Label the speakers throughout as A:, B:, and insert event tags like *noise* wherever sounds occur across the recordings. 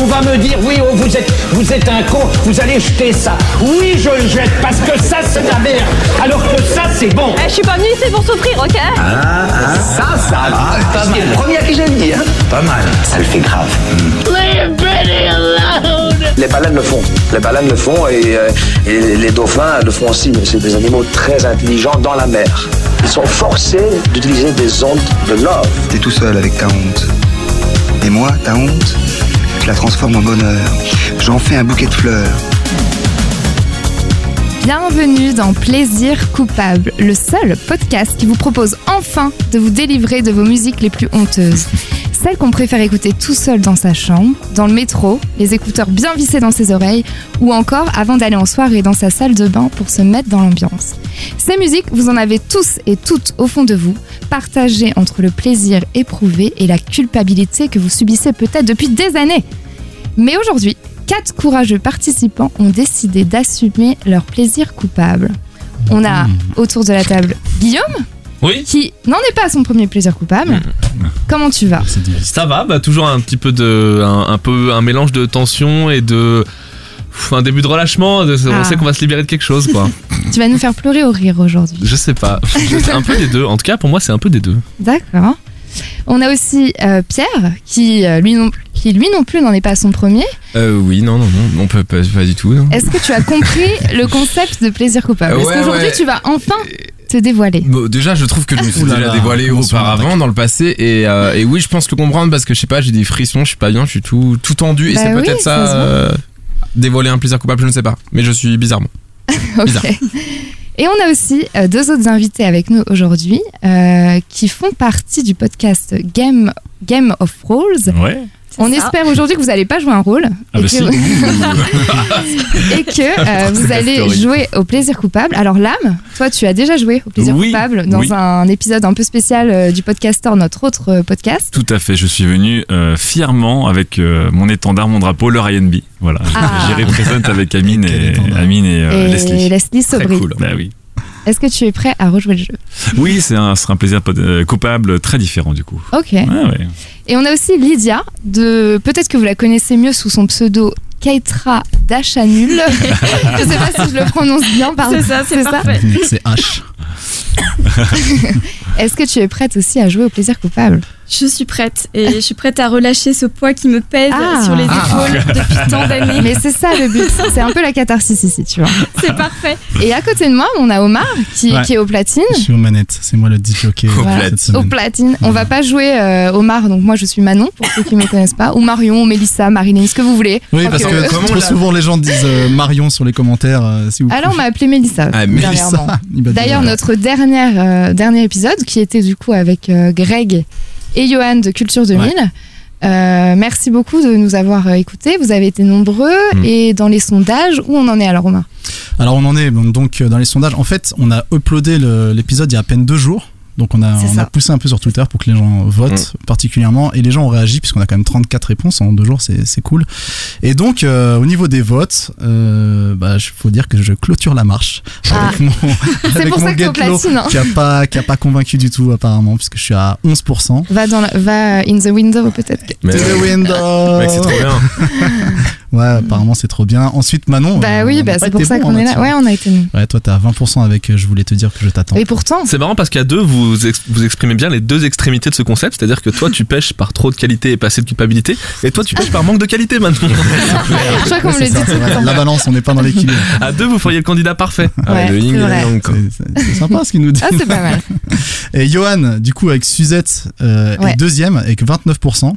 A: On va me dire, oui, oh, vous êtes, vous êtes un con, vous allez jeter ça. Oui, je le jette parce que ça, c'est de la merde. Alors que ça, c'est bon.
B: Eh, je suis pas venue ici pour souffrir, ok
A: Ça, ça,
C: pas
A: Ah, c'est
C: mal.
A: le premier que j'ai dit, hein.
C: Pas mal.
A: Ça le fait grave.
D: Les baleines le font. Les baleines le font et, euh, et les dauphins le font aussi. C'est des animaux très intelligents dans la mer. Ils sont forcés d'utiliser des ondes de love.
E: T'es tout seul avec ta honte. Et moi, ta honte, je la transforme en bonheur. J'en fais un bouquet de fleurs.
F: Bienvenue dans Plaisir coupable, le seul podcast qui vous propose enfin de vous délivrer de vos musiques les plus honteuses. Celles qu'on préfère écouter tout seul dans sa chambre, dans le métro, les écouteurs bien vissés dans ses oreilles, ou encore avant d'aller en soirée dans sa salle de bain pour se mettre dans l'ambiance. Ces musiques, vous en avez tous et toutes au fond de vous, partagées entre le plaisir éprouvé et la culpabilité que vous subissez peut-être depuis des années. Mais aujourd'hui, quatre courageux participants ont décidé d'assumer leur plaisir coupable. On a
G: Hmm.
F: autour de la table Guillaume,
H: Oui,
F: qui n'en est pas à son premier plaisir coupable. Comment tu vas
H: ça va, bah toujours un petit peu de. un, un peu un mélange de tension et de. pff, un début de relâchement, de-
F: Ah.
H: on sait qu'on va se libérer de quelque chose
F: *laughs*
H: quoi.
F: Tu vas nous faire pleurer au rire aujourd'hui.
H: Je sais pas. C'est un peu des deux. En tout cas, pour moi, c'est un peu des deux.
F: D'accord. On a aussi euh, Pierre, qui euh, lui, non, qui lui non plus n'en est pas à son premier.
G: Euh, oui, non, non, non, on peut pas, pas du tout. Non.
F: Est-ce que tu as compris le concept de plaisir coupable
G: Euh,
F: Est-ce
G: ouais,
F: qu'aujourd'hui
G: ouais.
F: tu vas enfin te dévoiler
G: Bon, déjà, je trouve que je me suis
H: Ouh là
G: déjà
H: là,
G: dévoilé
H: attention,
G: auparavant dans le passé et, euh, et oui, je pense le comprendre parce que je sais pas, j'ai des frissons, je suis pas bien, je suis tout, tout tendu et
F: Bah
G: c'est
F: oui,
G: peut-être ça.
F: ça se voit.
G: euh, dévoiler un plaisir coupable, je ne sais pas, mais je suis bizarrement. Bizarre.
F: *laughs* Ok. Et on a aussi euh, deux autres invités avec nous aujourd'hui euh, qui font partie du podcast Game, Game of Roles.
I: Ouais.
F: On
B: ça.
F: espère aujourd'hui que vous n'allez pas jouer un rôle
I: Ah
F: et, que,
I: bah si.
F: *laughs* et que, euh,
I: *laughs*
F: vous
G: la
F: allez
G: story.
F: jouer au plaisir coupable. Alors l'âme, toi tu as déjà joué au plaisir
I: Oui,
F: coupable dans
I: oui.
F: un épisode un peu spécial euh, du podcaster, notre autre euh, podcast.
I: Tout à fait, je suis venu euh, fièrement avec euh, mon étendard, mon drapeau, le R&B. Voilà, *laughs*
F: Ah.
I: j'y représente avec Amine et, Amine et, euh,
F: et
I: Leslie.
G: Très
F: Sobri.
G: cool.
I: Bah oui,
F: Est-ce que tu es prêt à rejouer le jeu
I: oui c'est un, ce sera un plaisir pot- euh, coupable très différent du coup.
F: Ok.
I: Ah ouais.
F: Et on a aussi Lydia, de peut-être que vous la connaissez mieux sous son pseudo Keitra Dachanul.
G: *laughs*
F: je sais pas si je le prononce bien, pardon.
B: C'est ça, Ah, c'est
F: ça.
B: parfait.
G: C'est H.
F: Est-ce que tu es prête aussi à jouer au plaisir
B: *laughs*
F: coupable
B: Je suis prête et je suis prête à relâcher ce poids qui me pèse
F: Ah.
B: sur les
G: Ah.
B: épaules *laughs* depuis tant d'années.
F: Mais c'est ça le but, c'est un peu la catharsis ici, tu vois.
B: C'est parfait.
F: Et à côté de moi, on a Omar qui,
J: Ouais.
F: qui est aux platines.
J: Je suis aux manettes, c'est moi le euh, DJ au
F: Voilà. Aux platines. On va pas jouer euh, Omar, donc moi je suis Manon, pour ceux qui me connaissent pas, ou Marion, ou Mélissa, Marilyn, ce que vous
G: *laughs*
F: voulez.
J: Oui,
F: Je crois
J: parce que
G: Comment on
J: trop
G: l'a-
J: souvent les gens disent euh, Marion sur les commentaires, euh, si vous
F: Alors on m'a appelé Mélissa.
G: Ah,
J: pouvez.
G: Mélissa.
F: dernièrement.
J: Il bat
F: D'ailleurs,
J: des-
F: notre dernière, euh, dernier épisode, qui était du coup avec euh, Greg et Johan de Culture 2000, euh, merci beaucoup de nous avoir euh, écoutés. Vous avez été nombreux
G: Mm.
F: et dans les sondages, où on en est alors, Romain
J: Alors on en est bon, donc euh, dans les sondages. En fait, on a uploadé le- l'épisode il y a à peine deux jours. Donc on a,
F: C'est
J: on
F: ça.
J: a poussé un peu sur Twitter pour que les gens votent
G: Mm.
J: particulièrement et les gens ont réagi puisqu'on a quand même 34 réponses en deux jours c'est c'est cool et donc euh, au niveau des votes euh, bah je- faut dire que je clôture la marche
F: Ah.
J: avec mon
F: *laughs* C'est
J: avec
F: pour
J: mon
F: ça que t'es au
J: Get Low,
F: platine. hein.
J: qui a pas qui a pas convaincu du tout apparemment puisque je suis à 11%
F: Va, dans la- va in the window peut-être.
G: Mais
J: To the window.
G: mec, c'est trop bien.
J: Ouais, apparemment c'est trop bien. Ensuite, Manon.
F: bah
J: euh, on
F: oui,
J: a
F: bah,
J: pas
F: c'est
J: été
F: pour ça
J: bon,
F: qu'on
J: hein,
F: est là.
J: là-dessus.
F: Ouais, on a été nous.
J: Ouais, toi t'es à 20% avec euh, Je voulais te dire que je t'attends.
F: Et pourtant,
H: C'est marrant parce qu'à deux, vous, ex- vous exprimez bien les deux extrémités de ce concept. C'est-à-dire que toi, tu pêches par trop de qualité et pas assez de culpabilité. Et toi, tu pêches par manque de qualité maintenant.
F: *laughs* je crois qu'on
J: Ouais,
F: me
J: c'est
F: le dit
J: ça,
F: tout le
J: ouais,
F: temps.
J: La balance, on n'est pas dans l'équilibre.
H: À deux, vous feriez le candidat parfait.
G: Ah,
F: Ouais,
G: le
F: c'est
G: yin et le
F: vrai.
G: yang, quoi.
J: C'est- c'est- C'est sympa ce qu'il nous dit.
F: Ah, c'est pas mal.
J: Et Johan, du coup, avec Suzette, euh,
F: Ah. Ouais.
J: est deuxième avec 29%.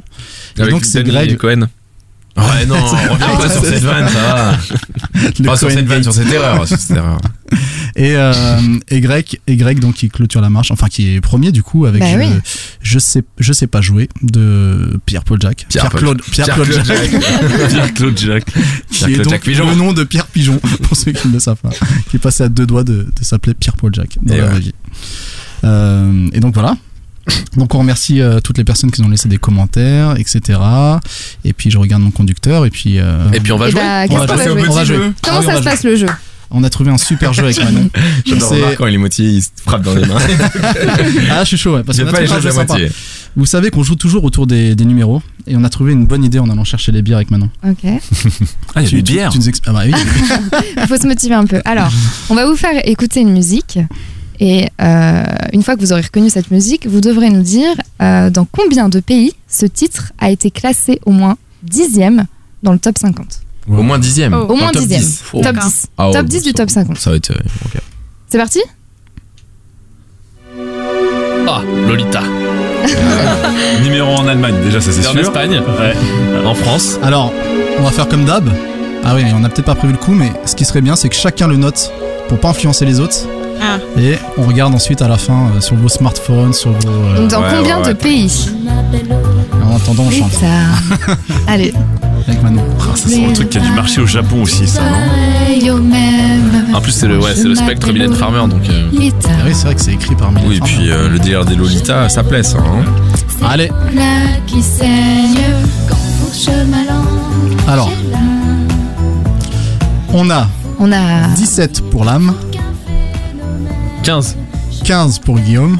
J: Et
H: Avec
J: donc c'est
H: Dany et
J: Greg.
H: Cohen.
F: *laughs*
G: Ouais, non, reviens pas sur cette vanne, ça va.
J: le
G: Pas sur
J: Cohen
G: cette vanne,
J: Gate.
G: sur cette erreur. sur cette erreur.
J: Et, euh, et Greg, et Greg, donc qui clôture la marche, enfin qui est premier du coup avec
F: Bah
J: je,
F: oui.
J: je sais, je sais pas jouer de Pierre Paul Jacques.
G: Pierre Paul-
J: Claude, Pierre Claude Jacques.
I: *laughs* Pierre-Claude Jacques.
J: qui
G: Jacques
J: est
G: le
J: donc
G: Jack Pigeon.
J: le nom de Pierre Pigeon, *laughs* pour ceux qui ne le savent pas, qui est passé à deux doigts de, de s'appeler Pierre-Paul Jacques dans
G: Et
J: la
G: ouais.
J: vraie vie. Euh, et donc voilà. Donc on remercie euh, toutes les personnes qui nous ont laissé des commentaires, etc. Et puis je regarde mon conducteur et puis euh,
H: Et puis on va
F: Et
H: jouer.
F: bah,
J: on
F: qu'est-ce
J: va
F: qu'on va
J: jouer,
F: jouer
J: on va jouer.
F: Comment
J: Ah oui,
F: ça
J: on va
F: se
J: jouer.
F: passe le jeu
J: On a trouvé un super jeu avec Manon.
G: *laughs* J'adore
J: C'est-
I: *laughs*
G: Omar, quand il est moitié, il se frappe dans les mains.
J: Ah je suis chaud ouais, parce
G: Il
J: qu'on
G: n'y a
J: a
G: pas
J: trouvé
G: les
J: un
G: choses
J: jeu
G: à
J: sympa.
G: moitié.
J: Vous savez qu'on joue toujours autour des, des numéros et on a trouvé une bonne idée en allant chercher les bières avec Manon.
F: Ok.
I: Ah, il y a
J: Tu-
I: des
J: tu-
I: bières.
J: tu nous ex- ah bah oui,
F: faut se motiver un peu. Alors, on va vous faire écouter une musique. Et euh, une fois que vous aurez reconnu cette musique, vous devrez nous dire euh, dans combien de pays ce titre a été classé au moins dixième dans le top 50.
G: Au moins dixième.
B: Oh. Au
G: Enfin,
F: moins
G: top
F: dixième.
G: 10.
B: Oh.
F: Top
B: D'accord.
F: 10.
G: Ah,
F: top
G: oh,
F: 10 du
G: ça-
F: top 50.
G: Ça va être. euh, ok.
F: C'est parti
H: Ah, Lolita.
I: Numéro en Allemagne, déjà, ça c'est
H: En
I: sûr.
H: Espagne. En France.
J: Alors, on va faire comme d'hab. Ah oui, on n'a peut-être pas prévu le coup, mais ce qui serait bien, c'est que chacun le note pour pas influencer les autres.
B: Ah.
J: Et on regarde ensuite à la fin euh, sur vos smartphones, sur vos. euh,
F: Donc, Dans
G: ouais,
F: combien
G: ouais,
F: de
G: ouais.
F: pays
J: en attendant, on chante
F: Putain. *laughs* Allez.
J: avec Manon.
I: Ah, Ça, c'est un truc qui a dû marcher au Japon aussi, ça, non
H: En plus, c'est le, ouais, c'est le spectre Mylène Farmer, donc. euh,
J: Ah oui, c'est vrai que c'est écrit par Mylène
G: Oui, et
J: Farmer.
G: puis euh, le délire des Lolita, ça plaît ça. hein.
J: Allez,
C: qui saigne quand fourche ma langue.
J: alors, on a
F: On a
J: 17 pour l'âme,
H: 15.
J: 15 pour Guillaume,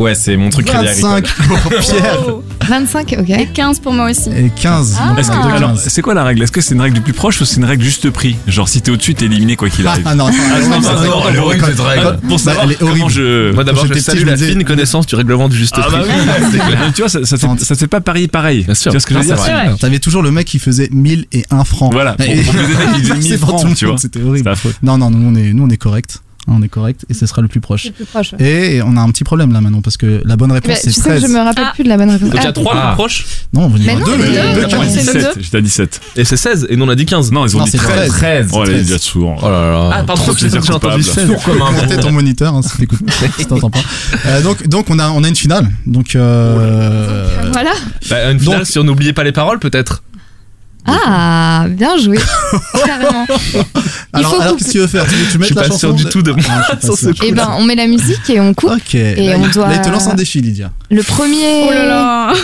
G: Ouais, c'est mon truc crédit agricole.
I: *laughs*
J: 25 pour Pierre
B: Oh.
F: 25, ok.
B: Et 15 pour moi aussi.
J: et 15. donc
I: Est-ce que-
J: de
I: alors, euh,
J: 15.
I: c'est quoi la règle Est-ce que c'est une règle du plus proche ou c'est une règle juste prix Genre, si t'es au-dessus, t'es éliminé quoi
J: *laughs*
I: qu'il arrive. Bah,
J: Ah non, attends,
I: non,
J: attends,
I: non,
J: attends,
I: non,
J: attends,
I: elle est horrible,
J: quand-
I: cette règle.
J: quand-
I: Pour savoir
J: elle est
I: comment
J: horrible.
I: je. Ah,
H: Moi d'abord, je
J: j'étais petit,
H: salue
J: je
H: la
J: me disais-
H: fine connaissance du règlement du juste prix.
G: Ah
I: Mais tu vois, ça, ça, te fait- ça te fait pas parier pareil.
H: Bien sûr.
I: bah Tu vois ce que je veux
H: Non,
G: Ah,
I: dire
H: c'est vrai.
J: Alors, T'avais toujours le mec qui faisait 1001 francs.
I: Voilà,
J: *laughs*
I: pour- pour les aider, il faisait 1000
J: C'est pour
I: francs,
J: tout le
I: tu
J: monde,
I: vois.
J: C'était horrible.
I: C'est affreux.
J: Non, non, nous on est, nous, on est correct. Hein, On est correct et ce sera le plus proche.
F: C'est plus proche. ouais.
J: Et on a un petit problème là maintenant parce que la bonne
F: Mais
J: réponse
F: Eh ben, tu
J: c'est
F: sais que
J: 13.
F: je me rappelle plus de la bonne réponse.
H: Donc il y
F: Ah,
H: a 3
G: Ah.
H: proches
J: Non, on va
F: Mais
J: dire
F: non,
J: deux.
F: mais
J: mais-
F: deux,
J: deux,
F: quatre,
J: quatre,
F: Ah, c'est
J: dix-sept.
F: deux.
I: 17, j'étais à 17.
H: et c'est 16 et nous on a dit 15.
I: Non, ils ont
J: Non,
I: dit
J: c'est
I: 13.
G: 13.
I: Oh, les idiots souvent.
G: Oh là là.
H: Ah, pardon,
I: trop
H: j'ai
I: plaisir
H: entendu
I: coupable.
H: 16.
G: Sourd comme un
J: Faut monter
G: bon.
J: ton moniteur hein, si t'écoutes- si t'entends pas. Euh, donc, donc on a, on a une finale. Donc, euh,
F: Voilà.
H: Bah, une finale,
J: Donc-
H: si on n'oubliait pas les paroles, peut-être.
F: Ah, bien *laughs* joué. Carrément. Il
J: alors,
F: faut
J: alors
F: couper.
J: qu'est-ce que tu veux faire Tu veux que tu
H: Je
J: mettes
H: suis
J: la
H: pas
J: chanson
H: sûr du tout de.
J: Ah, je suis pas
H: Sur ce
J: sûr.
H: coup.
F: Eh ben, on met la musique et on coupe.
J: Ok.
F: Et
J: là,
F: on
J: il-
F: doit-
J: là, il te lance un défi, Lydia.
F: Le premier,
B: Oh là là.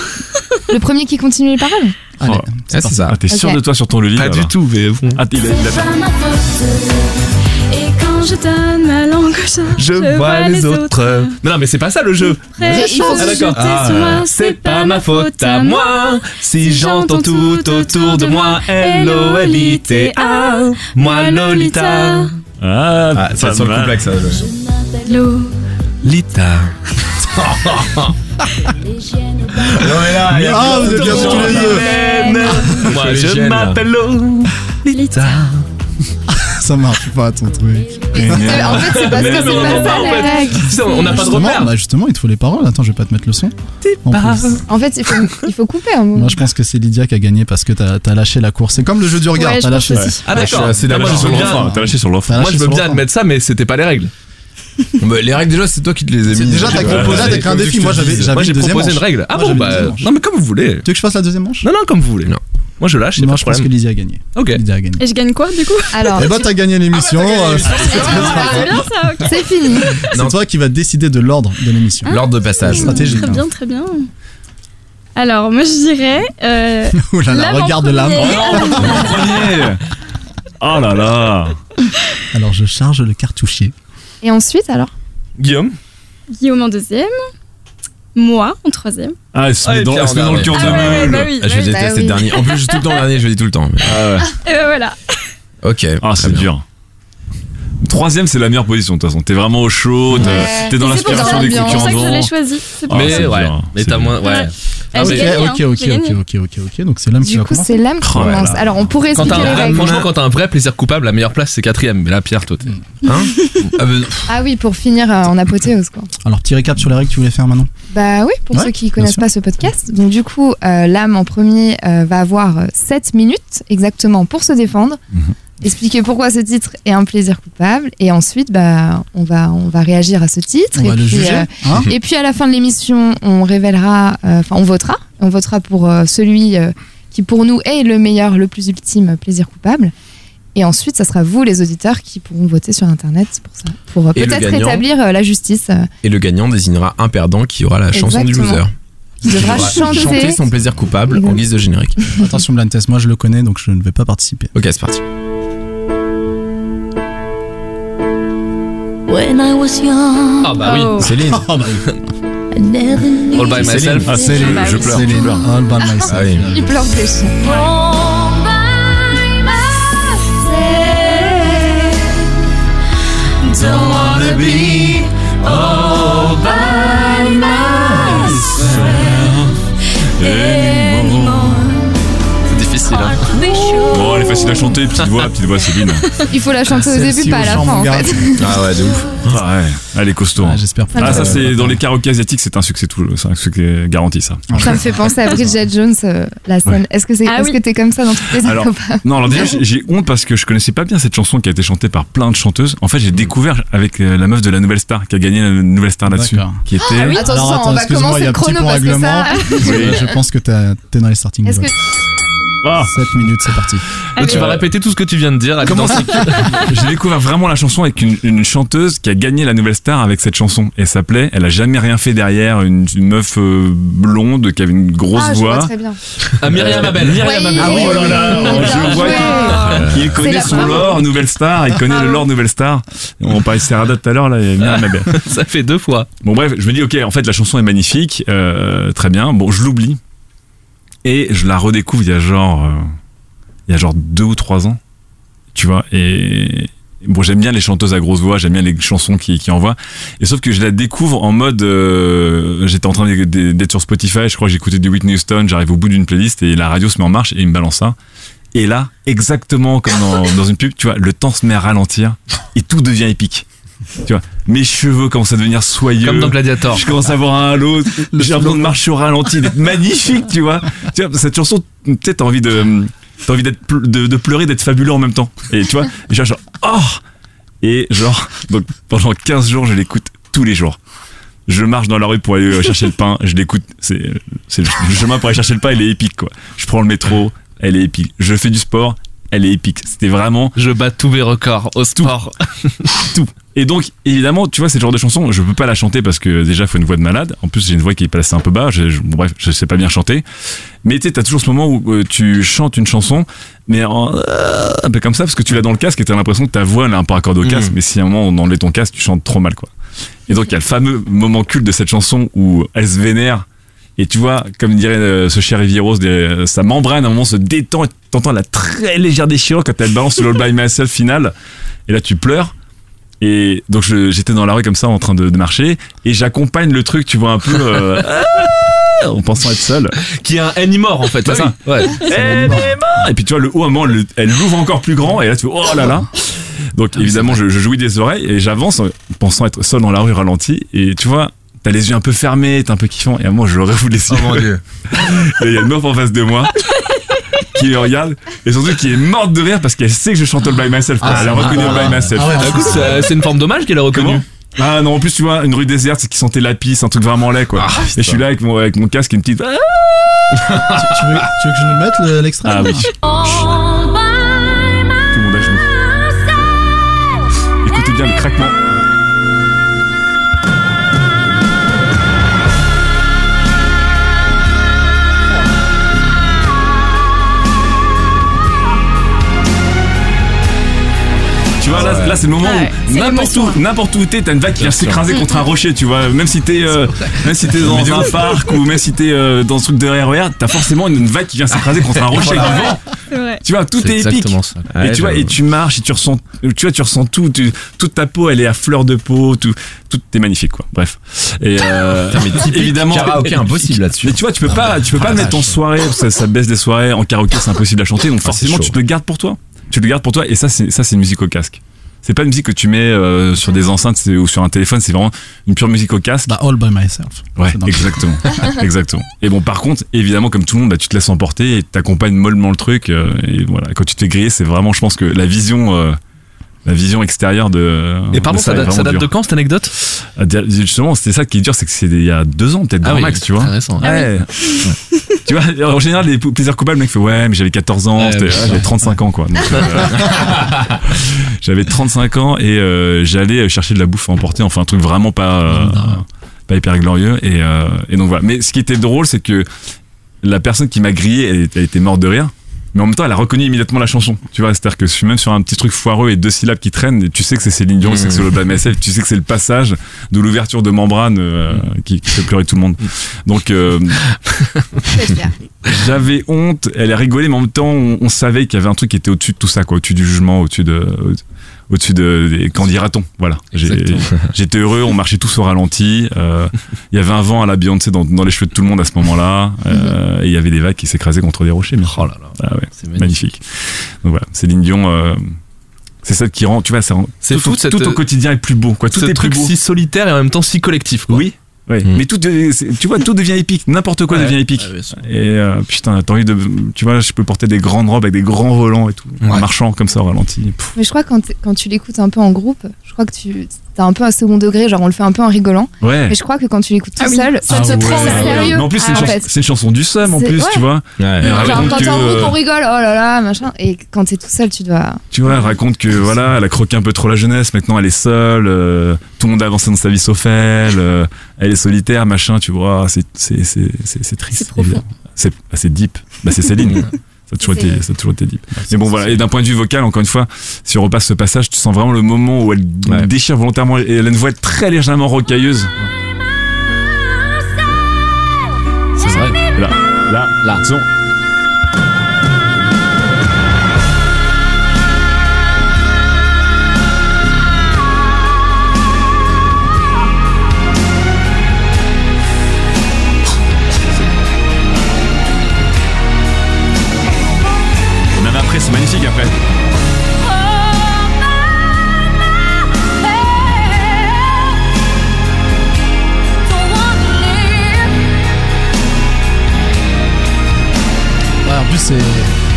F: le premier qui continue les paroles.
J: Allez,
I: Ouais.
J: c'est
G: Ah,
J: parti.
G: c'est ça.
I: Ah, t'es sûr
F: Ok.
I: de toi sur ton levier
H: Pas du
I: alors
H: tout, mais bon.
I: Ah, il a- il a-
C: C'est pas ma faute.
B: Et quand je donne ma langue au chat,
H: Je vois les autres. Non, non, mais c'est pas ça le jeu.
B: Prêts à
F: Il faut-
B: se
H: Ah,
B: jeter
H: d'accord.
B: sur moi, c'est pas ma faute à moi.
H: Si
B: j'entends tout autour de moi, L-O-L-I-T-A,
H: moi
B: Lolita.
I: Ah,
G: Ah,
I: pas
G: ça sent le
I: mal.
G: complexe. ça, je-
H: Lita.
G: Non, mais là, il y a-
J: Ah, vous êtes bien tous les deux.
H: Moi
G: les
H: je
G: gènes.
H: m'appelle Lolita.
J: Ça marche pas ton truc.
F: C'est- En fait, c'est parce que
H: Mais
F: c'est
H: non,
F: pas
H: non,
F: ça
H: non,
F: la
H: en fait.
F: règle.
H: Tu sais, on n'a pas de
J: Justement,
H: repère.
J: bah, justement, il te faut les paroles. Attends, je vais pas te mettre le son. En plus.
F: En fait, il faut, il faut couper un moment.
J: Moi, je pense que c'est Lydia qui a gagné parce que t'as t'as lâché la course. C'est comme le jeu du regard,
F: Ouais, je
J: t'as
F: pense
J: lâché.
F: aussi.
H: Ah,
G: je suis
H: d'accord.
G: assez
H: Ah, moi,
G: d'accord
H: je veux
G: sur
H: bien-
I: T'as lâché sur l'offre.
J: T'as
H: Moi,
G: Ah,
J: lâché
H: je veux
J: sur
H: bien
J: l'enfant.
H: admettre ça, mais c'était pas les règles.
G: *laughs* Bah, les règles, déjà, c'est toi qui te les as
J: C'est-
G: mises.
J: Déjà,
G: Ouais,
J: t'as proposé,
G: ouais,
J: t'as créé un
G: comme
J: défi.
G: je te
J: Moi,
G: le
J: j'avais
G: disais.
J: j'avais
H: Moi, j'ai
J: une deuxième
H: proposé une
J: manche.
H: règle. Ah
J: Moi,
H: bon,
J: j'avais une
H: bah.
J: deuxième manche.
H: Non, mais comme vous voulez.
J: Tu veux que je fasse la deuxième manche
H: Non, non, comme vous voulez.
G: Non.
H: Moi, je lâche, j'ai
J: Moi,
H: pas
J: je
H: de
J: pense que
H: problème.
J: Lydia a gagné.
H: Ok.
J: Lydia a gagné.
B: Et je gagne quoi du coup
F: Alors,
J: Eh ben, t'as gagné l'émission. euh,
B: Ah, C'est bien ça, ok.
F: c'est fini.
J: C'est toi qui vas décider de l'ordre de l'émission. *laughs*
G: L'ordre de passage.
J: stratégique,
F: Ah,
B: Très
J: hein.
B: bien, très bien. Alors, moi je dirais. euh,
J: *laughs* Ouh là là,
B: L'âme en
J: regarde l'âme.
B: premier.
I: *laughs* Premier. Oh là là
J: Alors, je charge le cartouchier.
F: Et ensuite, alors
H: Guillaume
B: *laughs* Guillaume en deuxième. Moi en troisième.
I: Ah, elle se
H: Ah,
I: met
H: et
I: dans,
H: Pierre
I: elle se met
H: en
I: dans le
H: dernier.
I: cœur de
B: Ah ouais, ouais,
I: meule.
B: bah oui,
G: Ah, je
B: bah oui.
G: déteste
F: oui.
G: le dernier. En plus, je joue tout le temps le dernier, je le dis tout le temps. Mais-
B: Et ben voilà.
G: Ok.
I: Ah,
G: très
I: c'est
G: bien.
I: dur. Troisième, c'est la meilleure position de toute façon. T'es vraiment au chaud, t'es-
F: Ouais.
I: t'es dans
F: Et c'est pour
I: l'aspiration
F: ça,
I: des
F: bien.
B: C'est pour ça
I: concurrents.
B: que je l'ai
I: devant.
B: choisi. C'est pour
I: Ah,
H: Mais
I: c'est
H: ouais.
I: bien,
H: Mais
I: c'est
H: t'as
I: bien.
H: moins. Ouais.
B: Ouais.
H: Ah,
B: Ah,
J: Ok,
B: j'ai gagné, hein,
J: ok, ok,
B: j'ai gagné.
J: ok, ok, ok, ok. Donc, c'est l'âme qui
F: Du
J: va
F: coup,
J: commencer.
F: c'est l'âme qui
I: Oh là
F: commence.
I: là.
F: Alors, on pourrait
H: Quand t'as
F: expliquer
H: un
F: les
H: vrai-
F: règles.
H: franchement, quand t'as un vrai plaisir coupable, la meilleure place c'est quatrième. Mais là, Pierre, toi, t'es.
G: Hein Ah, bah, pff,
F: Ah oui, pour finir euh, en apothéose, quoi.
J: Alors, petit récap sur les règles que tu voulais faire maintenant.
F: Bah oui, pour
J: Ouais,
F: ceux qui connaissent
J: sûr.
F: pas ce podcast. Donc du coup, euh, l'âme en premier euh, va avoir euh, 7 minutes exactement pour se défendre,
J: Mhm.
F: expliquer pourquoi ce titre est un plaisir coupable, et ensuite, bah, on va on va réagir à ce titre.
J: On
F: et
J: va le
F: puis,
J: juger.
F: euh,
J: hein
F: *laughs*
J: *laughs*
F: et puis à la fin de l'émission, on révélera, euh, enfin on votera, on votera pour euh, celui euh, qui pour nous est le meilleur, le plus ultime euh, plaisir coupable. Et ensuite, ça sera vous, les auditeurs, qui pourront voter sur Internet pour ça, pour euh,
G: Et le
F: peut-être
G: gagnant.
F: rétablir euh, la justice euh,
G: Et le gagnant désignera un perdant qui aura la chanson du
F: Exactement.
G: loser.
F: qui
J: *laughs*
F: devra
G: Qui devra
F: chanter.
G: chanter son plaisir coupable en guise de générique.
J: Attention, blind test. Moi, je le connais, donc je ne vais pas participer.
G: Ok, c'est parti.
C: When I was young,
H: Ah bah oui.
B: Oh.
H: Ah,
J: Ah
G: Céline.
J: Oh, bah,
H: All by myself. hein,
I: Ah,
J: Céline,
I: Céline, je pleure.
J: Céline, All by myself.
G: Ah oui.
F: Il pleure des chiens.
I: Eh,
H: C'est difficile. hein.
I: Bon, elle est facile à chanter, petite voix, petite voix Céline.
F: Il faut la chanter au
J: Celle-ci
F: début, pas à
J: aux
F: la
J: gens,
F: fin en
J: mon gars.
F: fait.
G: Ah ouais, de ouf.
I: Ah ouais, elle est costaud. hein.
J: Ah, J'espère pas.
I: Ah, ça,
J: que-
I: c'est dans les karaokés asiatiques, c'est un succès, tout, c'est un succès garanti, ça.
F: Ça me fait penser à Bridget Jones, euh, la scène. Est-ce que c'est,
B: Ah
F: est-ce
B: oui.
F: que t'es comme ça dans toutes les
I: Alors,
F: autres ou pas
I: Non, alors déjà, j'ai- j'ai honte parce que je connaissais pas bien cette chanson qui a été chantée par plein de chanteuses. En fait, j'ai découvert avec euh, la meuf de la Nouvelle Star qui a gagné la Nouvelle Star là-dessus.
J: D'accord.
I: Qui était.
F: oui. Attention,
J: Alors,
F: on va
J: excuse-moi,
F: commencer
J: il y
F: le
J: a un petit
F: chrono
J: point
F: parce que ça-
J: règlement. Je pense que t'as- t'es dans les starting
F: Est-ce que
J: blocks. 7 minutes, c'est parti.
H: Donc, Ah, tu
I: Euh,
H: vas répéter tout ce que tu viens de dire. à l'identique.
F: Ah,
I: J'ai découvert vraiment la chanson avec une, une chanteuse qui a gagné la Nouvelle Star avec cette chanson. Elle s'appelait Elle a jamais rien fait derrière, une, une meuf euh, blonde qui avait une grosse
F: ah, je vois
I: voix.
F: très bien.
H: Ah, Myriam Abel.
F: Oui.
I: Ah oui, oh là là,
F: Bien
I: je vois
F: joué.
I: euh, qui
F: C'est
I: connaît
F: la
I: son
F: bravo.
I: lore Nouvelle Star, il connaît le lore Nouvelle Star. On parlait de Serrada tout à l'heure, là, il y a Myriam Abel.
H: Ça fait deux fois.
I: Bon bref, je me dis ok, en fait la chanson est magnifique, euh, très bien. Bon, je l'oublie et je la redécouvre il y a genre euh, il y a genre deux ou trois ans, tu vois. Et bon, j'aime bien les chanteuses à grosse voix, j'aime bien les chansons qui, qui envoient. Et sauf que je la découvre en mode, euh, j'étais en train d'é- d'é- d'être sur Spotify, je crois que j'écoutais du Whitney Houston, j'arrive au bout d'une playlist et la radio se met en marche et il me balance ça. Et là, exactement comme dans, *laughs* dans une pub, tu vois, le temps se met à ralentir et tout devient épique. Tu vois, mes cheveux commencent à devenir soyeux.
H: Comme dans Gladiator.
I: Je commence à voir un à l'autre. J'ai l'impression de marcher au ralenti, d'être magnifique, tu vois. Tu vois, cette chanson, tu sais, t'as envie de, t'as envie d'être, ple- de, de pleurer, d'être fabuleux en même temps. Et tu vois, et genre, genre, oh! Et genre, donc, pendant 15 jours, je l'écoute tous les jours. Je marche dans la rue pour aller euh, chercher le pain, je l'écoute. C'est, c'est le le chemin pour aller chercher le pain, il est épique, quoi. Je prends le métro, elle est épique. Je fais du sport, elle est épique. C'était vraiment
H: Je bats tous mes records au sport.
I: tout. Et donc, évidemment, tu vois, c'est le genre de chanson, je peux pas la chanter parce que déjà, faut une voix de malade. En plus, j'ai une voix qui est placée un peu bas. Je, je- bon, bref, je sais pas bien chanter. Mais tu sais, t'as toujours ce moment où euh, tu chantes une chanson, mais en, euh, un peu comme ça, parce que tu l'as dans le casque et t'as l'impression que ta voix, elle est un peu accordée au casque. Mais si à un moment on enlève ton casque, tu chantes trop mal, quoi. Et donc, il y a le fameux moment culte de cette chanson où elle se vénère. Et tu vois, comme dirait euh, ce cher Riviros, des- euh, sa membrane à un moment se détend et t'entends la très légère déchirure quand elle balance le All By Myself final. Et là, tu pleures. Et donc je- j'étais dans la rue comme ça en train de, de marcher et j'accompagne le truc, tu vois un peu euh, *laughs* Ah en pensant être seul.
H: Qui est un animor en fait.
I: Bah
H: c'est ça Ouais.
I: Eh, mais bon Et puis tu vois le haut à un moment, le- elle l'ouvre encore plus grand et là tu vois oh là là. Donc évidemment je, je jouis des oreilles et j'avance en pensant être seul dans la rue ralenti et tu vois t'as les yeux un peu fermés, t'es un peu kiffant et à moi je leur ouvre les yeux.
G: dieu.
I: *laughs* Et il y a une meuf en face de moi qui me regarde et surtout qui est morte de rire parce qu'elle sait que je chante All By Myself. quoi. elle a reconnu All By
G: Ah
I: Myself.
H: Ah Du coup, c'est c'est une forme d'hommage qu'elle a reconnue.
I: Comment Ah non, en plus tu vois, une rue déserte, c'est qui sentait la pisse, un truc vraiment laid quoi. et je suis là avec mon, avec mon casque et une petite.
J: Tu, tu veux, tu veux que je nous le mette le- l'extrait
I: Ah oui. Chut. Tout le monde à genoux. Écoutez bien le craquement. Tu vois, là, là, c'est le moment
F: Ah ouais,
I: où
F: c'est
I: n'importe où,
F: l'émotion,
I: n'importe où t'es, t'as une vague qui vient s'écraser contre un rocher, tu vois. Même si t'es, euh, même si t'es dans un parc ou même si t'es euh, dans ce truc de RER, t'as forcément une vague qui vient
H: *laughs*
I: s'écraser contre un rocher avec du vent.
B: C'est vrai.
I: Tu vois, tout
H: C'est
I: est, épique.
H: exactement ça.
I: et tu vois, et tu marches et tu ressens, tu vois, tu ressens tout, tu- toute ta peau, elle est à fleur de peau, tout, tout est magnifique, quoi. Bref. Et
G: *laughs*
I: euh, évidemment,
G: Karaoké impossible là-dessus. Ah
I: mais tu vois, tu peux pas, tu peux pas le mettre en soirée, parce que ça, ça baisse des soirées. En karaoké, c'est impossible à chanter, donc forcément,
G: Ah, chaud.
I: tu te le gardes pour toi. Tu le gardes pour toi, et ça, c'est ça, c'est une musique au casque. C'est pas une musique que tu mets euh, sur des enceintes c'est- ou sur un téléphone, c'est vraiment une pure musique au casque.
J: Bah, All by myself.
I: Ouais,
J: C'est dans le-
I: exactement. exactement. Et bon, par contre, évidemment, comme tout le monde, bah, tu te laisses emporter et t'accompagnes mollement le truc. euh, et voilà, quand tu te fais griller, c'est vraiment, je pense que la vision, euh, la vision extérieure de.
H: Et pardon, ça date, ça date de quand cette anecdote
I: quand Ah, Justement, c'était ça qui est dur, c'est que c'est il y a deux ans, peut-être, grand
H: Ah oui,
I: max, tu vois.
H: Intéressant.
I: Ouais. Ah Ouais. tu vois, en général, les pou- plaisirs coupables, le mec fait Ouais, mais j'avais 14 ans,
H: Ouais,
I: c'était-
H: mais-
I: ah, j'avais 35 ans, quoi. Donc, euh,
H: *laughs*
I: j'avais 35 ans et euh, j'allais chercher de la bouffe à emporter, enfin, un truc vraiment pas, euh, pas hyper glorieux. Et, euh, et donc voilà. Mais ce qui était drôle, c'est que la personne qui m'a grillé, elle, elle était morte de rire. mais en même temps, elle a reconnu immédiatement la chanson. Tu vois, c'est-à-dire que je suis même sur un petit truc foireux et deux syllabes qui traînent, et tu sais que c'est Céline Dion, tu sais que c'est
H: Mmh.
I: le BMSF, tu sais que c'est le passage de l'ouverture de membrane euh,
H: Mm.
I: qui, qui fait pleurer tout le monde. Donc, euh, j'avais honte, elle a rigolé, mais en même temps, on, on savait qu'il y avait un truc qui était au-dessus de tout ça, quoi, au-dessus du jugement, au-dessus de. Au-dessus de, des- qu'en dira-t-on Voilà. J'ai-
H: Exactement.
I: *laughs* J'étais heureux, on marchait tous au ralenti. euh, Il y avait un vent à la Beyoncé dans, dans les cheveux de tout le monde à ce moment-là. euh, et il y avait des vagues qui s'écrasaient contre des rochers. Mais... Oh là là. Ah ouais,
H: C'est
I: magnifique. Donc voilà, Céline Dion, euh, c'est celle qui rend, tu vois, ça rend-
H: C'est
I: tout,
H: fou,
I: au-
H: cette- euh,
I: tout au quotidien est plus beau. Quoi. Tout
H: Ce
I: est
H: truc
I: plus beau.
H: si solitaire et en même temps si collectif. Quoi.
I: Oui. Ouais.
H: Mm.
I: Mais tout, devient- c'est- tu vois, tout devient épique. N'importe quoi
H: Ouais.
I: devient épique.
H: Ah, bien sûr.
I: Et euh, putain, t'as envie de. Tu vois, je peux porter des grandes robes avec des grands volants et tout, en
H: Ouais.
I: marchant comme ça au ralenti. Pouf.
F: Mais je crois que quand, t'es- quand tu l'écoutes un peu en groupe, je crois que tu as un peu un second degré, genre on le fait un peu en rigolant.
I: Ouais.
F: Mais je crois que quand tu l'écoutes tout
B: Ah oui.
F: seul,
B: Ça
H: Ah
B: te
H: ouais.
B: prend au
F: C'est
B: sérieux.
F: sérieux.
I: Mais en plus, c'est
F: Ah,
I: une,
F: en
I: chanson-
F: fait.
I: c'est une chanson du seum en
F: C'est-
I: plus,
F: ouais.
I: tu vois.
H: Ouais.
I: Elle
F: genre
I: raconte
F: quand t'es en
I: que,
F: groupe
I: euh,
F: on rigole, oh là là, machin. Et quand t'es tout seul, tu dois.
I: Tu vois, elle raconte que voilà, elle a croqué un peu trop la jeunesse, maintenant elle est seule, euh, tout le monde a avancé dans sa vie sauf elle, euh, elle est solitaire, machin, tu vois, c'est c'est- c'est- c'est- c'est triste.
B: C'est profond.
I: évidemment. C'est bah, c'est deep. Bah, c'est Céline. Ça a, toujours
F: C'est-
I: été, ça a toujours été deep. Mais bon, voilà. Et d'un point de vue vocal, encore une fois, si on repasse ce passage, tu sens vraiment le moment où elle
H: Ouais.
I: déchire volontairement et elle a une voix très légèrement rocailleuse.
H: C'est vrai.
I: Là, là, là. Disons, Et Même après, c'est magnifique après.
J: Ouais, en plus, c'est,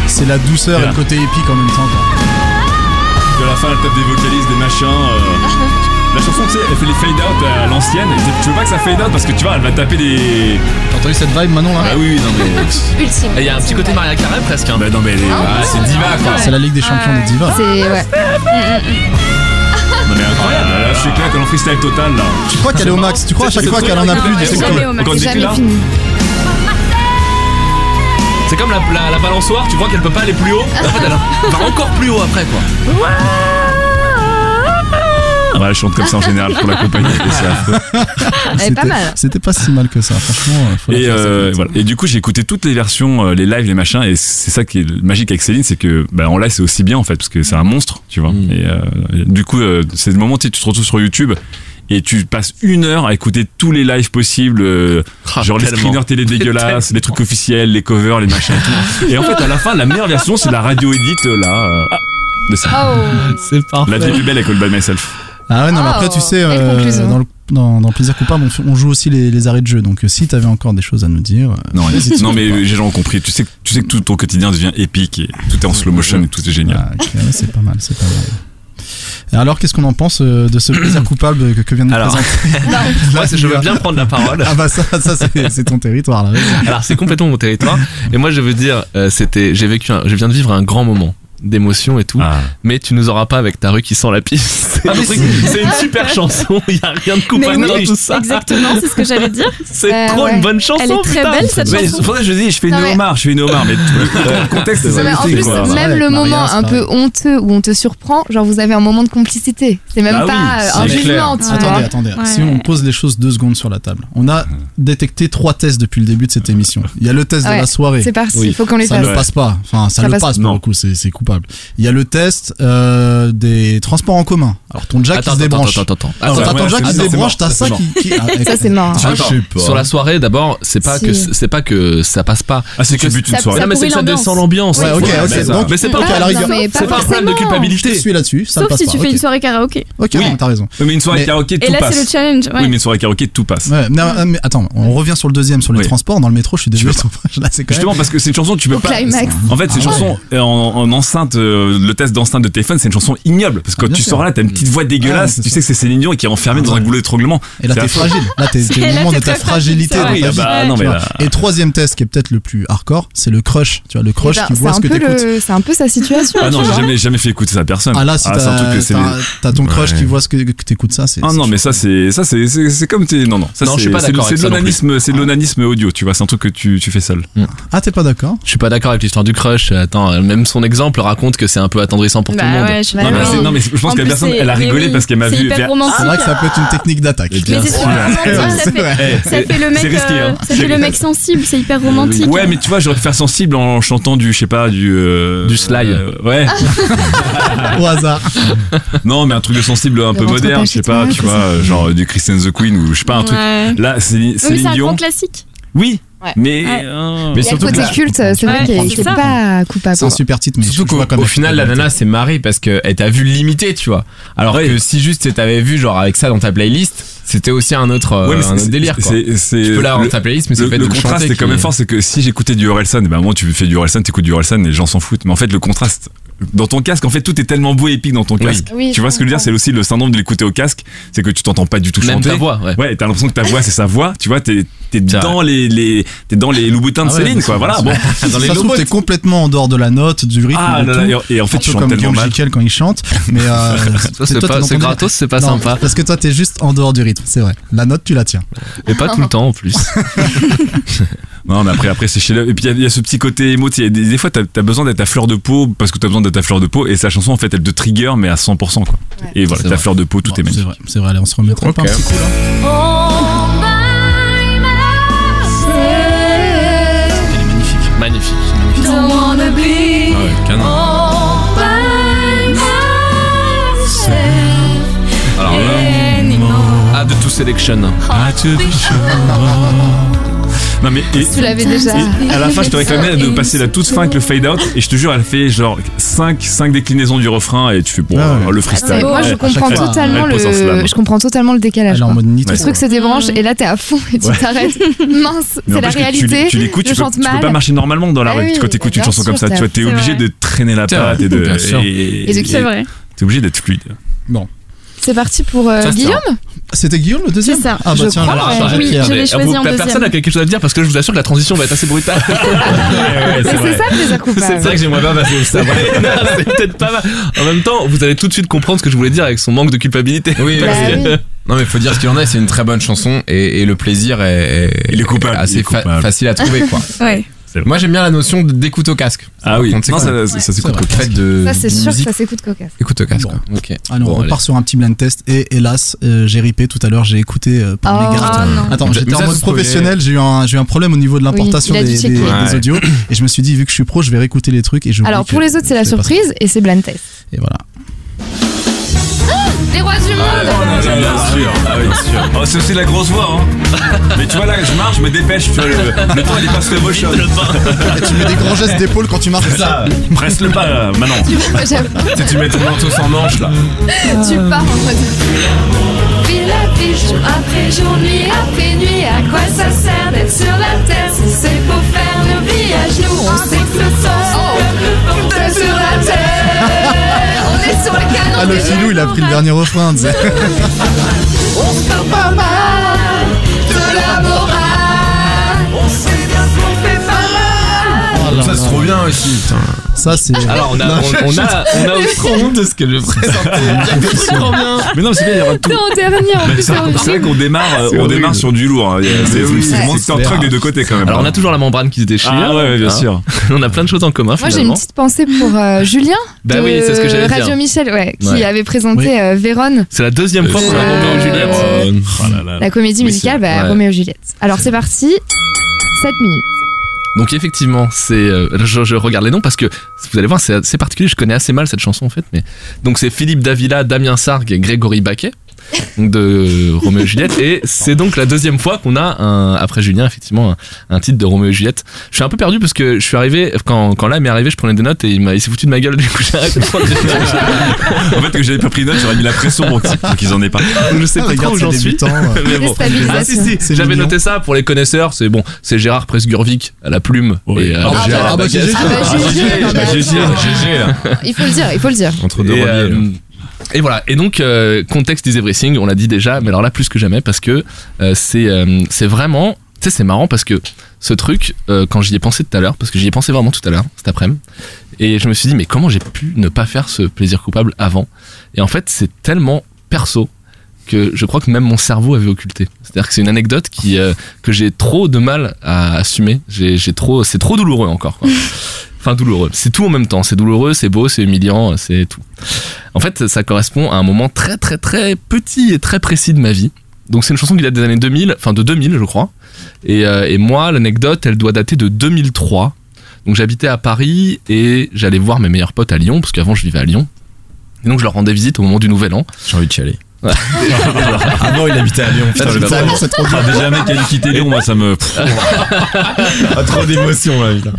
J: c'est la douceur et
I: Voilà.
J: le côté épique en même temps. quoi.
I: De la fin, elle tape des vocalises, des machins. euh, La chanson, tu sais, elle fait les fade-out à l'ancienne. Et Tu veux pas que ça fade-out parce que tu vois, elle va taper des.
J: T'as entendu cette vibe maintenant là
H: Ah oui, oui, non
J: *laughs*
H: mais.
F: Ultime.
H: Il y a un petit côté Maria Carré presque. hein.
I: Bah non, mais elle est-
H: Ah, c'est diva quoi.
J: C'est la Ligue des
F: Ah
J: Champions des Divas.
F: C'est ouais.
I: Ah, Non mais incroyable, là je suis clair que l'en freestyle total là.
J: Tu crois qu'elle est au max Tu crois à
H: C'est-
J: chaque
H: c'est
J: fois
H: ce
J: qu'elle en
H: truc-
J: a plus
B: Non,
J: du
B: c'est
J: second.
B: jamais au max.
I: Quand
F: C'est
I: tu
F: jamais
I: là,
F: fini.
H: C'est comme la, la- la balançoire, tu vois qu'elle peut pas aller plus haut. En fait, elle va encore plus haut après quoi.
I: ouais, je Ah, bah, chante comme ça en général pour l'accompagner. et *laughs* c'est affreux. Ah,
F: Elle est pas
J: C'était-
F: mal.
J: C'était pas si mal que ça, franchement. euh, faut la
I: Et,
J: faire,
I: euh,
J: cette-
I: voilà. et du coup j'ai écouté toutes les versions, euh, les lives, les machins, et c'est ça qui est magique avec Céline, c'est que bah, en live c'est aussi bien en fait, parce que c'est un monstre, tu vois.
H: Mm.
I: Et, euh, et du coup euh, c'est le moment tu sais, tu te retrouves sur YouTube. Et tu passes une heure à écouter tous les lives possibles, euh,
H: Ah,
I: genre les
H: tellement.
I: screeners télé dégueulasses, les trucs officiels, les covers, les machins et tout. Et en fait, à la fin, la meilleure version, c'est la radio édite là. euh, ah, de ça.
F: Oh.
J: C'est
G: Ah.
J: parfait.
I: La vie est plus belle avec All By Myself.
J: Ah ouais, non, mais
F: Oh,
J: après, tu sais,
F: belle
J: euh,
F: conclusion.
J: dans, le- dans, dans Plaisir Coupable, on, fait- on joue aussi les, les arrêts de jeu. Donc, euh, si t'avais encore des choses à nous dire. euh,
I: Non,
J: n'hésite
I: non
J: surtout
I: mais j'ai gens ont compris. Tu sais, que- tu sais que tout ton quotidien devient épique et tout est en slow motion et tout est
J: pas.
I: génial.
J: Ah, ok, ouais, c'est pas mal, c'est pas mal. Et Alors, qu'est-ce qu'on en pense euh, de
H: *clears throat*
J: ce plaisir coupable que, que vient de nous
H: Alors,
J: présenter
H: moi, je veux bien prendre la
J: *laughs*
H: parole.
J: Ah bah ça, ça c'est c'est ton territoire là. vas-y.
H: Alors c'est complètement mon territoire. Et moi je veux dire, euh, c'était, j'ai vécu, un- je viens de vivre un grand moment d'émotion et tout.
I: Ah.
H: Mais tu nous auras pas avec ta rue qui sent la piste. *laughs* C'est un truc- Ah, c'est une super chanson. Il y a rien de
B: Mais
H: comparable dans
B: oui,
H: tout ça.
B: exactement, c'est ce que j'allais dire.
H: C'est
F: Euh,
H: trop
F: ouais.
H: une bonne chanson.
B: Elle est très
H: putain.
B: belle, cette
I: Mais
B: chanson.
I: c'est pour ça que je dis, je fais
F: Non,
I: une
F: mais-
I: homard, je fais une homard, mais le contexte, c'est
F: Mais
I: ça.
F: en
I: le
F: plus,
I: truc, quoi.
J: Ouais,
F: même le
J: Maria,
F: moment
J: c'est
F: un
J: pareil.
F: peu honteux où on te surprend, genre vous avez un moment de complicité. C'est même
I: Bah
F: pas
I: oui,
F: euh,
I: c'est
F: un
I: clair.
F: jugement, tu vois.
J: Attendez, attendez.
B: Ouais.
J: Si on pose les choses deux secondes sur la table, on a détecté trois tests depuis le début de
H: Euh,
J: cette émission. Il y a le test de
F: Ouais,
J: la soirée.
F: C'est parti,
H: Oui.
F: faut qu'on les
J: Ça
F: fasse.
J: ne passe pas. Enfin, ça,
F: Ça
J: le passe,
F: passe-
J: pour
I: Non.
J: le coup, c'est c'est coupable. Il y a le test euh, des transports en commun. Alors ton Jack qui
H: Attends,
J: se
H: attends,
J: débranche. Ah,
H: attends, attends,
J: Quand
H: attends.
I: ouais,
J: t'as ton
I: ouais,
J: Jack
I: c'est
J: qui se
I: mort,
J: débranche,
I: c'est
J: t'as ça
I: mort.
J: qui. qui- ah,
F: Ça, c'est mort.
J: Ah, je sais pas.
H: Sur la soirée d'abord, c'est pas
F: Si.
H: que c'est pas que ça passe pas.
I: Ah, c'est que tu
H: que
I: butes une
B: ça-
I: soirée.
H: non mais c'est
B: pourrit
H: que ça
B: l'ambiance.
H: descend l'ambiance.
J: Ouais, ok,
H: Ouais,
J: ok.
H: mais ça-
J: donc,
H: mais c'est pas
J: ok,
H: un
J: à la
F: non,
J: rigueur,
F: mais
H: c'est pas un problème de
F: forcément.
J: Je
H: culpabilité.
J: suis là-dessus, ça ne
B: Sauf
J: passe
B: si
J: pas.
B: tu fais
J: ok.
B: une soirée karaoké.
J: Ok,
I: Oui.
J: non, t'as raison.
I: Oui, Mais une soirée
J: Mais-
I: karaoké,
B: Et
I: tout
B: là, c'est le
I: passe.
B: challenge. ouais.
I: Oui, mais une soirée karaoké, tout passe.
J: Ouais, non, mais attends, on revient sur le deuxième, sur les
I: Oui.
J: transports. Dans le métro, je suis désolé, ton- là, c'est quand même.
I: Justement, parce que c'est une chanson, tu peux
F: Au
I: pas.
F: climax.
I: En fait, c'est une
J: Ah ouais.
I: chanson euh, en, en enceinte d'enceinte, euh, le test d'enceinte de téléphone, c'est une chanson ignoble. Parce que quand
J: bien
I: tu
J: sûr.
I: sors là, t'as une petite voix dégueulasse.
J: Ah, c'est
I: tu
J: ça.
I: sais que c'est Céline Dion qui est enfermée dans un goulot d'étranglement.
J: Et là,
I: C'est
J: t'es
I: affreux.
J: fragile. Là, t'es
B: *laughs*
J: t'es au
B: Là,
J: moment
B: t'es
J: de ta
B: très fragile,
J: fragilité.
B: c'est
J: dans
B: vrai.
J: ta
I: Oui, ah
J: vie.
I: bah, non,
J: Tu
I: mais
J: vois.
I: là-
J: Et troisième test qui est peut-être le plus hardcore, c'est le crush. Tu vois, le crush
F: Eh ben,
J: qui voit
F: c'est
J: ce
F: un
J: que
F: peu
J: t'écoutes.
F: le- c'est un peu sa situation.
I: Ah non,
F: tu
I: j'ai
F: vois.
I: jamais, jamais fait écouter ça à personne.
J: Ah là, si
I: c'est un truc
J: t'as-
I: que c'est.
J: t'as t'as ton crush
I: Ouais.
J: qui voit ce que, que t'écoutes ça, c'est.
I: Ah
J: c'est
I: non, mais
J: chaud.
I: ça, c'est ça c'est c'est- c'est comme t'es. Non, non, ça,
H: Non, je
I: c'est
H: suis pas
I: c'est-
H: d'accord
I: c'est
H: avec
I: de
H: ça non
I: l'onanisme- c'est de l'onanisme audio, tu vois. C'est un truc que tu tu fais seul.
J: Ah, t'es pas d'accord
H: Je suis pas d'accord avec l'histoire du crush. Attends, euh, même son exemple raconte que c'est un peu attendrissant pour tout le
B: Bah
H: monde.
B: ouais, je suis
I: Non,
B: d'accord.
I: mais c'est- non, mais je pense
B: En
I: que la
B: plus,
I: personne,
B: c'est-
I: elle a
B: mais
I: rigolé
B: oui,
I: parce qu'elle m'a
B: c'est
I: vu.
B: hyper
I: faire-
B: romantique.
J: C'est vrai que ça peut être une technique d'attaque.
I: Mais
B: Mais c'est trop
I: *laughs*
B: romantique, ça
J: C'est vrai.
B: fait, ça fait le mec,
I: C'est risqué,
B: euh,
I: hein.
B: ça fait le mec sensible, c'est hyper romantique.
I: Ouais, mais tu vois, j'aurais pu faire sensible en chantant du, je sais pas, du. euh,
H: Du Sly.
I: euh, ouais.
J: Au hasard.
I: Non, mais un truc de sensible un
F: Le
I: peu
F: rentre
I: moderne,
F: pas
I: je sais
F: chez
I: pas,
F: toi,
I: tu
F: tout
I: vois, euh, genre du Christian the Queen ou je sais pas, un truc.
B: Ouais.
I: Là,
B: Oui,
I: Céline,
B: mais c'est
I: Céline
B: un grand
I: Dion.
B: classique.
I: Oui,
F: Ouais.
I: mais.
B: Ouais.
F: Il
G: Mais
I: euh,
F: y a le
G: surtout que
F: côté
G: là-
F: culte, c'est vrai
B: Ouais,
F: qu'il
B: c'est
F: qu'il est
B: ça.
F: pas coupable.
J: C'est un super titre, mais
G: Surtout
J: je vois
G: qu'au
J: quand même
G: au final, la nana s'est marrée parce qu'elle t'a vu limité, tu vois. Alors que si juste t'avais vu, genre, avec ça dans ta playlist, c'était aussi un autre, euh,
I: Ouais, mais
G: un autre
I: c'est-
G: délire, quoi.
I: c'est- c'est-
G: Tu peux l'avoir
I: le-
G: dans ta playlist, mais c'est
I: le,
G: le fait
I: le
G: de le
I: contraste
G: chanter
I: est quand
G: qui
I: même
G: est-
I: fort, c'est que si j'écoutais du Orelsan, ben à un moment tu fais du Orelsan, t'écoutes du Orelsan et les gens s'en foutent. Mais en fait, le contraste dans ton casque, en fait, tout est tellement beau et épique dans ton casque.
F: Oui,
I: tu vois ce que je veux dire C'est aussi le syndrome de l'écouter au casque, c'est que tu t'entends pas du tout
H: Même
I: chanter.
H: ta voix, ouais.
I: Ouais, et t'as l'impression que ta voix c'est sa voix, tu vois, t'es t'es
H: C'est
I: dans les, les t'es dans les louboutins de
J: Ah ouais,
I: Céline,
J: mais
I: quoi.
J: c'est-
I: Voilà, bon, dans
J: Dans
I: les
J: les
I: louboutins.
J: t'es complètement en dehors de la note, du rythme.
I: Ah
J: de
I: là là,
J: tout.
I: et en- et en fait,
J: Un
I: tu
J: peu
I: chantes
J: comme
I: tellement
J: Guillaume
I: mal.
J: Jiquel quand il chante, mais
I: *laughs*
J: euh,
H: Ça,
J: toi,
H: c'est
J: t'es
H: pas-
J: dans
H: c'est
J: ton-
H: gratos, c'est pas
J: Non,
H: sympa.
J: Parce que toi, t'es juste en dehors du rythme, c'est vrai. La note, tu la tiens.
H: Et pas tout le
B: *laughs*
H: temps en plus.
I: Non, mais après, après c'est chez Et puis, il y a- il y, a ce petit côté émo. tu sais, il y a Des, des fois, t'as as besoin d'être à fleur de peau parce que t'as besoin d'être à fleur de peau. Et sa chanson, en fait, elle te trigger, mais à 100%. Quoi. Et
H: C'est
I: voilà, ta
H: vrai.
I: fleur de peau, tout
J: Bon,
I: est
J: C'est
I: magnifique.
J: vrai, c'est vrai. Allez, on se remettra pas un petit coup là. Elle est magnifique.
H: Magnifique.
I: Ah ouais, canon. Alors là.
H: Ah, de tout selection.
J: Ah,
I: Non, mais. et-
F: Tu l'avais déjà. Ah,
I: et à la fin, je te réclamais de passer la toute fin avec le fade out. Et je te jure, elle fait genre 5, 5 déclinaisons du refrain. Et tu fais bon,
J: Ah ouais.
I: alors, le
F: Mais
I: freestyle.
F: Moi, je
I: Ouais.
F: comprends
J: fois,
F: totalement
I: elle pose un
F: le,
I: slam.
F: je comprends totalement le décalage.
J: Elle est en
F: quoi.
J: mode nitro.
I: Ouais.
F: Le truc se débranche et là t'es à fond et tu t'arrêtes. Mince, c'est
I: Mais
F: la
I: n'empêche que tu
F: réalité.
I: l'é- Tu l'écoutes,
F: je
I: tu, peux-
F: chante
I: tu peux
F: mal.
I: pas marcher normalement dans la
F: Ah
I: rue
F: oui,
I: quand t'écoutes
F: bien
I: une chanson
F: sûr,
I: comme ça.
F: t'as-
I: Tu vois, t'es
B: c'est
I: obligé
B: vrai.
I: de traîner la
H: C'est
I: patte
H: vrai.
I: et de.
H: Bien sûr.
I: et-
F: Et de-
B: C'est vrai.
I: T'es obligé d'être
F: *laughs*
I: fluide.
F: C'est parti pour euh,
H: Ça, c'est
F: Guillaume.
J: C'était Guillaume le deuxième
B: C'est ça.
J: Ah bah
F: Je
J: tiens,
F: crois,
J: alors,
F: ouais.
J: attends, j'ai
B: Oui,
J: qui, euh,
B: je l'ai choisi en
H: la personne
B: deuxième.
H: a quelque chose à dire parce que je vous assure que la transition va être assez brutale.
F: Mais C'est ça le plaisir coupable.
H: que j'aimerais pas passer au sabre. *laughs* c'est peut-être pas mal. En même temps, vous allez tout de suite comprendre ce que je voulais dire avec son manque de culpabilité.
G: Oui,
F: Bah
G: parce que-
F: oui.
G: Non mais faut dire ce qu'il en est, c'est une très bonne chanson et, et le plaisir est, est-
I: Il est coupable,
G: est assez
I: il est
G: fa-
I: coupable.
G: facile à trouver
I: *laughs*
G: quoi.
B: Ouais.
G: Moi j'aime bien la notion de- d'écoute au casque.
I: Ah oui,
G: On sait
I: non,
G: quoi.
I: ça, ça, ça s'écoute
G: Le fait de
F: Ça c'est
G: de
F: sûr, que
G: musique,
F: ça s'écoute cocasse.
G: écoute au casque.
J: Bon.
G: quoi. Ok.
J: Alors,
G: Bon,
J: Ah on repart sur un petit blind test et hélas, euh, j'ai ripé tout à l'heure, j'ai écouté euh, pour
F: Oh.
J: mes gardes.
B: Oh non.
J: Attends,
G: Mais
J: j'étais
G: ça,
J: en
G: ça
J: mode
G: se
J: professionnel, j'ai eu, un, j'ai eu un problème au niveau de l'importation
F: Oui, il a dû
J: des,
F: checker.
J: des-
G: Ouais.
J: des audios et je me suis dit, vu que je suis pro, je vais réécouter les trucs et je.
F: Alors pour les autres c'est la surprise et c'est blind test.
J: Et voilà.
F: Les rois du monde.
I: bien sûr. Ah oui, bien sûr. Oh, c'est aussi la grosse voix, *laughs* hein. Mais tu vois, là, je marche, je me dépêche. Tu vois, le, le temps, il dépasse le motion.
J: Et tu mets des grands gestes d'épaule quand tu marches. C'est ça.
I: Presse le pas, là, maintenant.
F: J'avoue,
G: Tu sais, tu mets ton manteau sans manche
I: *laughs*
G: là.
F: tu pars en mode.
C: Ville après jour, après jour, nuit après nuit, à quoi ça sert d'être sur la terre si c'est pour faire le voyage Nous on sait que le sol oh, sur la terre. On est sur le canon.
J: Ah, le
C: des
J: filou, il a pris le dernier refrain. tu sais.
C: On se fout pas mal de la morale. On sait bien qu'on fait pas mal.
G: ça se trouve bien aussi. putain.
J: Ça, c'est.
G: Ah,
H: Alors, on a, on, on a, on a aussi honte de ce que je présente.
I: Mais non, mais c'est bien, il y aura tout.
F: T'es en dernier en
I: Mais
F: plus.
I: c'est vrai- c'est vrai qu'on démarre, euh, on
G: horrible.
I: démarre sur du lourd. hein. Il y a- C'est
G: oui,
I: c'est
G: c'est
I: monster
G: clair.
I: truck des deux côtés quand même. hein.
H: Alors, on a toujours la membrane qui se déchire.
I: Ah ouais, ouais, bien
H: Hein.
I: sûr.
H: *laughs* On a plein de choses en commun
F: Moi j'ai une
H: finalement.
F: petite pensée pour euh, Julien
H: Bah
F: de
H: oui, c'est ce que j'allais dire.
F: Radio Michel, ouais, qui
H: Ouais.
F: avait présenté
J: Oui.
F: euh, Vérone,
H: C'est la deuxième fois qu'on a
F: Euh,
H: demandé au Julien.
F: euh,
I: Oh là là.
F: la comédie
H: Oui,
F: musicale,
H: c'est vrai.
F: bah,
H: Ouais.
F: Roméo et Juliette. Alors c'est parti, 7 minutes.
H: Donc effectivement, c'est euh, je, je regarde les noms parce que vous allez voir, c'est assez particulier. Je connais assez mal cette chanson en fait, mais donc c'est Philippe Davila, Damien Sargue et Grégory Baquet.
G: donc de Roméo et Juliette. Et c'est donc la deuxième fois qu'on a, un, après Julien, effectivement, un, un titre de Roméo et Juliette. Je suis un peu perdu parce que je suis arrivé, quand, quand là m'est arrivé, je prenais des notes et il, m'a- il s'est foutu de ma gueule. Du coup, j'ai arrêté de prendre des notes.
I: En fait, que j'avais pas pris note, j'aurais mis la pression pour qu'ils pour qu'ils en aient pas.
G: Donc, je sais
J: Ah,
G: pas trop
J: regarde,
G: où
J: c'est
G: j'en suis.
J: débutant, euh.
G: Mais bon.
F: Déstabilisation.
G: Ah si si,
J: C'est
G: j'avais
J: mignon.
G: noté ça pour les connaisseurs, c'est bon, c'est Gérard Presgurvic à la plume
I: Ouais.
G: et, euh,
I: Ah bah,
G: Gérard
J: ah bah,
G: Baguette.
J: GG.
F: Ah bah,
K: Bah,
F: GG,
K: GG, GG, là.
F: Il faut le dire, il faut le dire.
K: Entre deux
G: et, euh,
K: reliés.
G: et voilà. Et donc, euh, contexte is everything, on l'a dit déjà, mais alors là, plus que jamais, parce que euh, c'est euh, c'est vraiment. Tu sais, c'est marrant parce que ce truc, euh, quand j'y ai pensé tout à l'heure, parce que j'y ai pensé vraiment tout à l'heure, cet après-midi, et je me suis dit, mais comment j'ai pu ne pas faire ce plaisir coupable avant Et en fait, c'est tellement perso que je crois que même mon cerveau avait occulté. C'est-à-dire que c'est une anecdote qui, euh, que j'ai trop de mal à assumer. J'ai j'ai trop, c'est trop douloureux encore. quoi. Enfin, douloureux. C'est tout en même temps. C'est douloureux, c'est beau, c'est humiliant, c'est tout. En fait, ça correspond à un moment très très très petit et très précis de ma vie. Donc c'est une chanson qui date des années 2000, enfin de 2000 je crois. Et, euh, et moi, l'anecdote, elle doit dater de 2003. Donc j'habitais à Paris et j'allais voir mes meilleurs potes à Lyon, parce qu'avant je vivais à Lyon. Et donc je leur rendais visite au moment du Nouvel An.
K: J'ai envie de chialer. *laughs* Avant, il habitait à Lyon. Putain,
G: Là,
K: le
G: tu
K: bâtard.
J: c'est trop dur.
I: Ah, déjà, mec, elle quitter Lyon, moi, ça me. Pff,
K: Ah, trop d'émotions là, putain.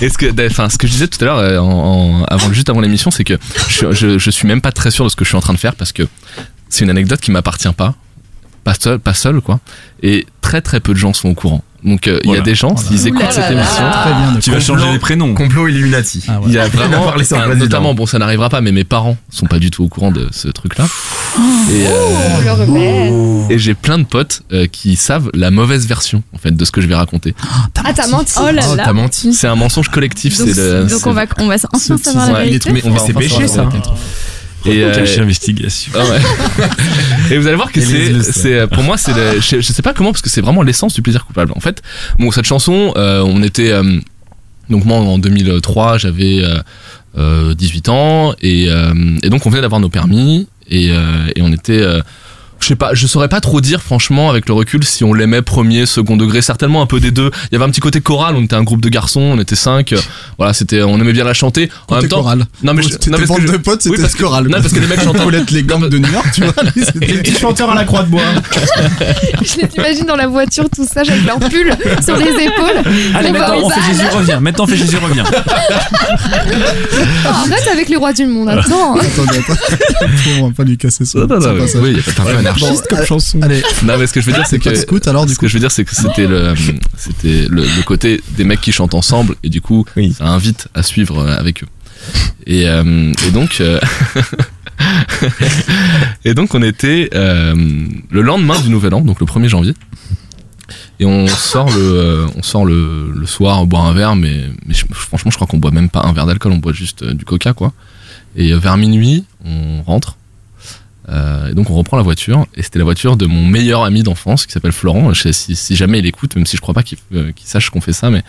G: Et ce que, d'ailleurs, enfin, ce que je disais tout à l'heure, euh, en- en- avant, juste avant l'émission, c'est que je, je, je suis même pas très sûr de ce que je suis en train de faire parce que c'est une anecdote qui m'appartient pas, pas seul, pas seul quoi. Et très très peu de gens sont au courant. Donc euh, il y
I: Voilà.
G: a des gens, s'ils écoutent cette émission,
B: Ah,
J: Très bien. de
I: tu vas
J: quoi.
I: changer les prénoms.
K: Complot Illuminati.
J: Ah ouais.
G: il y a vraiment,
K: parlé sans
G: enfin,
K: président.
G: notamment, bon, ça n'arrivera pas, mais mes parents sont pas du tout au courant de ce truc-là. Et, euh,
F: On le remet.
G: et j'ai plein de potes euh, qui savent la mauvaise version en fait de ce que je vais raconter.
F: Ah, t'as menti. *laughs*
B: Oh là
K: Oh,
B: là.
K: t'as menti.
G: C'est un mensonge collectif.
B: Donc,
G: c'est le-
B: donc
G: c'est-
B: on va, on va enfin
J: ce
B: savoir
J: teaser,
B: la
G: Ouais,
B: vérité.
G: mais on va
K: Mais c'est
G: enfin
K: péché,
G: savoir la
K: ça.
G: vérité. Et, euh,
I: Cache investigation.
G: Ah ouais. Et vous allez voir que
K: Et les
G: c'est,
K: illustres.
G: c'est- euh, pour moi, c'est le- je, je sais pas comment parce que c'est vraiment l'essence du plaisir coupable. En fait, bon, cette chanson, euh, on était euh, donc moi en 2003, j'avais euh, euh, 18 ans et, euh, et donc on venait d'avoir nos permis et, euh, et on était euh, je sais pas, je saurais pas trop dire franchement avec le recul si on l'aimait premier, second degré, certainement un peu des deux. Il y avait un petit côté choral, on était un groupe de garçons, on était cinq, euh, voilà, c'était, on aimait bien la chanter. En même
J: Côté
G: temps,
J: choral. Oh,
G: non mais, je-
J: C'était
G: non, mais ce que
J: bande
G: je-
J: de potes,
G: Oui,
J: c'était
G: parce que-
J: choral.
G: non, parce que les mecs
J: *laughs*
G: chantaient-
J: Faut l'être les gangs de New York, tu vois. Les petits chanteurs à la croix de bois.
F: Je les imagine dans la voiture, tout ça, avec leur pull sur les épaules.
I: Allez,
F: On
I: maintenant,
F: va-
I: on fait Jésus revient. Maintenant, on fait Jésus revient.
F: Oh, Arrête avec les rois du monde, attends.
J: *laughs* Attendez,
G: *laughs*
J: attends. On va pas lui casser son
G: Non, non,
J: son
G: non,
J: passage.
G: oui, il y a pas de problème.
J: Anarchiste comme chanson. Allez,
G: Non, mais ce que je veux dire, c'est
J: c'est
G: que.
J: pas de scout alors du
G: Ce que
J: coup.
G: je veux dire, c'est que c'était le, c'était le, le côté des mecs qui chantent ensemble et du coup,
K: Oui.
G: ça invite à suivre euh, avec eux. Et, euh, et donc, euh, et donc on était euh, le lendemain du Nouvel An, donc le 1er janvier, et on sort le, euh, on sort le, le soir boire un verre, mais, mais je- franchement, je crois qu'on boit même pas un verre d'alcool, on boit juste euh, du Coca, quoi. Et euh, vers minuit, on rentre. Euh, et donc on reprend la voiture, et c'était la voiture de mon meilleur ami d'enfance qui s'appelle Florent. Je sais, si, si jamais il écoute, même si je crois pas qu'il euh, qu'il sache qu'on fait ça, mais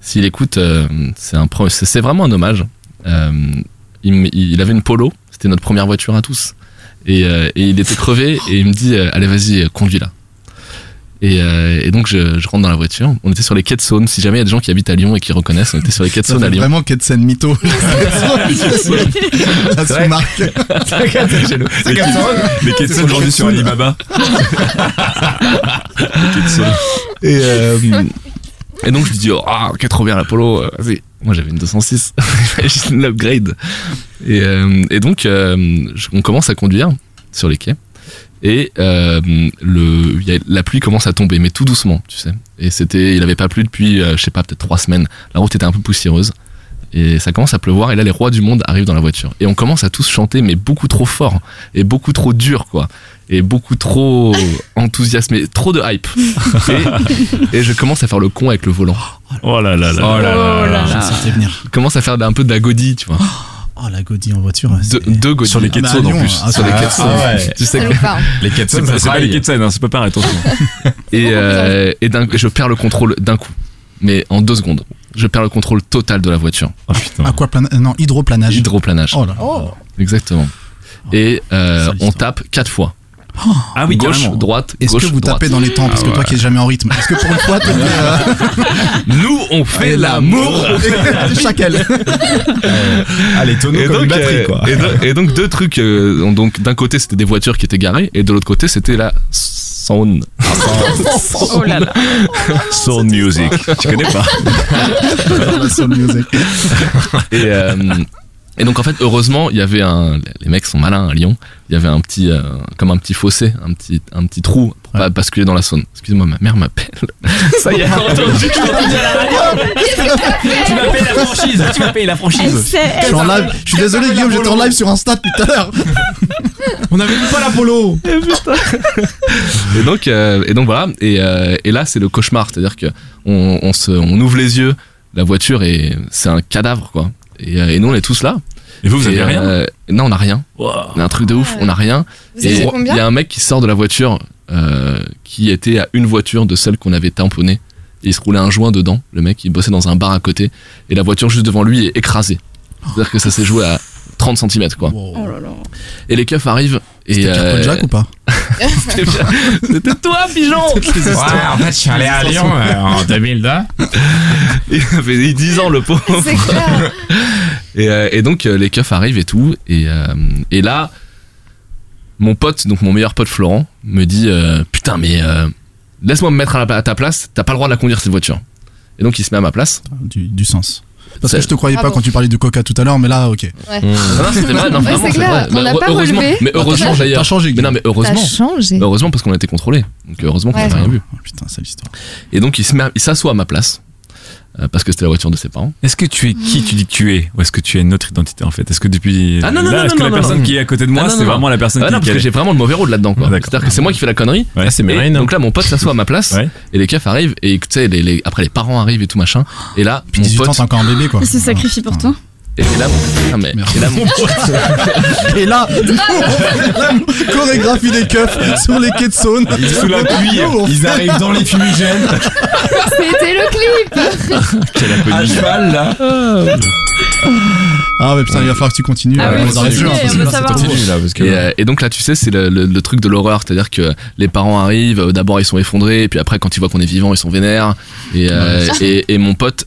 G: s'il écoute, euh, c'est un pro- c'est c'est vraiment un hommage. Euh, il, m- il avait une Polo, c'était notre première voiture à tous, et, euh, et il était crevé, et il me dit euh, allez vas-y euh, conduis-la. Et, euh, et donc je, je rentre dans la voiture. On était sur les quais de Saône. Si jamais il y a des gens qui habitent à Lyon et qui reconnaissent, on était sur les quais de
J: Ça
G: Saône à
J: fait
G: Lyon.
J: vraiment Ketsen
G: *laughs*
J: mytho. *laughs* La
G: vrai.
J: sous-marque.
I: Les les Ketsun, aujourd'hui, sur Alibaba. Les Ketsun.
G: Et,
B: *laughs*
G: euh, et donc je lui dis oh, ah, ok trop bien l'Apollo euh, vas-y moi j'avais une *laughs* 206 j'ai une upgrade et, euh, et donc euh, je- on commence à conduire sur les quais et euh, le, il y a- la pluie commence à tomber mais tout doucement tu sais et c'était il avait pas plu depuis euh, je sais pas peut-être trois semaines la route était un peu poussiéreuse et ça commence à pleuvoir et là les rois du monde arrivent dans la voiture et on commence à tous chanter mais beaucoup trop fort et beaucoup trop dur quoi et beaucoup trop enthousiasmé trop de hype et, et je commence à faire le con avec le volant
I: *laughs* Oh là là là.
K: Oh là là là.
J: Je sentais venir.
G: je commence à faire un peu de la godille tu vois
J: Oh la Gaudi en voiture.
G: deux
J: c'est-
G: deux godilles
I: Sur les quais de
J: Ah,
I: Saône,
J: bah,
I: en
J: à
I: plus.
J: Lyon, hein.
G: Sur les
J: Ah,
G: quais de Saône.
J: ah ouais.
G: tu sais que-
F: Allez, on part.
K: Les 4
I: C'est pas, c'est pas les Ketsun, hein, c'est pas pareil, attention.
G: et, euh, et d'un- je perds le contrôle d'un coup mais en deux secondes je perds le contrôle total de la voiture
I: Oh putain.
J: Aquaplan... euh, Non, hydroplanage.
G: hydroplanage
J: Oh là.
G: exactement et euh,
J: Sale
G: on
J: histoire.
G: tape quatre fois
I: Ah oui,
G: gauche,
I: carrément.
G: droite,
J: Est-ce
G: gauche,
J: que vous
G: droite. Ah
J: tapez dans les temps Parce que toi qui es jamais en rythme. Est-ce que pour une fois, t'es euh,
G: *laughs* Nous,
I: Ah,
G: on fait l'amour
J: *laughs*
G: *laughs*
J: Chacal.
L: Allez, tonneau
G: et
L: comme
G: donc,
L: une batterie,
G: euh,
L: quoi.
G: et do- et donc, deux trucs. euh, donc d'un côté c'était des voitures qui étaient garées et de l'autre côté c'était la *laughs* saune.
B: Oh là là.
I: Soul music. Tu connais pas
J: La soul music.
G: Et, euh, et donc en fait heureusement il y avait un. Les mecs sont malins à Lyon. Il y avait un petit euh, comme un petit fossé, un petit un petit trou pour pas basculer dans la saune. Excusez-moi, ma mère m'appelle. Ça y est.
L: Tu m'as payé la franchise, tu m'as payé la
B: Elle
L: franchise.
B: sait.
J: Je suis en live. Je suis désolé, Guillaume, j'étais en live sur Insta depuis tout
G: *laughs*
J: à l'heure.
L: On avait dit pas l'Apollo.
G: Et donc, euh, et donc voilà. Et, euh, et là, c'est le cauchemar. C'est-à-dire que on, on se, on ouvre les yeux, la voiture et c'est un cadavre, quoi. Et, euh, et nous, on est tous là.
I: Et vous, vous
G: Et,
I: avez rien
G: euh, Non, on a rien. On a un truc de ouf, on a rien.
F: Vous
G: Et
F: étiez
G: il
F: combien
G: y a un mec qui sort de la voiture euh, qui était à une voiture de celle qu'on avait tamponnée. Et il se roulait un joint dedans. Le mec, il bossait dans un bar à côté. Et la voiture juste devant lui est écrasée. C'est-à-dire que ça s'est joué à 30 cm, quoi.
B: Oh là là.
G: Et les keufs arrivent. Et
J: C'était Carton
G: euh,
J: Jack ou pas
G: c'était bien. C'était toi, pigeon
L: Ouais, en fait, je suis allé à Lyon euh,
G: *laughs*
L: en 2002.
G: Il avait 10 ans, le pauvre.
F: C'est clair.
G: Et, euh, et donc euh, les keufs arrivent et tout. Et, euh, et là, mon pote, donc mon meilleur pote Florent, me dit euh, Putain, mais euh, laisse-moi me mettre à, la- à ta place, t'as pas le droit de la conduire cette voiture. Et donc il se met à ma place.
J: du, du sens. Parce
G: C'est-
J: que je te croyais pas
F: Bravo.
J: quand tu parlais de coca tout à l'heure, mais là, ok.
G: Ah non, c'était vrai, non,
F: Ouais,
G: vraiment,
F: c'est
G: c'est
F: clair,
G: vrai.
F: on l'a
G: Mais
F: pas
G: heureusement-
F: relevé.
G: Mais heureusement
J: T'as
G: d'ailleurs.
J: changé.
G: Mais non, mais
F: T'as
G: heureusement.
F: changé.
G: Heureusement parce qu'on a été contrôlé. Donc heureusement qu'on
F: Ouais.
G: n'a rien vu.
J: Ah, putain, c'est l'histoire.
G: Et donc il se met à- il s'assoit à ma place. euh, parce que c'était la voiture de ses parents.
I: Est-ce que tu es qui tu dis que tu es Ou est-ce que tu as une autre identité en fait Est-ce que depuis.
G: Ah, non, non,
I: là,
G: non,
I: est-ce que
G: non,
I: la
G: non,
I: personne
G: non.
I: qui est à côté de
G: Ah,
I: moi,
G: non,
I: c'est
G: non,
I: vraiment la personne
G: Ah
I: qui
G: non, parce que j'ai vraiment le mauvais rôle là-dedans. quoi.
I: Ah, d'accord.
G: C'est-à-dire que c'est moi qui fais la connerie.
I: Ouais, c'est
G: Et
I: Mérine.
G: donc là, mon pote s'assoit à ma place.
I: Ouais.
G: Et les keufs arrivent. Et tu sais, les, les- après les parents arrivent et tout machin. Et là,
J: Puis
G: mon
J: 18
G: pote.
J: ans, t'es encore un bébé, quoi.
B: Il se sacrifie pour toi.
G: Et là, putain, mais-
J: Merde.
G: et là, mon-
J: *laughs* Et là, chorégraphie des keufs sur les quais de Saône.
L: Sous la pluie,
J: Oh,
L: ils arrivent dans les
G: *laughs*
L: fumigènes,
F: C'était le clip.
L: à
G: Ah,
L: cheval là.
J: Ah, mais putain, il va falloir que tu continues.
B: Ah oui,
J: on aurait
B: continue,
J: dû, hein, parce
B: on
J: que
B: veut
J: là, c'est
B: savoir.
J: trop
L: là parce
G: et, euh, et donc là, tu sais, c'est le, le- le truc de l'horreur, c'est-à-dire que les parents arrivent, euh, d'abord ils sont effondrés, et puis après, quand ils voient qu'on est vivant, ils sont vénères. Et, euh, et, et mon pote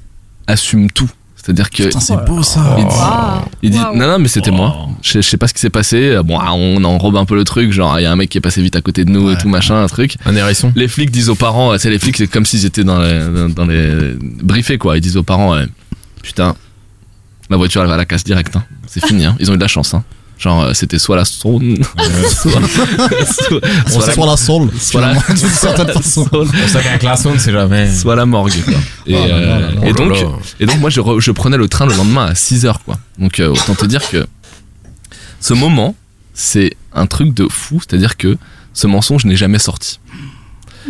G: assume tout, c'est-à-dire que
J: Putain, c'est beau ça.
G: il dit,
B: Waouh.
G: il dit,
B: Waouh.
G: non, non, mais c'était moi. Je, je sais pas ce qui s'est passé. Euh, Bon, ah, on enrobe un peu le truc, genre il y a un mec qui est passé vite à côté de nous et tout machin, un truc.
L: Un
I: *laughs*
L: hérisson.
G: Les flics disent aux parents, euh, tu sais, les flics, c'est comme s'ils étaient dans les, dans, dans les briefés, quoi. Ils disent aux parents, euh, putain, la voiture, elle va à la casse direct. hein. C'est fini, hein. Ils ont eu de la chance, hein. Genre, euh, c'était soit la Saône, *laughs* soit, soit-
J: On
G: soit la-
J: soit la soul.
G: soit
J: *laughs*
G: la-
J: finalement, D'une certaine façon.
L: Pour ça qu'un classon, c'est jamais.
G: soit la morgue, quoi. Et,
J: Oh là là
G: euh,
J: là là.
G: et donc, et donc, moi, je, re- je prenais le train le lendemain à 6 heures, quoi. Donc, euh, autant te dire que ce moment, c'est un truc de fou. C'est-à-dire que ce mensonge n'est jamais sorti.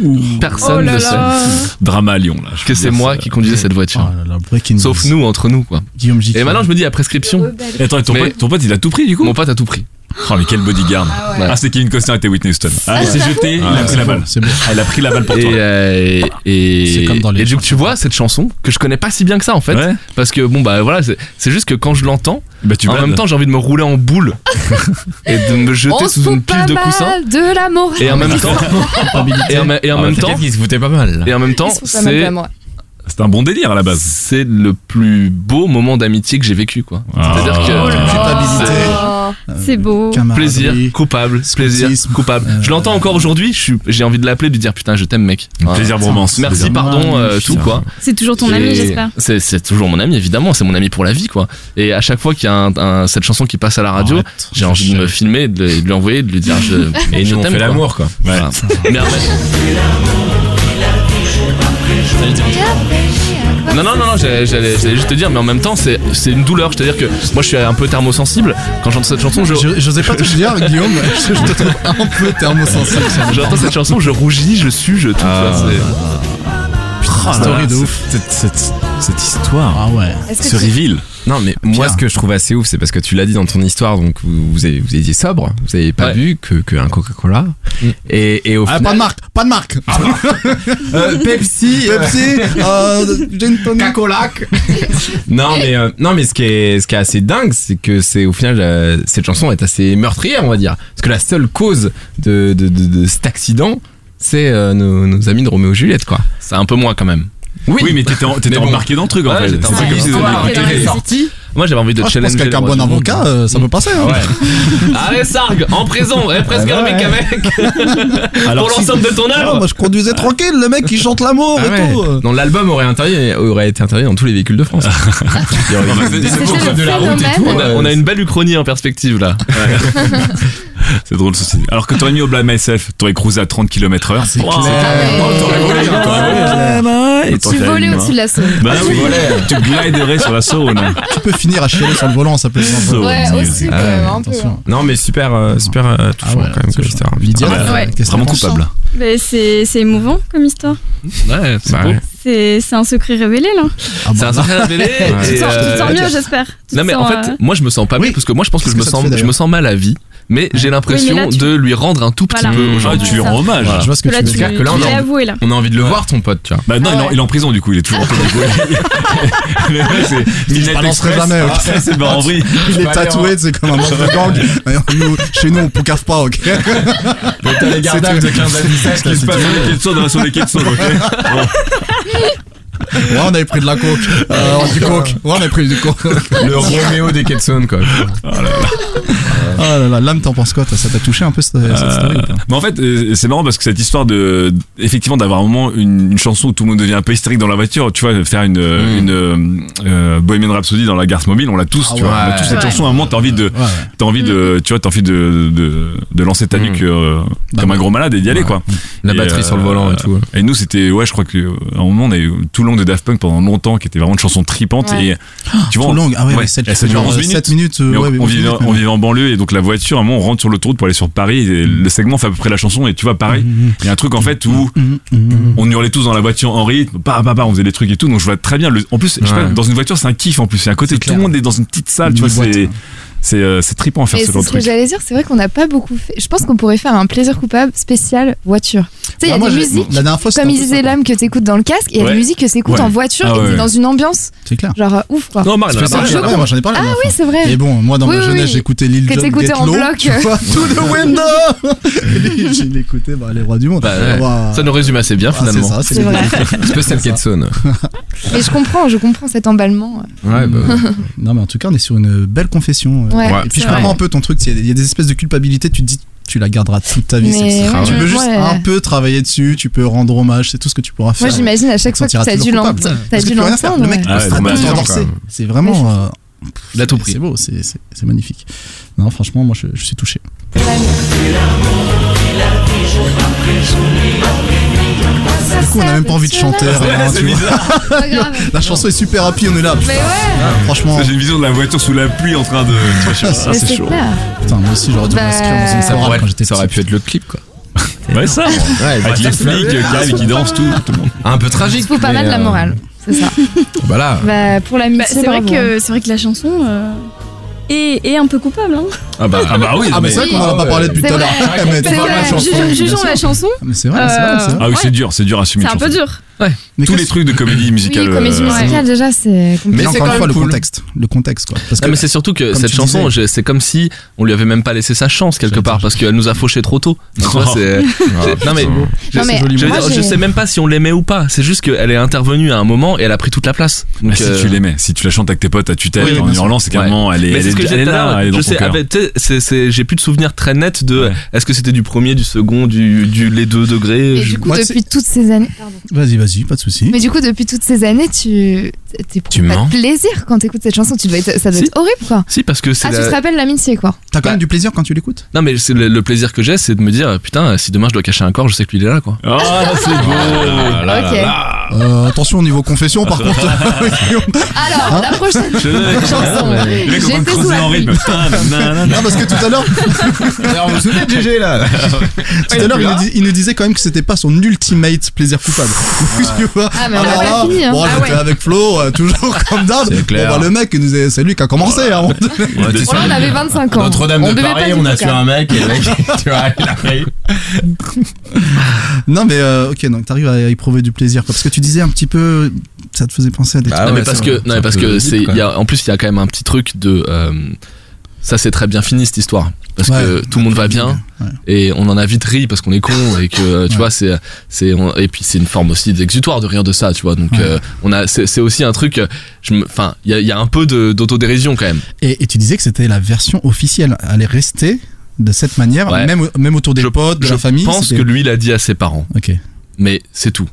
B: Oh
G: Personne
B: là
G: ne sait
B: là.
I: Drama à Lyon là. je
G: euh, que
I: peux
G: c'est
I: dire,
G: moi
I: ça.
G: qui conduisais cette
J: Oh
G: voiture.
J: là là, breaking
G: Sauf
J: news.
G: nous, entre nous, quoi.
J: Guillaume J.
G: Et maintenant, je me dis, à prescription,
F: Oh,
I: Et Attends, et ton,
G: Mais-
I: pote, ton pote, il a tout pris du coup
G: mon pote a tout pris.
I: Oh, mais quel bodyguard
F: Ah
G: ouais.
I: Ah, c'est Kevin Costner était Whitney Houston. Ah, il s'est jeté, il a pris la balle.
J: C'est beau.
I: Ah, Il a pris la balle pour
G: Et,
I: toi.
G: euh, et,
J: C'est comme dans les
G: et donc, tu
J: chansons.
G: vois cette chanson que je connais pas si bien que ça en fait.
I: Ouais.
G: Parce que bon, bah voilà, c'est c'est juste que quand je l'entends,
I: Bah, tu
G: en
I: blades.
G: même temps, j'ai envie de me rouler
L: *laughs*
G: en boule et de me jeter
F: On se
G: sous une
F: fout
G: pile
F: pas
G: de coussins.
F: mal de la morale.
G: Et en même temps, et en, me- et en
L: Ah,
G: même
L: bah,
G: temps,
L: t'inquiète, il se foutait pas mal. Bah, là.
G: et en même temps,
F: Ils se foutent pas mal de
G: c'est
F: la morale.
I: C'est un bon délire à la base.
G: c'est le plus beau moment d'amitié que j'ai vécu quoi. C'est-à-dire
I: Ah.
L: Oh
G: que
J: Culpabilité.
F: Oh.
J: Euh,
B: C'est beau.
L: Ah,
J: camaraderie.
G: plaisir coupable, plaisir
J: scoutisme,
G: coupable.
J: euh,
G: je l'entends encore aujourd'hui. je suis- J'ai envie de l'appeler, de lui dire putain, je t'aime mec. Voilà.
I: Plaisir bromance.
G: Merci,
J: Plaisir.
G: pardon, euh,
J: Magnifique.
G: tout quoi.
B: C'est toujours ton
G: Et
B: ami, j'espère.
G: C'est, c'est toujours mon ami, évidemment. C'est mon ami pour la vie, quoi. Et à chaque fois qu'il y a un- un- cette chanson qui passe à la radio,
J: Arrête.
G: j'ai envie de me filmer, de, le- de lui envoyer, de lui dire je.
L: Et
G: je
L: nous, on
G: t'aime,
L: fait
G: quoi.
L: l'amour, quoi.
G: Voilà. Mais après- non, non, non, non, j'allais, j'allais- j'allais juste te dire, mais en même temps, c'est, c'est une douleur. C'est-à-dire que moi, je suis un peu thermosensible. Quand j'entends cette chanson, je.
J: Je- J'osais pas te le *laughs* dire, Guillaume, je je te trouve un peu thermosensible.
I: *laughs* Ah.
G: J'entends cette chanson, je rougis, je sue, je tout. tu vois, c'est-
I: Oh là
J: Story
I: là,
J: de
I: cette-
J: ouf.
I: Cette, cette- cette histoire,
J: Ah ouais.
F: Est-ce que
I: ce
F: tu-
I: reveal.
G: *laughs* Non, mais moi,
J: Pierre.
G: ce que je trouve assez ouf, c'est parce que tu l'as dit dans ton histoire, donc vous, vous, avez- vous étiez sobre, vous avez pas
H: Ouais.
G: bu que, que un Coca-Cola.
H: Mm.
G: Et, et au
J: Ah,
G: final.
J: pas de marque, pas de marque.
G: Euh, Pepsi euh,
J: Pepsi, euh, gin tonic.
G: Cacolac. non mais euh, non mais ce qui est ce qui est assez dingue c'est que c'est au final euh, cette chanson est assez meurtrière on va dire parce que la seule cause de de, de, de cet accident c'est euh, nos, nos amis de Roméo et Juliette quoi.
H: C'est un peu moins quand même.
I: Oui, mais t'étais en- t'étais
H: Mais bon.
I: embarqué dans le truc en
H: Ouais,
I: fait.
H: j'étais
I: C'est ça
H: embarqué
I: que je disais
H: dans
I: au
H: le
I: début.
H: truc.
I: Ok.
H: Moi j'avais envie de
J: Ah, je
H: challenger.
J: pense qu'avec
H: le
J: un
H: roi
J: bon
H: du monde.
J: avocat, euh, ça peut passer. hein.
G: *laughs*
H: Allez Sarg, en prison,
G: Eh,
H: et presque un mec avec pour
I: Alors, si-
H: l'ensemble de ton
J: Ah,
H: œuvre.
J: moi, je conduisais tranquille, le mec il chante l'amour
G: Ah
J: et
G: ouais.
J: tout. euh.
G: Non l'album aurait interdit aurait été interdit dans tous les véhicules de France.
H: *laughs*
G: Il y aurait eu des
F: c'est
G: cours
F: le
G: de la route et tout.
F: phénomène.
H: On a, on a une belle uchronie en perspective là.
I: C'est drôle ceci. Alors que t'aurais mis au blâme SF, t'aurais cruisé à 30 km/h. C'est t'aurais volé,
J: Ah,
I: hein, t'aurais volé.
F: Tu volais au-dessus de la Ah, Saône.
I: Bah oui, tu gliderais sur la Saône. hein.
J: Tu peux finir à chialer sur le volant, ça peut être sympa.
I: Ouais,
F: Ouais,
I: Saône,
F: aussi, quand même, hein, un peu.
J: Ah, Attention.
G: Non mais super euh, super euh, touchant
J: Ah ouais,
G: quand même
J: c'est
G: comme histoire.
J: Lydia,
I: Ah bah,
J: euh, qu'est-ce
I: Vraiment
J: qu'elle pense,
I: coupable.
J: hein
B: Mais c'est c'est émouvant comme histoire.
H: Ouais, c'est
G: Bah
H: beau.
G: ouais.
B: C'est c'est un secret révélé là.
J: Ah
H: C'est
J: bah,
H: un sacré révélé.
G: Ouais.
B: Tu te
H: et,
B: sens, tu te
H: euh,
B: sens mieux, j'espère. Tu te
H: Non mais en
B: sens,
H: fait,
B: euh,
H: moi je me sens pas
J: Oui.
H: bien parce que moi je pense que
J: Qu'est-ce
H: je me
J: que ça te
H: sens
J: fait,
H: je me sens mal à vie, mais j'ai l'impression
B: là, tu-
H: de lui rendre un tout petit
B: Voilà.
H: peu
I: Ah,
H: aujourd'hui.
I: tu lui rends hommage.
J: Je vois ce que
B: que là,
J: tu
B: tu,
J: veux dire.
G: que là,
B: tu
G: on a-
B: l'as avoué, là.
G: On a envie de le voir ton pote tu vois.
I: Bah non, il est en- il est en prison du coup, il est toujours en prison. *laughs* Mais ouais, c'est
J: Je
I: Midnight
J: balancerai
I: Express.
J: jamais, ok.
I: Ah, ça, c'est en vrille.
J: Il
G: Bah,
J: est tatoué, c'est comme un membre de gang. Nous, chez nous, on poucave pas, ok
G: T'as les gardables de 15 à 17
I: Ce qui se passe sur les Ketsuo, on reste sur les Ketsuo, ok
J: Ouais, on avait pris de la coke. Euh, du coke. Ouais, on avait pris du coke. *laughs*
G: Le Roméo des Ketson quoi.
J: Oh là là, l'âme, t'en penses quoi toi Ça t'a touché un peu cette, cette story ou pas
I: Euh, Mais en fait, euh, c'est marrant parce que cette histoire de, effectivement, d'avoir un moment une, une chanson où tout le monde devient un peu hystérique dans la voiture, tu vois, faire une,
G: Mm.
I: une euh, euh, Bohemian Rhapsody dans la gare mobile, on l'a tous,
J: Hmm. Ah
I: tu vois,
G: ouais.
I: on a tous cette
B: Ouais.
I: chanson. À un moment, t'as envie de,
J: Ouais, ouais.
I: t'as envie de, tu vois, t'as envie de, de, de lancer ta
G: Mm.
I: nuque euh,
J: Bah,
I: comme un
J: ouais.
I: gros malade et d'y aller, quoi.
G: La
I: Et,
G: batterie
I: euh,
G: sur le volant et tout.
I: Et nous, c'était, ouais, je crois que euh, à un moment, on a eu tout le long de Daft Punk pendant longtemps, qui était vraiment une chanson tripante
F: Ouais.
I: et tu vois,
J: Trop
I: on-
J: longue. Ah ouais,
I: ouais,
J: mais celle qui
I: elle, ça
J: fait
I: dure
J: genre
I: 11
J: 7 minutes. euh,
I: mais on,
J: ouais, mais
I: on
J: 11
I: vivait,
J: minutes,
I: on
J: ouais.
I: vivait en banlieue et donc la voiture, à un moment, on rentre sur l'autoroute pour aller sur Paris et
J: Mm-hmm.
I: le segment fait à peu près la chanson et tu vois, pareil, il y a un truc en fait où
J: Mhm, mhm.
I: on hurlait tous dans la voiture en rythme, bah, bah, bah, on faisait des trucs et tout, donc je vois très bien. Le, en plus, je sais pas,
G: Ouais.
I: dans une voiture, c'est un kiff en plus. C'est à côté,
J: C'est
I: tout le
J: clair.
I: monde est dans une petite salle, tu
J: Une
I: vois,
J: boîte,
I: c'est.
J: hein.
I: C'est euh, c'est trippant à faire
F: Et
I: ce
F: c'est
I: genre de
F: ce que
I: truc.
F: j'allais dire, c'est vrai qu'on n'a pas beaucoup fait. Je pense qu'on pourrait faire un plaisir coupable spécial voiture. Tu sais, il y
J: Ah,
F: a
J: moi,
F: des
J: j'ai-
F: musiques,
J: La dernière fois, c'était
F: comme
J: un
F: ils
J: peu
F: disaient
J: sympa.
F: l'âme que t'écoutes dans le casque, et il y a
I: Ouais.
F: des musiques que t'écoutes
I: Ouais.
F: en voiture,
I: Ah
F: et
I: ouais.
F: t'es dans une ambiance,
J: C'est clair.
F: genre euh, ouf quoi.
H: Non, Marc,
J: Tu
I: Bah,
H: elle
J: fais
H: a
J: ça,
H: parlé,
J: j'ai-
H: elle a
J: ouais, moi, j'en ai parlé. la
F: Ah
J: dernière
F: oui,
J: fois.
F: c'est vrai.
J: Et bon, moi dans ma
F: Oui, oui,
J: jeunesse,
F: oui.
J: j'écoutais Lil
F: Que
J: Jon
F: t'écoutais
J: Get
F: en
J: Low,
F: bloc.
J: Tu vois, to
F: *laughs*
J: the window. *laughs* J'ai écouté bah, les rois du monde.
H: Bah, ouais.
J: Ouah.
H: Ça nous résume assez bien
J: Ah, c'est
H: finalement.
J: ça,
F: C'est
J: c'est
F: vrai.
J: vrai.
G: Un petit peu cette Ketson.
F: Mais je comprends, je comprends cet emballement.
G: Ouais bah.
J: Non, mais en tout cas, on est sur une belle confession. euh.
F: Ouais,
J: Et
F: c'est
J: puis je comprends
F: vrai.
J: un peu ton truc. Il y a des espèces de culpabilité. Tu te dis, tu la garderas toute ta vie.
F: Mais
J: celle-ci.
F: ouais,
J: tu peux
F: ouais.
J: juste
F: Ouais.
J: un peu travailler dessus. Tu peux rendre hommage. C'est tout ce que tu pourras faire.
F: Moi j'imagine à chaque
J: Tu
F: fois
J: te
F: que
J: sentiras
F: t'as dû
J: toujours
F: l'entendre.
J: coupable.
F: t'as
J: Parce que
F: dû
J: tu peux rien faire.
F: l'entendre,
J: Le mec,
F: ouais.
I: Ah ouais,
J: c'est
I: dommage.
J: complètement dansé. C'est vraiment. euh,
H: Il a tout pris.
J: C'est beau. C'est c'est- c'est magnifique. Non, franchement, moi, je, je suis touché.
F: Ah,
J: Du coup, on a même pas envie de chanter. rien, tu vois.
F: Pas grave.
J: La chanson est super happy. On est là.
F: Mais ouais,
J: Franchement,
I: Ça, J'ai une vision de la voiture sous la pluie en train de. tu vois, je sais pas,
F: mais
I: Ah, c'est
F: c'est
I: chaud.
F: clair.
J: putain, moi aussi, j'aurais dû
F: Bah,
J: m'inscrire dans une
F: ça
J: chorale
G: aurait-
J: quand j'étais
G: ça aurait
J: petit.
G: pu être le clip quoi.
I: Ouais, Ah, ça. Ah, Avec les flics, Gaël qui dansent tout. tout le monde.
G: Un peu tragique.
F: Il faut pas
G: mais,
F: mal de la
G: euh,
F: morale. C'est ça.
G: Bah là.
F: Bah, pour
B: Bah,
F: l'amitié,
B: c'est vrai
F: bravo. hein.
B: que c'est vrai que la chanson euh, est, est un peu coupable. Hein.
G: Ah bah.
I: Ah bah oui,
J: Ah, mais c'est vrai qu'on en a pas parlé depuis
F: C'est
J: tout à
F: vrai.
J: l'heure. *laughs* Mais
F: C'est
J: tu parles de la
F: vrai. Euh,
J: chanson,
B: Jugeons-
J: bien
B: Jugeons
J: sûr.
B: la chanson.
J: Mais c'est vrai, c'est vrai, c'est vrai.
I: Ah oui, c'est dur, c'est dur à assumer.
B: C'est
I: une
B: un peu
I: chanson.
B: dur.
J: Mais
I: Tous
J: qu'est-ce-
I: les trucs de comédie musicale.
F: Oui, comédie
I: euh,
F: musicale déjà, c'est compliqué.
G: Mais
J: Mais
G: c'est
J: encore
G: quand
J: une fois,
G: même
J: le
G: cool.
J: contexte. Le contexte, quoi. Parce
H: Non,
J: que-
H: mais c'est surtout que
J: comme
H: cette
J: tu
H: chanson,
J: disais.
H: je- c'est comme si on lui avait même pas laissé sa chance quelque
J: J'allais
H: part
J: dire.
H: parce qu'elle nous a fauché trop tôt. Tu vois, c'est-
I: Ah,
H: c'est- non mais, je,
F: Non, mais
H: je veux
F: moi,
H: dire, je
F: j'ai-
H: sais même pas si on l'aimait ou pas. C'est juste qu'elle est intervenue à un moment et elle a pris toute la place. Donc,
I: Mais Ah, si
H: euh,
I: tu l'aimais, si tu la chantes avec tes potes à tue-tête
H: Oui, oui,
I: en
H: bien sûr.
I: hurlant, c'est carrément, elle est,
H: Mais
I: elle
H: c'est ce que
I: est,
H: j'ai
I: elle est
H: tout à l'heure.
I: là, elle est dans
H: Je
I: ton
H: sais,
I: cœur.
H: ah, ben, tu sais, c'est- c'est- j'ai plus de souvenirs très nets de
I: Ouais.
H: est-ce que c'était du premier, du second, du, du les deux degrés.
F: Et
H: je-
F: du coup,
J: Moi,
F: depuis toutes ces années.
J: Vas-y, vas-y, pas de soucis.
F: Mais du coup, depuis toutes ces années, tu. t'éprouves pas
G: mens
F: de plaisir quand t'écoutes cette chanson. Tu dois être- ça doit
H: Si.
F: être horrible, quoi.
H: Si, parce que c'est
F: Ah,
H: la-
F: tu te rappelles l'amitié, quoi.
J: T'as
H: Bah.
J: quand même du plaisir quand tu l'écoutes
H: Non, mais c'est le, le plaisir que j'ai, c'est de me dire, putain, si demain je dois cacher un corps, je sais que lui il est là, quoi.
I: Ah, c'est
H: *laughs*
I: beau Ah
F: ok.
J: Euh, Attention au niveau confession, par *laughs* contre.
F: Alors, la prochaine chanson.
I: Le mec, on va me
F: J'étais sous
I: creuser
F: la
I: en
F: pluie.
H: *laughs*
I: rythme. Putain, nanana.
J: non, parce que tout à *laughs* l'heure,
G: Alors, vous vous souvenez de GG
H: *laughs*
G: là
J: tout à l'heure, il, nous dis- il nous disait quand même que c'était pas son ultimate plaisir coupable. *laughs* Tu vois
F: Ah, mais on
J: Alors
F: a pas
J: là,
F: fini, hein.
J: bon,
F: Ah
J: j'étais
B: ouais.
J: avec Flo, euh, *laughs* toujours comme d'hab.
G: C'est clair.
J: Bon, bah, le mec, il nous est- c'est lui qui a commencé. hein, à un moment donné.
F: Bon, là, on avait 25 ans.
G: Notre-Dame
F: On
G: de
F: buvait pas
G: Paris,
F: du
G: on
F: tout,
G: a
F: quand
G: tué un mec et
H: *laughs*
G: le mec, tu vois, il a pris.
J: Non, mais euh, ok, donc t'arrives à y prouver du plaisir. quoi. Parce que tu disais un petit peu, ça te faisait penser à des
G: Bah,
J: trucs.
H: non, mais
G: ouais,
H: parce
G: c'est
H: que,
G: vrai.
H: non,
G: C'est
H: mais
G: un
H: parce
G: peu
H: que
G: vide,
H: c'est,
G: quoi.
H: il y a- en plus, il y a quand même un petit truc de, euh, ça c'est très bien fini cette histoire. Parce
J: Ouais,
H: que tout le monde va bien
J: ouais.
H: et on en a vite ri parce qu'on est con et que euh, tu
J: Ouais.
H: vois c'est c'est on- et puis c'est une forme aussi d'exutoire de rire de ça tu vois donc
J: Ouais.
H: euh, on a c'est c'est aussi un truc euh, je me- enfin il y a, il y a un peu de- d'autodérision quand même
J: Et, et tu disais que c'était la version officielle. Elle est restée de cette manière,
H: Ouais.
J: même, même autour des
H: Je-
J: potes, de
H: je
J: la famille.
H: pense que
J: c'était-
H: lui l'a dit à ses parents
J: Ok.
H: mais c'est tout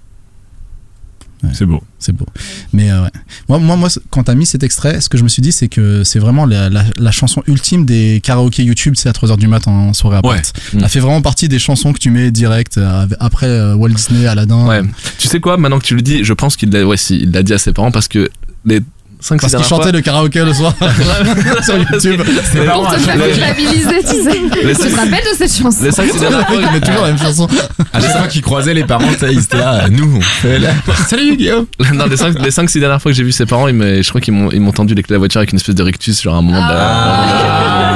I: C'est beau.
J: C'est beau. Mais euh, ouais. Moi, moi, moi, quand t'as mis cet extrait, ce que je me suis dit, c'est que c'est vraiment la, la- la chanson ultime des karaokés YouTube, c'est à 3h du matin en soirée à
I: Ouais.
J: Pâques.
H: Mm.
J: Elle fait vraiment partie des chansons que tu mets direct euh, après euh, Walt Disney, Aladdin.
H: ouais
G: Mm.
H: tu sais quoi maintenant que tu le dis je pense qu'il l'a ouais si, il l'a dit à ses parents parce que les cinq six
J: Parce qu'il
H: dernières *laughs*
J: chantait le karaoké le soir
H: fois-
J: sur YouTube.
H: Les-
F: Pour te faire
H: les-
F: culpabiliser, tu sais.
H: Les-
F: Tu te rappelles de cette chanson
H: les cinq six dernières fois-
J: *laughs* Il met toujours la même chanson.
I: Ah,
G: À chaque fois qu'il croisait les parents, ça, ils étaient là, nous, on
H: *laughs*
G: fait la- Salut *laughs* Guillaume
H: non, les 5 les cinq, six dernières fois que j'ai vu ses parents, ils me- je crois qu'ils m'ont ils m'ont tendu les clés de la voiture avec une espèce de rictus, genre à un moment de
G: Ah.
H: la-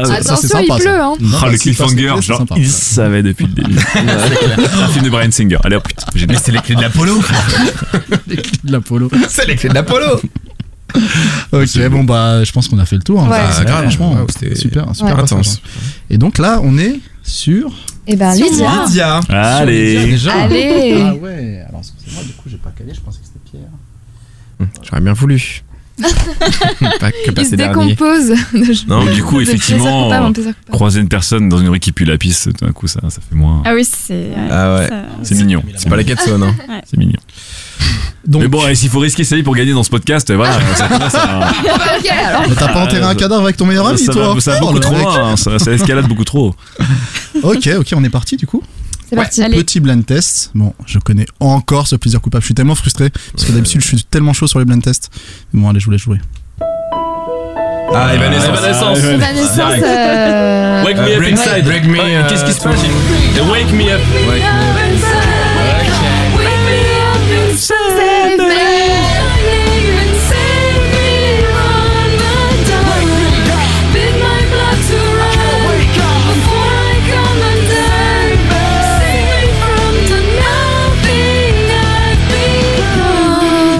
I: Ah,
J: Ça, c'est
F: Attention,
J: sympa,
F: il
J: ça.
F: pleut, hein.
J: Non,
I: le
H: Ah,
J: c'est pas-
I: cliffhanger,
J: c'est
I: genre,
J: sympa.
I: il savait depuis le
H: *laughs*
I: début. Un film de Brian Singer. Allez hop, putain, j'ai dit.
G: c'est les clés de
H: *laughs*
G: l'Apollo
J: De l'Apollo.
G: C'est les clés de l'Apollo
J: Ok, bon, bah, je pense qu'on a fait le tour. hein.
F: Ouais.
J: Bah,
G: Ah, grave,
J: franchement,
G: ouais, c'était
J: super, super
G: intense.
J: intense. Et donc là, on est sur.
F: Eh ben, Lydia.
G: Lydia
I: Allez.
J: Déjà.
F: Allez.
J: Ah ouais, alors excusez-moi, du coup j'ai pas calé, je pensais que c'était Pierre.
G: J'aurais
F: *laughs*
G: bien voulu. Pas que
F: Il se
G: passer dernier.
F: décompose.
I: Non, du coup,
F: De plaisir
I: effectivement,
F: coupable en plaisir coupable.
I: Croiser une personne dans une rue qui pue la pisse, tout d'un coup, ça, ça fait moins.
B: Ah oui, c'est. ouais,
G: Ah ouais.
B: ça-
I: C'est mignon.
G: C'est pas la Catson, hein.
I: C'est mignon.
J: Donc,
I: Mais bon, et s'il faut risquer sa vie pour gagner dans ce podcast, voilà. ça- ça-
F: Ok, alors.
J: mais t'as pas enterré un cadavre avec ton meilleur ami,
I: Ah, ça
J: toi
I: va, ça va
J: Oh,
I: beaucoup
J: le
I: trop
J: mec.
I: loin, hein, ça, ça escalade beaucoup trop.
J: Ok, ok, on est parti du coup.
F: C'est parti.
J: Petit blind test. Bon, je connais encore ce plaisir coupable. Je suis tellement frustré parce que d'habitude je suis tellement chaud sur les blind tests. Mais bon, allez, je voulais jouer.
G: Ah,
H: Evanescence.
I: Ah,
F: La naissance. euh,
H: Wake me up
G: break-
H: inside.
G: break me, euh,
H: Ouais, Qu'est-ce qui se passe Wake me up.
F: Save me.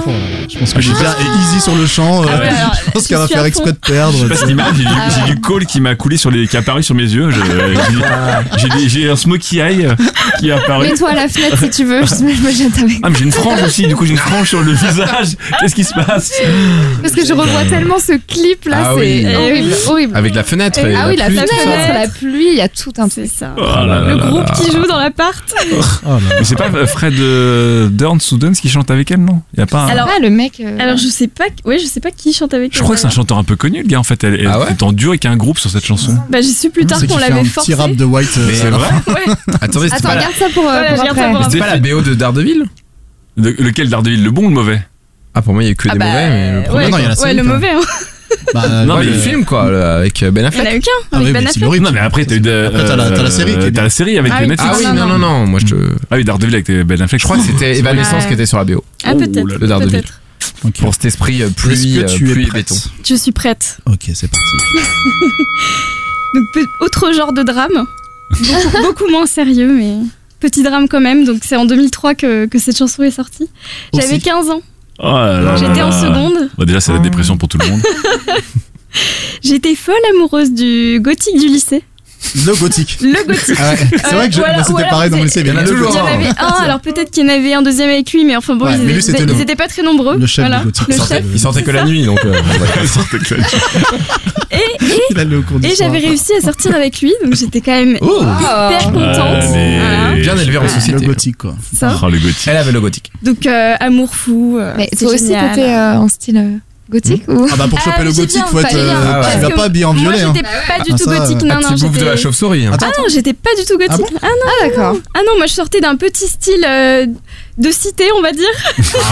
J: Oh, je pense que j'ai
I: Ah,
J: bien et easy sur le champ. euh,
B: Ah, ouais, alors,
J: je pense
B: je
J: qu'elle va
B: suis
J: faire
B: à
J: exprès
B: fond.
J: de perdre.
I: Je sais pas si t'imagines, j'ai du- j'ai du call qui m'a coulé sur les, qui a apparu sur mes yeux. Je- j'ai- j'ai des- J'ai un smoky eye qui est apparu.
F: Mets-toi à la fenêtre si tu veux. Je je me jette avec.
I: Ah mais j'ai une frange aussi, du coup j'ai une frange sur le visage. Qu'est-ce qui se passe
F: Parce que je revois tellement ce clip là,
G: Ah
F: c'est
G: oui.
F: horrible, horrible.
G: Avec la fenêtre et
F: ah oui, la
G: pluie,
F: fenêtre,
G: tout ça.
B: fenêtre.
F: la pluie, il y a tout un truc.
B: C'est ça.
I: Oh là là
B: Le
I: là
B: groupe
I: là.
B: qui joue dans l'appart.
J: Oh là là.
I: Mais c'est pas Fred euh, Durst ou Dunst qui chante avec elle, non Il y a pas. un-
B: Alors-
F: ah, le mec. euh,
B: Alors je sais pas, qui- ouais, je sais pas qui chante avec.
I: Je crois que c'est un chanteur un peu connu, le gars. En fait, elle, elle
G: Ah ouais
I: est en duo avec un groupe sur cette chanson.
B: Bah j'ai su plus tard
J: C'est
B: qu'on
J: qu'il fait
B: l'avait
J: un
B: forcé.
J: petit rap de White. euh,
G: Mais
J: sur
G: c'est
J: la
G: vrai
J: fin.
B: Ouais.
G: Attendez, c'est
F: Attends,
G: pas, la...
F: garde ça pour, euh,
B: Ouais,
F: pour
B: je viens de
F: après.
B: savoir.
G: c'est pas la BO de Daredevil
I: Le- lequel Daredevil, le bon ou le mauvais
G: Ah, pour moi, il y a eu que
B: Ah
G: des
B: bah,
G: mauvais, mais le
B: ouais,
G: premier.
J: non, il y a la
B: ouais,
J: série,
B: le
J: quand même.
B: mauvais. hein.
J: Bah,
I: Non,
G: Non,
J: ouais,
G: mais
I: mais
G: le
J: euh,
G: film, quoi, le- avec Ben
B: Il y en
G: Affleck.
B: a aucun
J: Ah oui,
B: avec
J: mais
B: Ben
J: c'est
B: Affleck.
J: l'horrible.
I: Non mais après t'as eu de,
J: Après, t'as la- t'as la série qui est
I: euh,
J: bien.
I: T'as la série avec
B: Ah
I: le
B: oui.
I: Netflix.
G: Ah oui, non, non, non, moi je te.
I: Ah oui, Daredevil avec euh, Ben Affleck.
G: Je crois que c'était Evanescence
B: Ouais.
G: qui était sur la BO.
B: Ah peut-être.
G: le Daredevil.
B: peut-être.
J: ok.
G: Pour cet esprit euh,
J: Est-ce
G: pluie,
J: que
G: euh,
J: tu es
G: pluie et
J: prête
G: béton.
B: Je suis prête.
J: Ok, c'est parti.
B: Donc peu- autre genre de drame,
J: *laughs*
B: beaucoup, beaucoup moins sérieux, mais petit drame quand même. Donc c'est en 2003 que, que cette chanson est sortie. J'avais
J: Aussi. Ah
B: 15 ans.
I: Oh là là
B: J'étais
I: là
B: en Ah.
I: là.
B: seconde.
I: Bon, déjà c'est la dépression pour tout le monde.
B: J'étais folle amoureuse du gothique du lycée.
J: Le gothique.
B: *laughs* Le
J: *laughs*
B: gothique.
J: Ah ouais, C'est vrai que
B: Euh, ou
J: je- moi,
B: alors- ou
J: c'était
B: alors
J: pareil dans mon
B: c'est-
J: lycée. mais
G: Il y en a
J: le-
B: Il
G: toujours
B: y en
G: un.
B: avait un, alors peut-être qu'il y en avait un deuxième avec lui, mais enfin bon,
J: Oh. Ouais,
B: ils,
J: mais lui,
B: étaient,
J: c'était
B: ils
J: le-
B: étaient pas très nombreux.
J: le chef
B: voilà,
J: du gothique.
B: le
J: Il sortait-
B: chef.
G: Il sentait que la nuit, donc. euh, ouais.
B: Et, et-
J: Il allait au cours du
B: et
J: soir. Ah,
B: j'avais réussi à sortir avec lui, donc j'étais quand même
G: Oh
B: hyper contente. Voilà,
I: mais-
G: Bien élevé
B: Ah,
G: en
J: Le
G: société.
J: gothique, quoi.
B: c'est ça.
I: Oh, le gothique.
G: Elle avait le gothique.
B: Donc euh, amour fou. euh,
F: Mais
B: c'est
F: toi aussi,
B: génial.
F: t'étais euh, en style euh, gothique ou
J: Ah bah pour
B: Ah,
J: choper
B: mais
J: le
B: j'ai
J: gothique,
B: bien,
J: faut être.
B: fallait bien,
J: euh,
G: parce
J: Tu vas
B: que
J: pas habillé en
B: Moi,
J: violet. hein.
B: j'étais pas du
J: Ah,
B: tout
J: ça,
B: gothique.
J: euh,
B: Non, non,
G: Tu bouffes de la
B: j'étais-
G: chauve-souris. hein.
J: Attends,
B: Ah non, j'étais pas du tout
J: Ah
B: gothique. Ah non,
F: Ah d'accord.
B: ah non, moi je sortais d'un petit style euh, de cité, on va dire,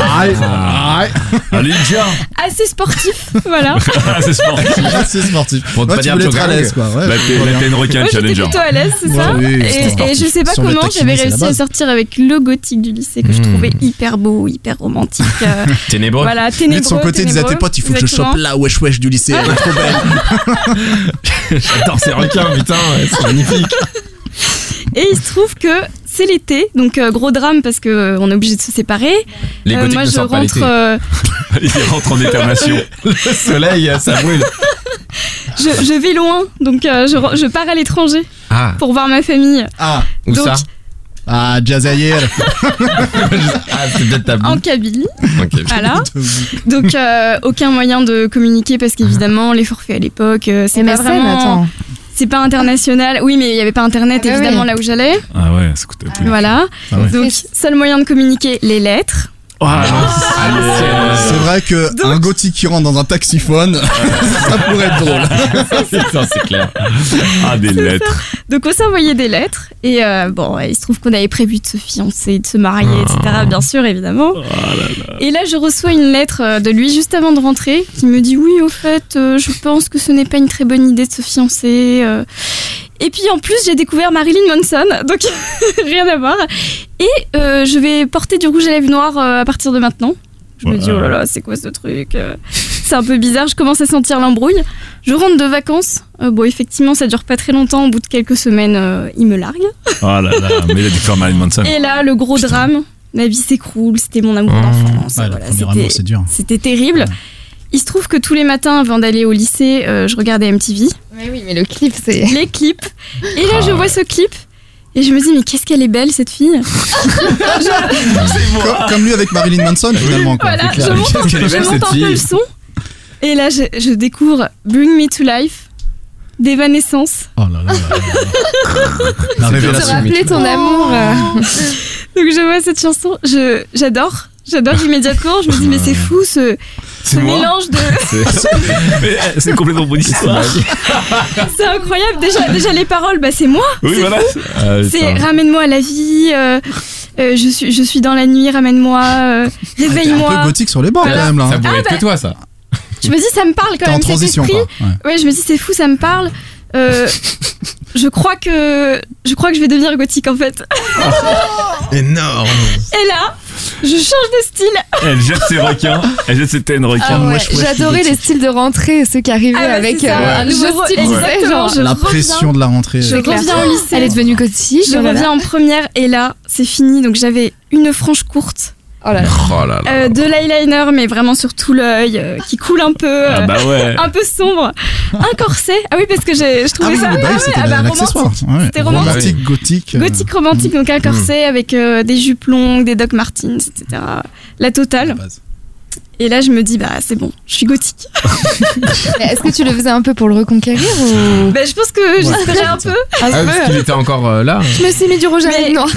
J: Ah,
I: Allez,
B: *laughs*
I: tiens
B: assez
J: *laughs*
B: sportif, voilà.
I: Ah, C'est sport
J: ouais, c'est sportif.
G: Pour ne
J: Ouais,
G: pas
J: tu
G: dire
J: voulais être
G: Joe
J: à
G: Gang.
J: l'aise, quoi. Ouais,
I: La
J: je
I: thé-
J: comprends
I: la
J: bien.
I: Pen Requin
B: Moi j'étais
I: Challenger.
B: plutôt à l'aise, c'est
J: Ouais,
B: ça
J: oui,
B: et,
J: c'était
B: et je sais pas
J: Si on veut
B: comment
J: taquiner,
B: j'avais
J: c'est la
B: réussi à
J: base. Hmm.
B: sortir avec le gothique du lycée que je
G: Mmh.
B: trouvais hyper beau, hyper romantique. euh,
J: *laughs*
G: Ténébreux.
B: voilà,
J: Lui
B: ténébreux.
J: de son côté, il disait à tes potes, il faut que je chope la wesh wesh du
B: *laughs*
J: lycée. elle est trop belle.
G: J'adore ces requins, putain, c'est magnifique.
B: Et il se trouve que c'est l'été, donc euh, gros drame parce que euh, on est obligé de se séparer.
G: Les
B: Euh,
G: gothiques
B: moi
G: ne
B: je
G: sortent pas
B: rentre,
G: l'été.
B: euh,
I: *laughs* Il rentre en déternation.
G: Le soleil, ça brûle.
J: *laughs*
B: je, je vais loin, donc euh, je, re- je pars à l'étranger
G: Ah,
B: pour voir ma famille.
J: Ah,
G: où
B: Donc,
G: ça
J: ah, Jazair.
B: *laughs*
G: Ah, c'est peut-être ta
B: En
J: Mmh.
G: boue.
B: Kabylie,
G: Ok.
J: *laughs*
B: voilà. Donc euh, aucun moyen de communiquer parce qu'évidemment les forfaits à l'époque, euh, c'est pas
F: MSN,
B: vraiment,
F: Eh, attends.
B: c'est pas international. Oui, mais il y avait pas internet
F: Ah bah
B: évidemment
F: oui.
B: là où j'allais.
I: Ah ouais, ça coûte un peu.
B: Voilà.
J: Ah ouais.
B: Donc seul moyen de communiquer les lettres.
I: Ah, l'ancienne.
J: C'est vrai que
B: Donc-
J: un gothique qui rentre dans un taxiphone, *laughs* ça pourrait être drôle.
I: Putain, c'est clair. Ah, des lettres.
B: Donc on s'envoyait des lettres et euh, bon, ouais, il se trouve qu'on avait prévu de se fiancer, de se marier, etc.
J: Ah.
B: Bien sûr, évidemment.
I: Oh
B: Et là, je reçois une lettre euh, de lui juste avant de rentrer qui me dit oui, au fait, euh, je pense que ce n'est pas une très bonne idée de se fiancer. euh. Et puis en plus, j'ai découvert Marilyn Manson, *laughs* donc rien à voir. Et euh, je vais porter du rouge à lèvres noir euh, à partir de maintenant. Je me dis oh là là, c'est quoi ce truc euh, C'est un peu bizarre. Je commence à sentir l'embrouille. Je rentre de vacances. Euh, bon, effectivement, ça dure pas très longtemps. Au bout de quelques semaines, euh, il me largue.
I: Ah là là, mais il a dû faire Marilyn Manson.
B: Et là, le gros drame. Ma vie s'écroule. C'était mon amour
G: Mmh.
B: d'enfance.
J: Ouais, le
B: Voilà,
J: premier
B: c'était-
J: amour, c'est dur.
B: c'était terrible. Il se trouve que tous les matins, avant d'aller au lycée, euh, je regardais MTV,
F: Mais oui, mais le clip, *laughs* c'est.
B: les clips. Et là, je vois ce clip. Et je me dis, mais qu'est-ce qu'elle est belle, cette fille
J: Comme, comme lui avec Marilyn Manson, finalement. Quoi.
B: Voilà,
J: C'est
B: je
J: clair.
B: monte, un-
G: Qu'est-ce qu'elle est
B: je
G: belle,
B: monte
G: cette
B: un peu le
G: fille.
B: son. Et là, je, je découvre Bring Me to Life, d'Evanescence.
J: Oh là là. là là là. La
F: Te
J: révélation.
F: rappeler ton amour. euh,
B: Donc, je vois cette chanson, je- j'adore. J'adore immédiatement, je me dis mais c'est fou ce, ce
I: C'est moi.
B: mélange de... *laughs*
I: *laughs* Mais, euh, C'est complètement mon histoire.
B: C'est incroyable, déjà, déjà les paroles, bah c'est moi
I: Oui,
B: C'est
I: voilà. Ah,
B: C'est
I: putain.
B: ramène-moi à la vie, euh, euh, je, suis, je suis dans la nuit, ramène-moi, euh,
J: Ah, T'es un peu
B: réveille-moi.
J: gothique sur les bords,
B: Voilà.
J: quand même. là.
G: Ça
J: hein.
G: pouvait
B: Ah,
G: être
B: bah-
G: que toi, ça.
B: Je me dis, ça me parle quand
J: T'es en
B: même. cet
J: transition,
B: esprit.
J: quoi. Ouais.
B: Ouais, je me dis, c'est fou, ça me parle.
J: *laughs*
B: Euh, je crois que je crois que je vais devenir gothique en fait.
G: Énorme.
B: Et là, je change de style.
I: Elle jette
B: *laughs*
I: ses requins. Elle jette ses tennes
F: ah
I: requins.
F: ouais, J'adorais les styles de rentrée, ceux qui arrivaient
B: Ah bah,
F: avec
B: c'est ça,
F: euh,
B: je
F: un nouveau
B: re-
F: style. tu sais,
B: exactement,
F: genre,
B: je
J: La
B: reviens.
J: pression de la rentrée. euh. Ah
B: Je
F: C'est clair.
B: reviens au lycée.
F: Elle est devenue gothique.
B: Je
F: oh là là.
B: reviens en première et là, c'est fini. Donc j'avais une frange courte,
F: Oh là là.
G: Oh là là.
B: euh, de l'eyeliner, mais vraiment sur tout l'œil, euh, qui coule un peu. euh,
I: Ah bah ouais.
B: un peu sombre, un corset. Ah oui, parce que j'ai- je
J: Ah
B: trouvais
J: oui,
B: ça.
J: le
B: Ah
J: bail,
B: ouais,
J: c'était
B: ah bah,
J: un accessoire. Ouais.
B: C'était romantique.
J: gothique. euh,
B: Gothique romantique, donc un corset avec euh, des jupes longues, des Doc Martens, etc. La
J: à la
B: totale.
J: base.
B: Et là, je me dis, bah c'est bon, je suis
J: *laughs*
B: gothique.
F: Mais Est-ce que tu le faisais un peu pour le reconquérir ou
B: Bah, je pense que j'espérais un peu,
G: Ah, parce qu'il était encore euh, là.
F: Je me suis mis du rouge à
B: Mais-
F: lèvres noir.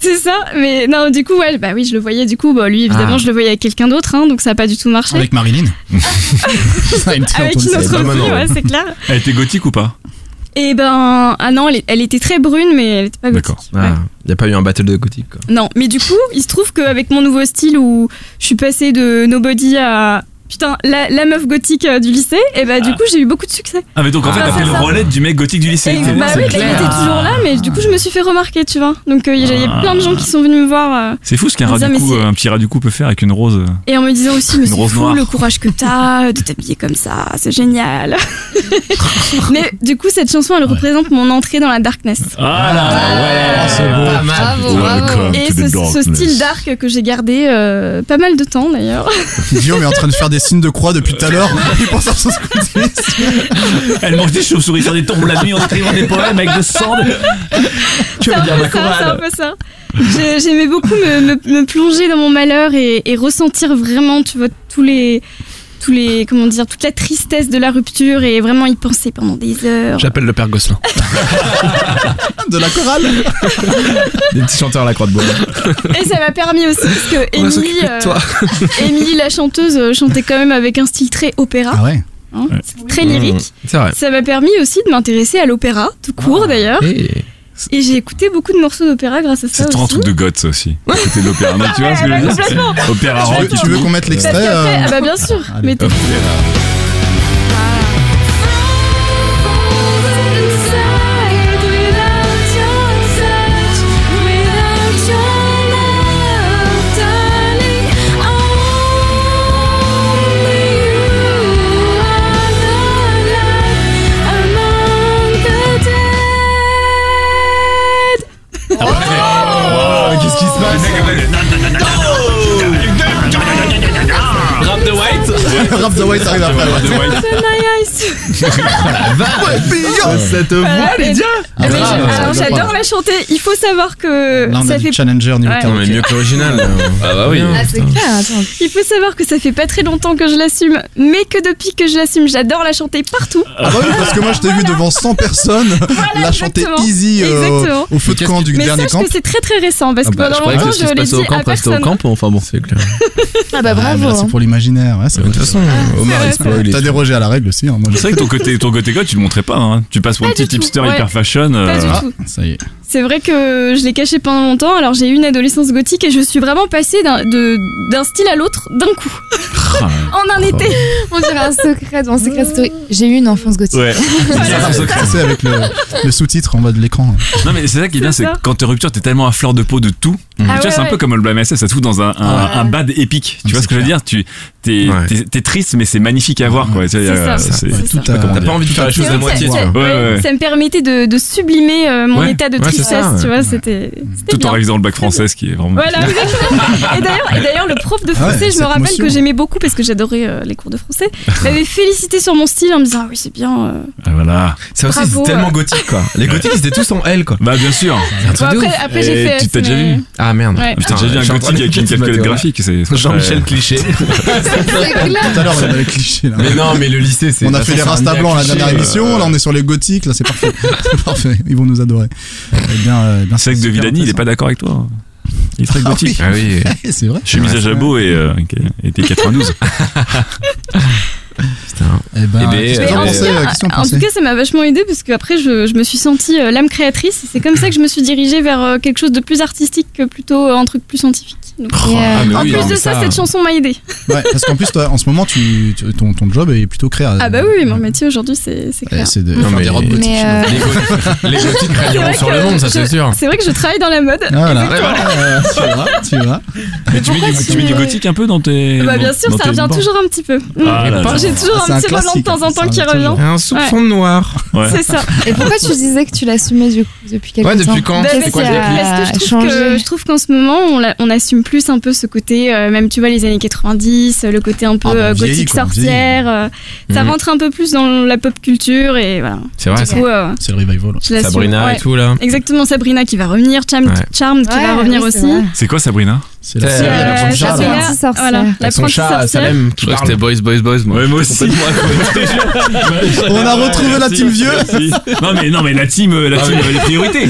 B: c'est ça. Mais non, du coup, ouais, bah oui, je le voyais. Du coup, bah, lui, évidemment,
G: Ah.
B: je le voyais avec quelqu'un d'autre, hein, donc ça n'a pas du tout marché. *laughs*
J: Avec Marilyn. Ça, il me tient
B: Avec
J: autour du
B: une
J: cerveau.
B: autre
G: pas
B: fille,
G: maintenant,
B: ouais, c'est clair.
I: Elle était gothique ou pas
B: Et ben, ah non, elle, est- elle était très brune, mais elle n'était pas Ah, gothique.
I: D'accord.
G: Ah, Il n'y a pas eu un battle de gothique, quoi.
B: Non, mais du coup, il se trouve qu'avec mon nouveau style où je suis passée de nobody à putain la, la meuf gothique euh, du lycée, et bah du coup j'ai eu beaucoup de succès.
I: Ah mais donc en fait
B: Ah,
I: t'as fait
B: c'est
I: le
B: ça.
I: relais du mec gothique du lycée.
B: Et
I: C'est-
B: bah oui,
I: c'est
B: bah, il
I: clair.
B: était toujours là, mais du coup je me suis fait remarquer, tu vois. Donc euh, il y a
I: Ah.
B: plein de gens qui sont venus me voir euh,
I: C'est fou ce qu'un
B: On
I: rat
B: disait,
I: du
B: mais
I: coup,
B: c'est-
I: un petit rat du coup peut faire avec une rose.
B: et en me disant aussi mais
I: Une
B: c'est
I: rose
B: fou
I: noire.
B: le courage que t'as de t'habiller comme ça, c'est
I: *laughs*
B: génial. mais du coup cette chanson elle
J: Ouais.
B: représente mon entrée dans la darkness.
I: Ah là
G: Oh, c'est
B: Euh,
G: beau. Pas mal.
F: Bravo, bravo.
B: Et ce, ce style dark que j'ai gardé euh, pas mal de temps d'ailleurs.
J: Guillaume est en train de faire des signe de croix depuis tout
B: *laughs*
J: à l'heure. Il pense à son scoutisme.
M: Elle mange des chauves-souris sur des tombes la nuit en écrivant des poèmes avec de sang.
B: Ah, C'est un, peu ça, c'est un peu ça. J'ai- J'aimais beaucoup me, me- me plonger dans mon malheur et, et ressentir vraiment, tu vois, tous les, tous les, comment dire, toute la tristesse de la rupture et vraiment y penser pendant des
G: *laughs*
B: heures.
H: J'appelle le père Gosselin.
J: de la chorale.
G: Des petits chanteurs à la croix de bois.
B: Et ça m'a permis aussi parce que
H: On va
B: Émilie,
H: s'occuper de toi.
B: euh, *laughs* Émilie, la chanteuse, euh, chantait quand même avec un style très opéra,
J: Ah ouais.
B: hein, c'est très lyrique.
G: C'est vrai.
B: Ça m'a permis aussi de m'intéresser à l'opéra, tout court d'ailleurs.
G: Et-
B: Et j'ai écouté beaucoup de morceaux d'opéra grâce à ça
I: C'est trop un
B: aussi.
I: truc de goth, ça aussi. C'était de l'opéra. Non, tu vois ce que je veux dire
B: Complètement.
I: C'est Opéra
J: Tu
I: rock.
J: veux, tu veux qu'on mette
B: Parce
J: l'extrait
B: qu'après-
J: euh,
B: ah bah bien sûr,
J: Allez.
B: mais t'es-
J: bah,
G: Oh, Qu'est-ce qui se
B: Oh.
G: passe
H: Rap de White
J: Rap the White arrive après. ouais. *laughs*
B: Open my eyes.
G: Cette
B: Voilà, mais-
J: Ah,
B: mais je-
J: grave,
B: alors,
J: grave.
B: J'adore la chanter. Il faut savoir que
J: Là, on a
B: ça
J: du
B: fait
J: challenger hein. niveau
B: Ouais.
J: karaoké.
G: mais mieux que l'original.
H: Ah bah oui.
F: Ah, c'est clair, attends.
B: Il faut savoir que ça fait pas très longtemps que je l'assume, mais que depuis que je l'assume, j'adore la chanter partout.
J: Ah bah oui, parce que moi je t'ai vu devant
B: *laughs*
J: 100 personnes la chanter
B: exactement.
J: easy euh,
B: Exactement.
J: au feu de camp du
B: mais
J: dernier
B: sache
J: camp.
B: que c'est très très récent parce
H: Ah bah,
B: que
H: je
B: pendant
H: croyais que
B: longtemps
H: ce
B: je
H: qui se
B: l'ai
H: passait
B: dit
H: au
B: à
H: camp restait au
B: personne.
H: camp, enfin bon.
G: C'est clair.
F: Ah bah
J: Ah, mais là,
F: bravo.
B: hein.
J: c'est pour l'imaginaire, ouais, c'est
G: De toute façon, euh, Omar,
B: vrai,
G: il
B: Ah, c'est
G: spoil.
J: T'as dérogé à la règle aussi, hein, moi je
I: C'est vrai que ton côté, ton côté goth, tu le montrais pas. Hein. Tu passes pour
B: Pas
I: un petit
B: du tout,
I: hipster
B: ouais.
I: hyper fashion.
B: Pas du
I: euh,
B: tout.
J: Ça y est.
B: C'est vrai que je l'ai caché pendant longtemps, alors j'ai eu une adolescence gothique et je suis vraiment passée d'un de- d'un style à l'autre d'un coup,
I: ah,
B: *laughs* en un été.
F: On dirait un secret dans Secret Story. J'ai eu une enfance gothique.
I: Ouais.
J: C'est avec le, le sous-titre en bas de l'écran. hein.
I: Non mais c'est ça qui est bien,
B: C'est
I: c'est
B: ça.
I: que quand t'es rupture, t'es tellement à fleur de peau de tout.
B: Ah
I: tu vois,
B: ouais,
I: c'est un
B: ouais.
I: peu comme le Blame SS, ça te fout dans un, un, un bad épique. Tu
J: Ah,
I: vois
J: c'est
I: ce que je veux dire Tu t'es
G: Ouais.
I: t'es- t'es triste, mais c'est magnifique à voir. Quoi. Tu sais,
B: C'est ça.
I: euh, c'est-
J: Ouais,
B: C'est
J: tout à-
G: T'as pas envie de faire les choses
B: C'est
G: à
B: vrai que
G: moitié.
B: ça-
G: quoi.
B: ça-
I: Ouais,
B: ouais,
I: ouais.
B: Ça me permettait de, de sublimer euh, mon
I: Ouais,
B: état de
I: ouais, c'est
B: tristesse,
I: ça, ouais.
B: tu vois, c'était c'était
I: Tout en
B: bien.
I: révisant le bac français, ce qui est vraiment.
B: Voilà, exactement. Et d'ailleurs, et d'ailleurs, le prof de français,
J: ouais,
B: je me
J: cette
B: rappelle
J: motion.
B: que j'aimais beaucoup parce que j'adorais euh, les cours de français, m'avait félicité sur mon style en me disant ah oui c'est bien. euh.
I: Ah, voilà.
G: Ça aussi,
B: Bravo,
G: c'est
B: euh.
G: tellement gothique quoi. Les gothiques, ils étaient tous en L quoi.
I: Bah bien sûr.
B: Bon, après, après, j'ai
I: Et
B: fait.
I: tu t'as déjà
B: mais-
I: vu
G: Ah merde.
B: Ouais.
I: Putain, j'ai
G: *laughs*
I: vu
G: je
I: un
G: suis en train
I: gothique avec une
G: d'écouter ce
I: calculette
G: matin.
I: graphique. c'est- c'est-
G: Jean-Michel Cliché.
F: C'est
G: *laughs*
F: clair. euh,
J: Tout à l'heure, on avait le cliché là.
G: Mais non, mais le lycée, c'est.
J: On
G: de
J: a
G: toute
J: fait les
G: façon, c'est
J: Rasta
G: un
J: blancs la
G: cliché,
J: dernière
G: euh,
J: émission, là on est sur les gothiques, là c'est parfait. *laughs* C'est parfait, ils vont nous adorer. Eh bien, euh, eh bien,
I: C'est vrai que De
J: super
I: Villani, il est pas d'accord avec toi. hein. Il est très
J: Ah oui.
I: gothique.
G: Ah oui.
J: intéressant. Eh, *laughs* C'est vrai.
I: Chemise à jabot et euh, était 92.
J: Eh ben,
G: Eh ben,
J: qu'est-ce que vous
B: Mais
J: en
B: en, tout
J: pensez, euh,
B: cas,
J: qu'est-ce que vous en
B: en tout
J: pensez
B: cas, ça m'a vachement aidé parce que après, je, je me suis sentie euh, l'âme créatrice. C'est comme ça que je me suis dirigée vers euh, quelque chose de plus artistique que plutôt euh, un truc plus scientifique. Donc,
F: Et, euh,
G: Ah, mais
B: en
G: oui,
B: plus
G: non,
B: de
G: mais
B: ça, cette chanson m'a aidé.
J: Ouais, parce qu'en plus, toi, en ce moment, tu, tu- ton, ton job est plutôt créatif.
B: Ah bah oui, mon métier aujourd'hui, c'est c'est
J: Eh,
B: clair.
J: C'est de
G: Non,
J: faire
G: mais-
J: des robes
G: Mais,
J: gothiques.
F: Mais euh,
G: Les go- les
B: *laughs*
G: gothiques règneront
B: vrai
G: sur
B: que
G: le monde, ça
B: je-
G: c'est sûr.
B: C'est vrai que je travaille dans la mode.
J: Ah, Voilà. Euh, tu vois, tu vois.
I: Mais tu mets, du,
F: pourquoi
I: tu mets du
F: tu-
I: gothique un peu dans tes.
B: Bah, bien
I: dans-
B: sûr,
I: dans
B: ça
I: tes
B: revient
I: bancs
B: toujours un petit peu.
I: Ah, là, là.
B: J'ai toujours
J: C'est
B: un
J: un
B: petit volant de
J: classique,
B: temps en
J: ça
B: temps qui
J: revient
B: revient.
J: toujours.
G: Un soupçon de noir.
I: Ouais.
B: *laughs* C'est ça.
F: et pourquoi tu disais que tu l'assumais du coup depuis quelques
G: Ouais, depuis
F: temps
G: quand
B: Bah,
G: C'est
B: parce
G: quoi
F: le
B: que-
F: déclic
B: parce que je trouve
F: Changer.
B: que je trouve qu'en ce moment on, l'a- on assume plus un peu ce côté euh, même tu vois les années 90 euh, le côté un peu
J: Ah, bah, on
B: euh,
J: vieillit,
B: gothique
J: quoi, on vieillit. Mmh.
B: sorcière euh, ça
G: Mhm.
B: rentre un peu plus dans la pop culture et voilà
G: C'est vrai,
B: du
G: ça.
B: coup euh,
J: C'est le revival.
B: je l'assume
G: Sabrina
B: Ouais.
G: et tout là.
B: exactement Sabrina qui va revenir Charmed,
G: Ouais.
B: Charmed qui
F: Ouais,
B: va revenir
F: oui, c'est
B: aussi
F: vrai.
I: C'est quoi Sabrina
J: C'est la
G: Euh,
B: Puis,
J: série
G: la
J: avec
B: euh,
J: son chat,
B: Sabrina,
J: là.
F: L'apprenti sorcière.
B: voilà,
F: Avec
G: Avec son
B: l'apprenti
G: chat,
B: sorcière.
G: Salem,
H: Je
G: qui
H: crois que
G: parle.
H: c'était Boys, Boys, Boys, moi.
I: Ouais, moi aussi.
J: *laughs* On a retrouvé la team vieux.
I: Non mais non mais la team, euh, la team euh, les priorités.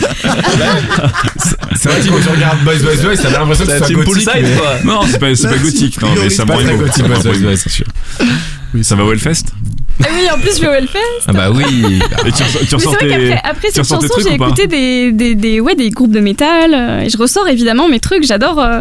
G: C'est vrai que quand tu regardes Boys Boys Boys, t'as l'impression que
H: La
G: c'est un
H: team
G: gothique.
H: Poolside,
G: mais-
H: quoi.
I: Non, c'est pas c'est pas
J: La team
I: gothique. Non mais
J: priorité,
I: ça
J: pas
I: va
J: très
G: gothique, Boys Boys Boys.
J: Oui,
I: Ça va au Hellfest
B: ah oui en plus je vais au Hellfest
G: Ah bah oui.
I: Et tu ressors- tu
B: Mais c'est
I: ressors
B: vrai qu'après
I: tes.
B: après
I: tu
B: cette
I: ressors tes
B: chanson
I: trucs
B: j'ai
I: ou pas
B: écouté des, des, des- ouais, des groupes de métal euh, et je ressors évidemment mes trucs j'adore euh,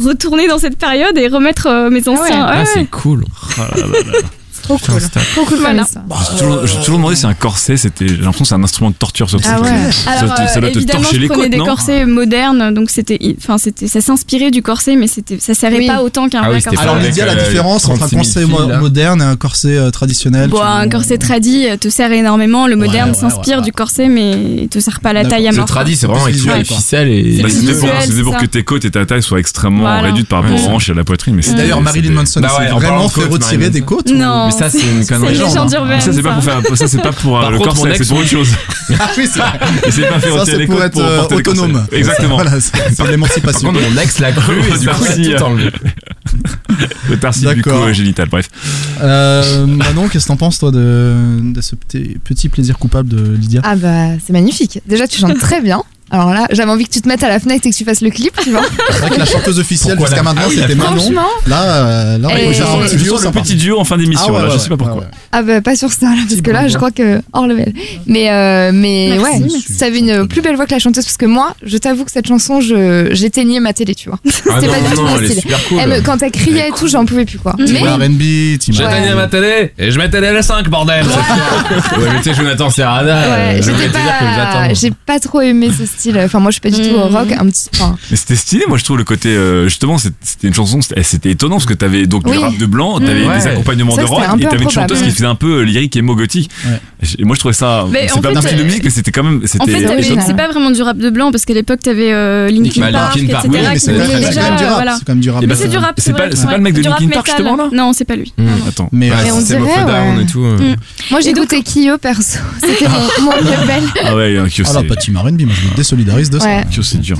B: retourner dans cette période et remettre euh, mes anciens
F: ouais.
B: ouais,
G: Ah,
B: ouais.
G: c'est cool.
I: Ah là là là.
F: Trop cool.
I: c'est
F: Trop cool,
B: Voilà.
F: voilà.
I: Bah, J'ai toujours, j'ai toujours demandé si un corset, c'était. J'ai l'impression que c'est un instrument de torture, ce truc.
F: Ah ouais.
I: Ça,
B: Alors,
I: te- ça
B: euh,
I: doit te
B: évidemment,
I: torcher
B: je
I: les
B: prenais
I: côtes,
B: des
I: non Bah,
B: corsets modernes, donc c'était, enfin, c'était, ça s'inspirait du corset, mais c'était, ça servait
F: Oui.
B: pas autant qu'un
G: Ah
B: vrai
G: oui, c'était
B: corset.
G: pas
J: Alors,
G: Avec,
J: Lydia, la
G: euh,
J: différence entre un
G: 36 000
J: corset
G: filles,
J: mo-
G: là.
J: moderne et un corset euh, traditionnel.
B: Bon,
J: tu-
B: un corset tradi euh, te sert énormément. Le moderne
J: ouais,
B: s'inspire
J: ouais.
B: du corset, mais il te sert pas la
J: D'accord.
B: taille à
G: Le
B: mort.
G: tradit, c'est vraiment avec
J: visuel,
G: les
J: quoi.
G: ficelles et.
I: Bah,
B: C'est
I: C'était pour,
B: visuel,
I: c'était pour
B: ça.
I: que tes côtes et ta taille soient extrêmement
B: Voilà.
I: réduites par rapport aux hanches et à la poitrine. Mais
J: Et
I: c'était-
J: D'ailleurs, Marilyn Manson
I: c'était-
G: Bah ouais,
J: s'est
G: en parlant
J: vraiment
G: de
J: fait
G: côtes,
J: retirer
G: Marilyn
J: des
G: Manson.
J: côtes. ou-
B: Non,
G: Mais ça, c'est
B: *laughs*
G: une
B: c'est
G: connerie.
J: légende.
B: légende urbaine.
I: Ça, c'est pas
B: ça.
I: pour faire. Ça, c'est pas pour euh,
H: Par
I: le
H: contre, mon
I: corset, c'est
H: ex-
I: pour autre chose.
J: Ah oui, *laughs* c'est vrai.
I: Et c'est pas fait
J: Ça,
I: retirer
J: c'est
I: les
J: pour
I: côtes
J: être
I: pour
J: euh,
I: porter le corset.
G: *laughs*
J: autonome.
I: Exactement.
J: Voilà, c'est c'est
G: Par
J: l'émancipation.
G: contre, mon ex l'a cru
I: Ouais,
G: et
I: du
G: ça
I: coup,
G: m'a
I: si,
G: tout enlevé.
I: Le tarsi du
J: D'accord.
I: coup génital, bref.
J: Euh, Manon, qu'est-ce que t'en penses, toi, de, de ce petit, petit plaisir coupable de Lydia
F: Ah bah, c'est magnifique. Déjà, tu chantes très bien. Alors là, j'avais envie que tu te mettes à la fenêtre et que tu fasses le clip, tu
G: Ah
F: vois.
J: C'est vrai que la chanteuse officielle
G: Pourquoi la-
J: jusqu'à maintenant,
G: Ah oui, la
J: c'était Manon.
F: Franchement,
J: Là, euh, là, on
F: Et-
J: peut faire
F: Je
J: un
F: sens-
I: Je
J: petit duo,
I: sors le
J: ça part.
I: petit duo en fin d'émission,
J: Ah ouais,
I: là, je
J: ouais,
I: sais pas
J: ouais,
I: pourquoi.
J: ouais.
F: ah bah, pas sur ça, là, parce que là, je crois que hors level. Mais, euh, mais
B: Merci,
F: ouais,
J: merci.
F: ça avait une plus belle voix que la chanteuse, parce que moi, je t'avoue que cette chanson, je- j'éteignais ma télé, tu vois. C'était pas du tout mon
G: elle est
F: style.
G: super cool.
F: Elle me- quand elle criait et tout, j'en pouvais plus, quoi.
B: Mm.
J: Team
F: Mais
J: R&B, Team
F: Ouais.
H: J'éteignais ma télé et je mettais les L5, bordel!
G: *laughs* Ouais, mais tu sais, Jonathan Serrada,
F: Ouais,
G: euh, je voulais
F: j'étais
G: te dire que
F: pas,
G: j'attends.
F: j'ai pas trop aimé ce style. Enfin, moi, je suis pas du tout
B: Mhm.
F: rock. Un petit, enfin,
I: Mais c'était stylé, moi je trouve le côté euh, justement c'est- c'était une chanson, c'était eh, c'était étonnant parce que t'avais donc
F: Oui.
I: du rap de blanc, t'avais
G: Mmh.
I: des
B: Mm.
G: Ouais.
I: accompagnements
F: Ça,
I: de
F: c'était
I: rock
F: un peu
I: et t'avais une
F: improbable.
I: chanteuse qui faisait un peu euh, lyrique et mogotique.
J: Ouais.
I: Et Moi je trouvais ça,
B: Mais en
I: c'est pas
B: fait,
I: un style de
B: euh,
I: musique mais c'était quand même,
B: En fait,
I: c'était
B: t'avais-
F: original.
B: c'est pas vraiment du rap de blanc parce qu'à l'époque t'avais euh, Linkin
G: Bah,
B: Park,
G: Linkin
B: etc.
G: Park,
J: Oui, mais
B: qui faisait
J: c'est vrai, c'est quand
B: déjà,
J: même du
B: euh,
J: rap.
B: voilà.
J: C'est quand même du rap.
B: Mais
I: Et bah,
B: c'est
I: c'est-
B: du rap,
I: c'est
B: c'est vrai.
I: pas- c'est pas le mec de
B: Du rap
I: Linkin Park,
B: metal.
I: justement, là
B: Non, c'est pas lui.
I: attends.
J: Mais
G: Ouais,
J: euh,
F: Mais on
G: System of a
F: dirait,
G: Down
F: ouais. Mm.
G: et tout. euh.
B: Mmh.
F: moi,
B: Et donc-
F: j'écoutais Kyo perso. C'était mon,
G: *laughs*
F: mon level.
I: Ah ouais, un Kyo,
J: ah là, pas
I: c'est-
J: Team R&B, moi je me désolidarise de ça.
F: Ouais.
I: Kyo, c'est dur.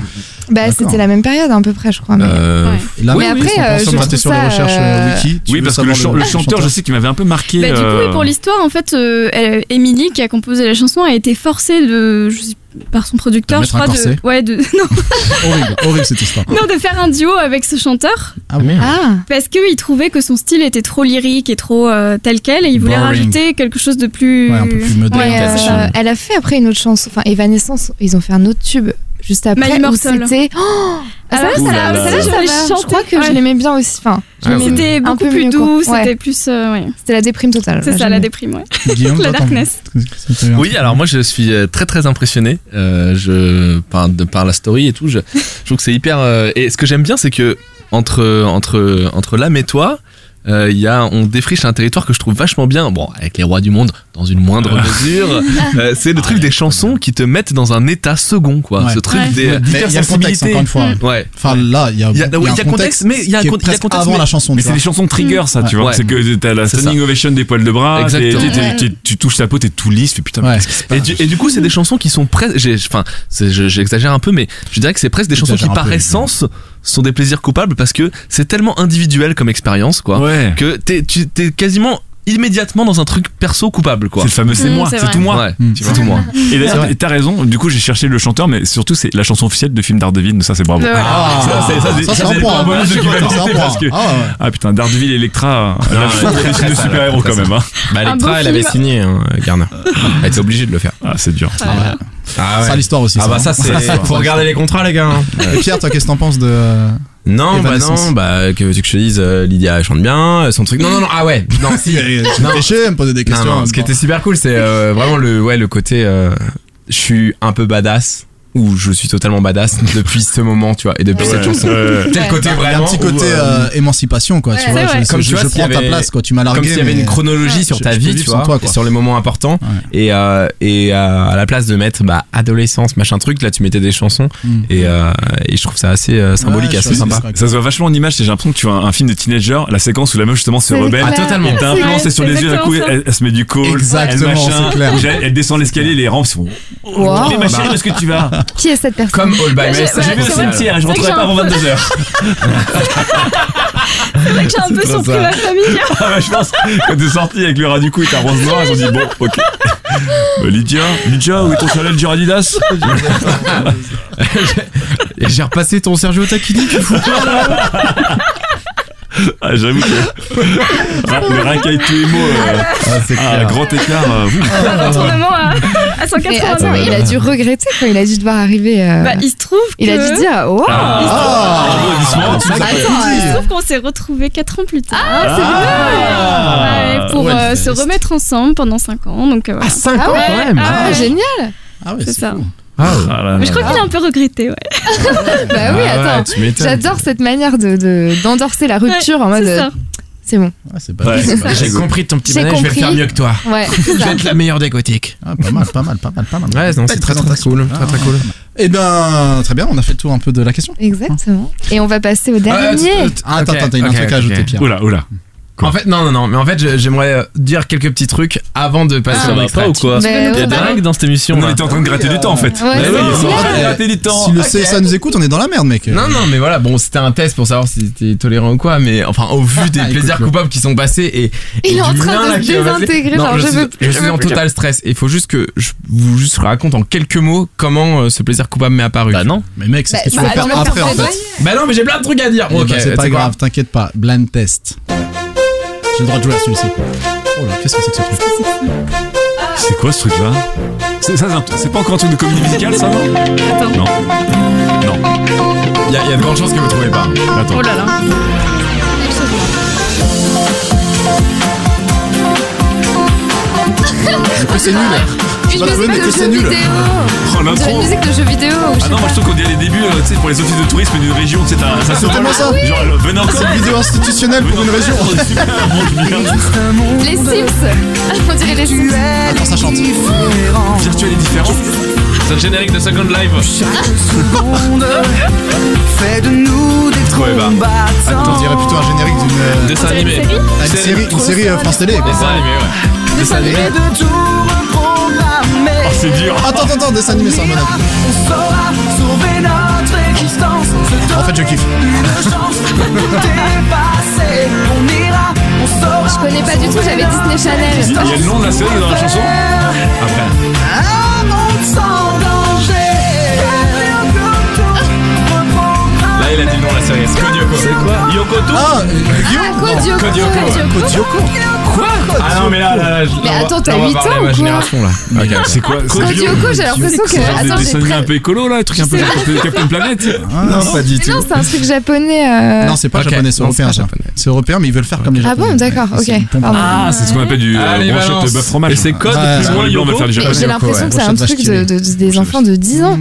F: Bah,
J: D'accord.
F: c'était la même période, à peu près, je crois. Mais...
I: Euh,
B: Ouais.
J: Et là,
F: Mais
J: oui, oui,
F: après,
J: on
F: euh,
J: pense
F: je
J: à
F: trouve
J: gratter sur les
F: ça,
J: recherches euh,
F: euh,
J: wiki. tu
I: Oui
J: veux
I: parce que le,
J: savoir
I: chan- le chanteur je sais qu'il m'avait un peu marqué.
B: Bah, Du coup,
I: euh,
B: et pour l'histoire, en fait, euh, elle- Emily, qui a composé la chanson, a été forcée de, je sais- par son producteur,
J: De
B: je
J: mettre un
B: crois, de,
J: corset.
B: ouais, de, *laughs* non,
J: Horrible, horrible cette histoire.
B: non, de faire un duo avec ce chanteur
J: Ah merde.
F: Ah,
B: parce qu'il trouvait que son style était trop lyrique et trop euh, tel quel et il voulait
J: Boring.
B: rajouter quelque chose de plus.
J: Ouais, un peu plus moderne.
F: ouais, euh,
J: Orientation.
F: elle a fait après une autre chanson. Enfin, Evanescence, ils ont fait un autre tube juste après.
B: My
F: où
B: Immortal.
F: c'était. Oh,
B: Ah,
F: ça,
B: ça,
I: Ouh
B: ça,
I: là là.
B: ça,
F: ça
B: je l'ai
F: va.
B: chanté.
F: Je crois que je
B: Ouais.
F: l'aimais bien aussi. Enfin,
G: Ah, ouais.
B: C'était
F: Un
B: beaucoup
F: peu
B: plus
F: mieux, quoi.
B: doux,
F: Ouais.
B: c'était plus. euh, ouais.
F: c'était la déprime totale.
B: C'est
F: là,
B: ça, la
F: j'aimais.
B: déprime, ouais. *laughs*
J: Guillaume,
B: La
J: toi, t'en-
B: darkness.
J: ça te-
H: Oui, alors moi je suis euh, très très impressionné euh, je, par, de, par la story et tout. Je, je trouve que c'est hyper. euh, et ce que j'aime bien, c'est que entre, entre, entre l'âme et toi, euh, il y a, on défriche un territoire que je trouve vachement bien. Bon, avec les rois du monde, dans une moindre
J: Ah. *laughs*
H: mesure. Euh, c'est le truc des chansons qui te mettent dans un état second, quoi.
J: Ouais.
H: Ce truc
B: Ouais.
H: des.
J: Mais Il y a le contexte, encore une fois.
H: Ouais.
J: Enfin là, il y a,
H: Il y a-
J: il y a un
H: contexte, mais il y a
J: qui est
H: con- il y a
J: presque
H: contexte,
J: avant
H: mais-
J: la chanson. tu
I: Mais c'est
J: vois.
I: des chansons trigger ça, tu vois.
H: Ouais.
I: C'est que t'as la
H: C'est
I: standing ovation des poils de bras, t'es-
H: Exactement.
I: t'es- t'es- t'es- tu touches sa peau, t'es tout lisse, puis putain, mais
J: Ouais.
I: qu'est-ce qui se passe
H: Et du, et du coup, c'est des chansons qui sont presque. j'ai- Enfin, c'est- je- j'exagère un peu, mais je dirais que c'est presque des chansons qui,
J: J'exagère un
H: par
J: peu,
H: essence, sont des plaisirs coupables parce que c'est tellement individuel comme expérience, quoi,
I: Ouais.
H: que t'es tu- t'es quasiment immédiatement dans un truc perso coupable, quoi.
I: C'est le fameux c'est
B: Mmh,
I: moi,
B: c'est
I: c'est
B: vrai.
I: tout moi.
H: Ouais,
J: Mm.
H: tu vois, tout
G: *laughs*
H: moi.
I: Et
J: C'est
I: d'ailleurs,
J: vrai.
I: et t'as raison, du coup j'ai cherché le chanteur, mais surtout c'est la chanson officielle de film Daredevil, ça c'est bravo.
B: Ouais.
J: Ah,
I: Ça, c'est- ça, c'est-
J: ça, c'est
I: ça,
J: un
I: c'est
J: point.
I: un bonus
J: hein.
I: de Guillaume,
J: C'est un
I: c'est
J: point.
I: parce que-
J: Ah, ouais.
I: Ah putain, Daredevil Electra, euh,
G: Ah,
I: la
G: ouais,
I: chanson de super-héros quand même. Hein.
G: Bah,
B: Un beau
G: Electra, elle avait
B: film.
G: signé, hein, Garner. Elle était obligée de le faire.
I: Ah c'est dur.
G: Ah
J: Ça, l'histoire aussi.
G: Ah bah, *laughs* ça,
J: hein.
G: c'est. Faut regarder les contrats, les gars. hein.
J: Et Pierre, toi, qu'est-ce que t'en penses de.
G: Non, bah
J: Evanescence.
G: non, bah, que veux-tu que je te dise, euh, Lydia, elle chante bien, euh, son truc. Non, non, non, ah ouais,
H: *laughs*
G: non, si.
J: Tu
G: Non.
J: me fais chier, me poser des
G: Non,
J: questions.
G: non, ce qui était super cool, c'est *laughs* euh, vraiment le, ouais, le côté euh, je suis un peu badass, ou je suis totalement badass depuis ce moment, tu vois, et depuis
I: Ouais,
G: cette chanson.
I: ouais.
G: Tel côté
J: Il y a
G: vraiment.
J: un petit
G: où,
J: côté
G: euh,
J: euh, émancipation, quoi. Tu
B: Ouais,
J: vois,
B: c'est
J: je-
B: vrai.
J: je-
G: Comme tu
J: je
G: vois, s'il y
J: prends ta
G: avait-
J: place, quoi. Tu m'as largué.
G: comme s'il y avait
J: mais-
G: une chronologie sur
J: je-
G: ta
J: je peux
G: vie,
J: vivre
G: tu
J: sans
G: vois,
J: toi,
G: et
J: quoi.
G: sur les moments importants. Et, euh, et euh, à la place de mettre bah, adolescence, machin truc, là tu mettais des chansons.
J: Mm.
G: Et, euh, et je trouve ça assez euh, symbolique,
J: Ouais, je
G: assez
J: suis
G: sympa.
J: d'accord.
I: Ça se voit vachement en image, c'est j'ai l'impression que tu vois un, un film de teenager, la séquence où la meuf justement se
F: C'est
I: rebelle.
F: clair. Ah, totalement.
I: Et t'as un
B: C'est
I: plan,
B: vrai,
I: c'est sur les
B: c'est
I: yeux, d'un coup, elle,
B: exactement
I: elle se met du col.
J: Exactement,
I: elle machin,
J: c'est clair.
I: Elle, elle descend l'escalier, les rampes sont.
F: Wow.
I: Mais ma chérie, où est-ce que tu vas
F: Qui est cette personne
G: Comme All by
B: J'ai-
G: Myself.
B: ouais,
I: J'ai vu au
B: c'est vrai.
I: cimetière, je
B: C'est vrai que
I: rentrerai pas
B: j'ai
I: avant
B: un peu-
I: 22h.
B: C'est vrai que j'ai un peu
G: trop
B: surpris
G: ça.
B: ma famille. hein.
I: *laughs* Ah bah, je pense, quand t'es sorti avec le rat du cou et ta rose noire, ils ont dit bon, *laughs* ok. Euh, Lydia, Lydia, où est ton challenge Adidas
G: Et J'ai repassé ton Sergio Tacchini, tu fous.
I: *laughs* Ah, j'avoue que. *laughs* Ra- Le racaille tous les mots, euh,
G: c'est
I: ah, grand écart. euh, vous.
B: Un retournement à, à
F: *laughs* Mais
B: 180
F: attends,
B: degrés.
F: il a dû regretter, quoi. Il a dû devoir arriver. euh,
B: Bah, il se trouve
F: il a
B: que-
F: dû dire, wow,
J: Ah,
I: Applaudissements.
J: tu nous as pas
F: Attends,
J: tout dit.
B: Il se trouve qu'on s'est retrouvés 4 ans plus tard.
I: Ah,
B: Ouais, pour pour euh,
H: Hellfest.
B: se remettre ensemble pendant 5 ans. Donc, euh,
G: Ah,
B: voilà.
G: 5
B: Ah
G: ans
B: ouais,
G: quand même
B: ah ouais.
F: Génial
J: Ah ouais,
B: C'est ça.
J: fou.
G: Ah ouais.
I: Ah là
B: Mais
I: là.
B: je crois qu'il a un peu regretté, ouais.
F: Bah oui,
G: Ah ouais,
F: attends.
G: tu m'étonnes.
F: J'adore cette manière de- de d'endorser la rupture en mode.
B: C'est
F: euh,
B: ça.
F: C'est bon.
J: Ouais, c'est pas,
I: Ouais.
J: c'est pas-
G: Ah, J'ai compris ton petit
F: J'ai
G: manège, je vais le
F: compris.
G: faire mieux que toi.
F: Ouais.
G: Je vais être la meilleure des gothiques.
J: ah, pas mal, pas mal, pas mal, pas mal.
G: Ouais, non, c'est
J: Belle
G: très très
J: présentation.
G: cool. Très très cool.
J: Eh ben, très bien, on a fait le tour un peu de la question.
F: Exactement. Et on va passer au dernier.
J: Ah, attends,
G: Ok,
J: attends, t'as une
G: ok,
J: truc
G: ok,
J: à ajouter,
G: ok.
J: Pierre.
I: Oula, oula. Quoi
G: En fait, non, non, non, mais en fait, je- j'aimerais euh, dire quelques petits trucs avant de
F: Ah,
G: passer
H: Ça
G: au
H: va
G: extrait.
H: pas ou quoi
F: Ben,
H: Il y a
F: ouais.
H: des règles dans cette émission.
I: On
H: là.
I: était en train de gratter du temps en fait.
F: Ouais,
I: Mais
F: c'est
I: oui, ils sont en
F: clair.
I: train de gratter du temps.
J: Si le
G: Ok.
J: CSA nous écoute, on est dans la merde, mec.
G: Euh, Non, non, mais voilà, bon, c'était un test pour savoir si t'es tolérant ou quoi, mais enfin, au vu des
J: Ah,
G: plaisirs
J: écoute-le.
G: coupables qui sont passés et.
F: Il
G: et
F: est en
G: du
F: train
G: lien,
F: de
G: là,
F: se
G: qui va passer-
F: désintégrer,
G: Non,
F: genre,
G: je,
F: je
G: suis-
F: veux-
G: je
F: je
G: suis
F: veux
G: en
F: plus.
G: total stress. Il faut juste que je vous juste raconte en quelques mots comment euh, ce plaisir coupable m'est apparu.
H: Bah non.
J: Mais mec, c'est ce que tu
F: Bah,
J: vas
F: bah,
J: faire
F: attends,
J: après, en fait.
G: Bah non, mais j'ai plein de trucs à dire.
J: Eh
G: Ok,
J: ben, c'est pas
G: quoi
J: grave, t'inquiète pas. Blind test. J'ai le droit de jouer à celui-ci. Oh là, qu'est-ce que c'est que ce truc
I: C'est quoi ce truc là C'est ça, c'est un- c'est pas encore un truc de comédie musicale ça non Non. Non.
G: Il y, a- il y a de grandes chances que vous trouvez pas.
I: Attends.
B: Oh là là.
F: *laughs*
J: Que c'est nul.
F: Une
J: Pas de bonne,
F: musique
J: que
F: de
J: c'est
F: jeu
J: nul.
F: vidéo.
I: Oh
F: On dirait Une
I: l'intro
F: musique de jeu vidéo. ou je
I: Ah
F: sais
I: non, moi je trouve qu'on dit les débuts, euh, tu sais, pour les offices de tourisme d'une région, tu sais, t'as- ça se
J: C'est tellement Ah, ça.
I: Genre, euh, venez encore
J: C'est une vidéo institutionnelle pour une région.
I: *laughs* Super, mange bien.
F: pas. Les Sims.
J: *laughs*
F: On dirait les Sims.
J: Attends, ça chante.
I: Virtuel et différent.
H: C'est le générique de Second Life.
I: Ouais, bah.
J: Attends, on dirait plutôt un générique d'une euh,
H: Dessin
B: C'est une
H: animé.
B: série
J: ah, une série, une série euh, France Télé.
H: Dessin animé, ouais.
J: Dessin animé.
I: Oh, c'est dur.
J: Attends, attends, attends, dessin animé, c'est un bon appel. En fait, je kiffe.
F: Je connais pas du tout, j'avais Disney
I: Il y
F: Channel.
I: a le nom de la série dans la chanson Après.
G: Là, il a dit non la série. C'est Code Lyoko.
I: Yokoto
J: Ah, euh, Yu-Gi-Oh!
F: Ah, quoi, Dioko
G: Code Lyoko.
J: Code Lyoko.
G: Ah non, mais là, là, là, je-
F: Mais
G: là, on
F: attends,
G: va-
F: t'as
G: là, on va
F: 8
G: parler
F: ans
G: de
F: ou
G: ma
F: quoi
G: génération là.
I: Ok, c'est quoi
F: Code Lyoko, j'ai l'impression que-
I: C'est
F: attends,
I: des dessins
F: j'ai
I: animés
F: très-
I: un peu écolo là, le truc un peu genre Captain Planet
J: Ah, non, pas du
F: Mais non, c'est un truc japonais. euh,
J: Non, c'est pas
G: Ok,
J: japonais, c'est
G: non, c'est
J: européen.
G: pas
J: ça.
G: japonais.
J: C'est européen, mais ils veulent faire comme les
F: Ah
J: japonais.
F: bon, d'accord,
J: Ouais, c'est
F: ok.
J: une pompe.
F: Pardon.
I: Ah, c'est ce qu'on appelle du euh,
G: Allez,
I: brochette
G: balance.
I: bœuf fromage.
H: Et c'est code,
J: Ah,
H: plus ou
J: ouais.
H: moins,
I: Les blancs veulent
H: Yoko.
I: faire du
F: Mais
I: japonais.
F: j'ai l'impression que c'est un
J: Brochette
F: truc de,
J: vache
F: de- des enfants de 10 ans.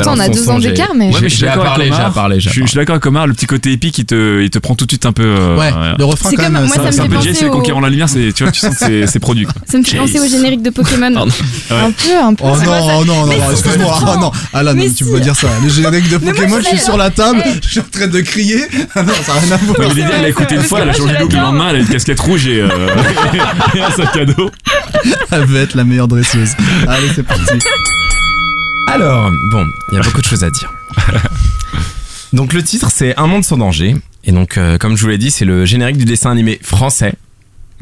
F: Attends, on a
G: Balance ton
F: 2 ans
G: son, j'ai-
F: d'écart, mais.
I: Ouais, mais je suis
G: J'ai à
I: d'accord avec
G: parler, j'ai à
I: Omar.
G: parler, j'ai
I: Je
G: à
I: suis- je suis d'accord avec Omar, le petit côté épique, il te, il te prend tout de suite un peu. euh,
J: Ouais,
I: ouais.
J: le refrain
B: C'est
J: quand
B: comme-
J: même.
B: moi,
J: ça-
B: ça me
I: C'est
J: ça
I: un
B: fait
I: peu
B: penser
I: le GSC,
B: au-
I: Conquérant la lumière, c'est- tu vois, tu sens que c'est- c'est produit. quoi.
B: Ça me fait penser au générique de Pokémon.
F: Un peu, un peu.
J: Oh
F: ça-
J: non, oh non, non, non, excuse-moi, oh non, Alan,
B: Mais
J: tu
B: si.
J: peux pas dire ça. Les génériques de
B: moi,
J: Pokémon,
B: je Eh.
J: je suis
B: l'ai,
J: sur la table, je suis en train de crier. *laughs* Ah non, ça n'a rien à voir.
I: Ouais, mais Lydie, elle l'a
B: vrai,
I: écouté
B: c'est
I: une
B: vrai,
I: fois, elle a
B: parce que
I: changé
B: moi,
I: de look
B: je
I: le
B: l'adore.
I: lendemain, elle a une casquette rouge et, euh, *laughs* et un sac à dos.
J: Elle va être la meilleure dresseuse. Allez, c'est parti.
G: Alors, bon, il y a beaucoup de choses
F: *laughs*
G: à dire. donc le titre, c'est Un monde sans danger. Et donc, euh, comme je vous l'ai dit, c'est le générique du dessin animé français,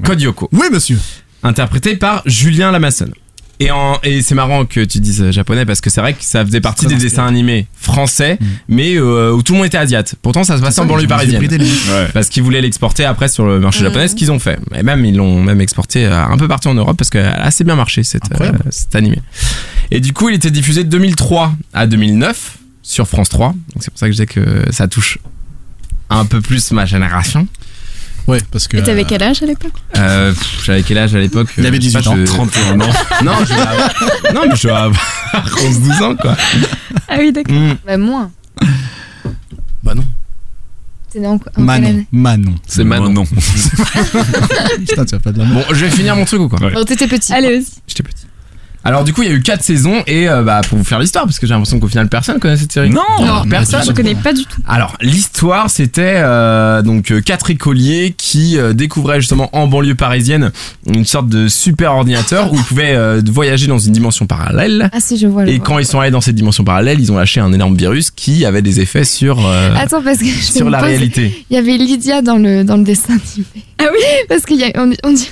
G: Code Lyoko,
J: Oui, monsieur.
G: interprété par Julien Lamassonne. Et, en- et c'est marrant que tu dises euh, japonais parce que c'est vrai que ça faisait partie
J: très
G: des
J: inspiré. Mm.
G: dessins animés français, mais euh, où tout le monde était asiate. Pourtant, ça se
J: Ah,
G: passait en banlieue parisienne.
I: Ouais.
G: Parce qu'ils voulaient l'exporter après sur le marché
F: Mhm.
G: japonais, ce qu'ils ont fait. Et même, ils l'ont même exporté euh, un peu partout en Europe parce qu'elle a assez bien marché, cette, euh,
J: Incroyable.
G: cet animé. Et du coup, il était diffusé de 2003 à 2009 sur France 3. Donc, c'est pour ça que je disais que ça touche un peu plus ma génération.
J: Ouais, parce que.
B: Et t'avais
J: euh,
B: quel âge à l'époque
G: Euh, pff, J'avais quel âge à l'époque euh,
J: Il avait
G: Je sais
J: 18
G: pas,
J: ans.
G: je-
I: 31 ans.
G: *laughs* Non, je vais avoir- non, mais je vais avoir 11-12 ans, quoi.
B: Ah oui, d'accord.
I: Hmm.
G: Mm.
F: Bah, moins.
G: Bah non.
B: Ah,
F: T'es né en quoi en quelle
J: Manon,
F: année
B: *laughs*
J: Manon.
H: C'est Manon.
I: *laughs* Non.
J: Putain, tu vas pas de la merde.
G: Bon, je vais finir mon truc ou quoi
I: Ouais.
F: Bon, t'étais petit.
B: Allez, vas-y.
G: J'étais petit. Alors, du coup, il y a eu 4 saisons et euh, bah, pour vous faire l'histoire, parce que j'ai l'impression qu'au final, personne connaît cette série.
I: Non
G: personne.
B: Je connais pas du tout.
G: Alors l'histoire c'était euh, donc euh, quatre écoliers qui euh, découvraient justement en banlieue parisienne une sorte de super ordinateur où ils pouvaient euh, voyager dans une dimension parallèle.
F: Ah, si, je vois. je
G: Et
F: vois.
G: quand ils sont allés dans cette dimension parallèle, ils ont lâché un énorme virus qui avait des effets sur euh,
F: Attends, parce que je fais
G: sur
F: une
G: la
F: pause.
G: réalité.
F: Il y avait Lydia dans le, dans le dessin animé.
B: Ah oui
F: Parce qu'il y a, on, on dirait-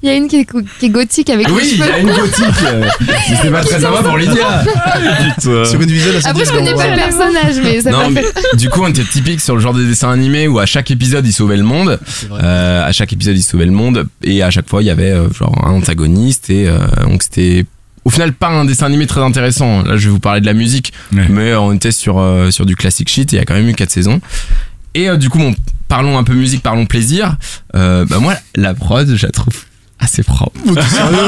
F: il y a une qui est, co- qui est gothique avec les
G: *laughs* Ah Oui, il y a
F: cheveux.
G: une gothique. euh, mais c'est pas très sympa pour Lydia.
I: *laughs*
J: Sur une
B: Ah,
J: visée, là, euh, c'est
F: Après, je
J: dit,
F: connais
J: bon,
F: pas le
J: ouais.
F: personnage, mais ça
G: Non,
F: m'a
G: mais
F: fait.
G: du coup, on était typique sur le genre des dessins animés où à chaque épisode, ils sauvaient le monde.
J: vrai.
G: Euh, à chaque épisode, ils sauvaient le monde. Et à chaque fois, il y avait euh, genre un antagoniste. Et euh, donc, c'était au final pas un dessin animé très intéressant. Là, je vais vous parler de la musique.
I: Ouais.
G: Mais euh, on était sur, euh, sur du classic shit. Et il y a quand même eu quatre saisons. Et euh, du coup, bon, parlons un peu musique, parlons plaisir. Euh, bah, moi, la prod, je la trouve assez propre.
J: Vous êtes sérieux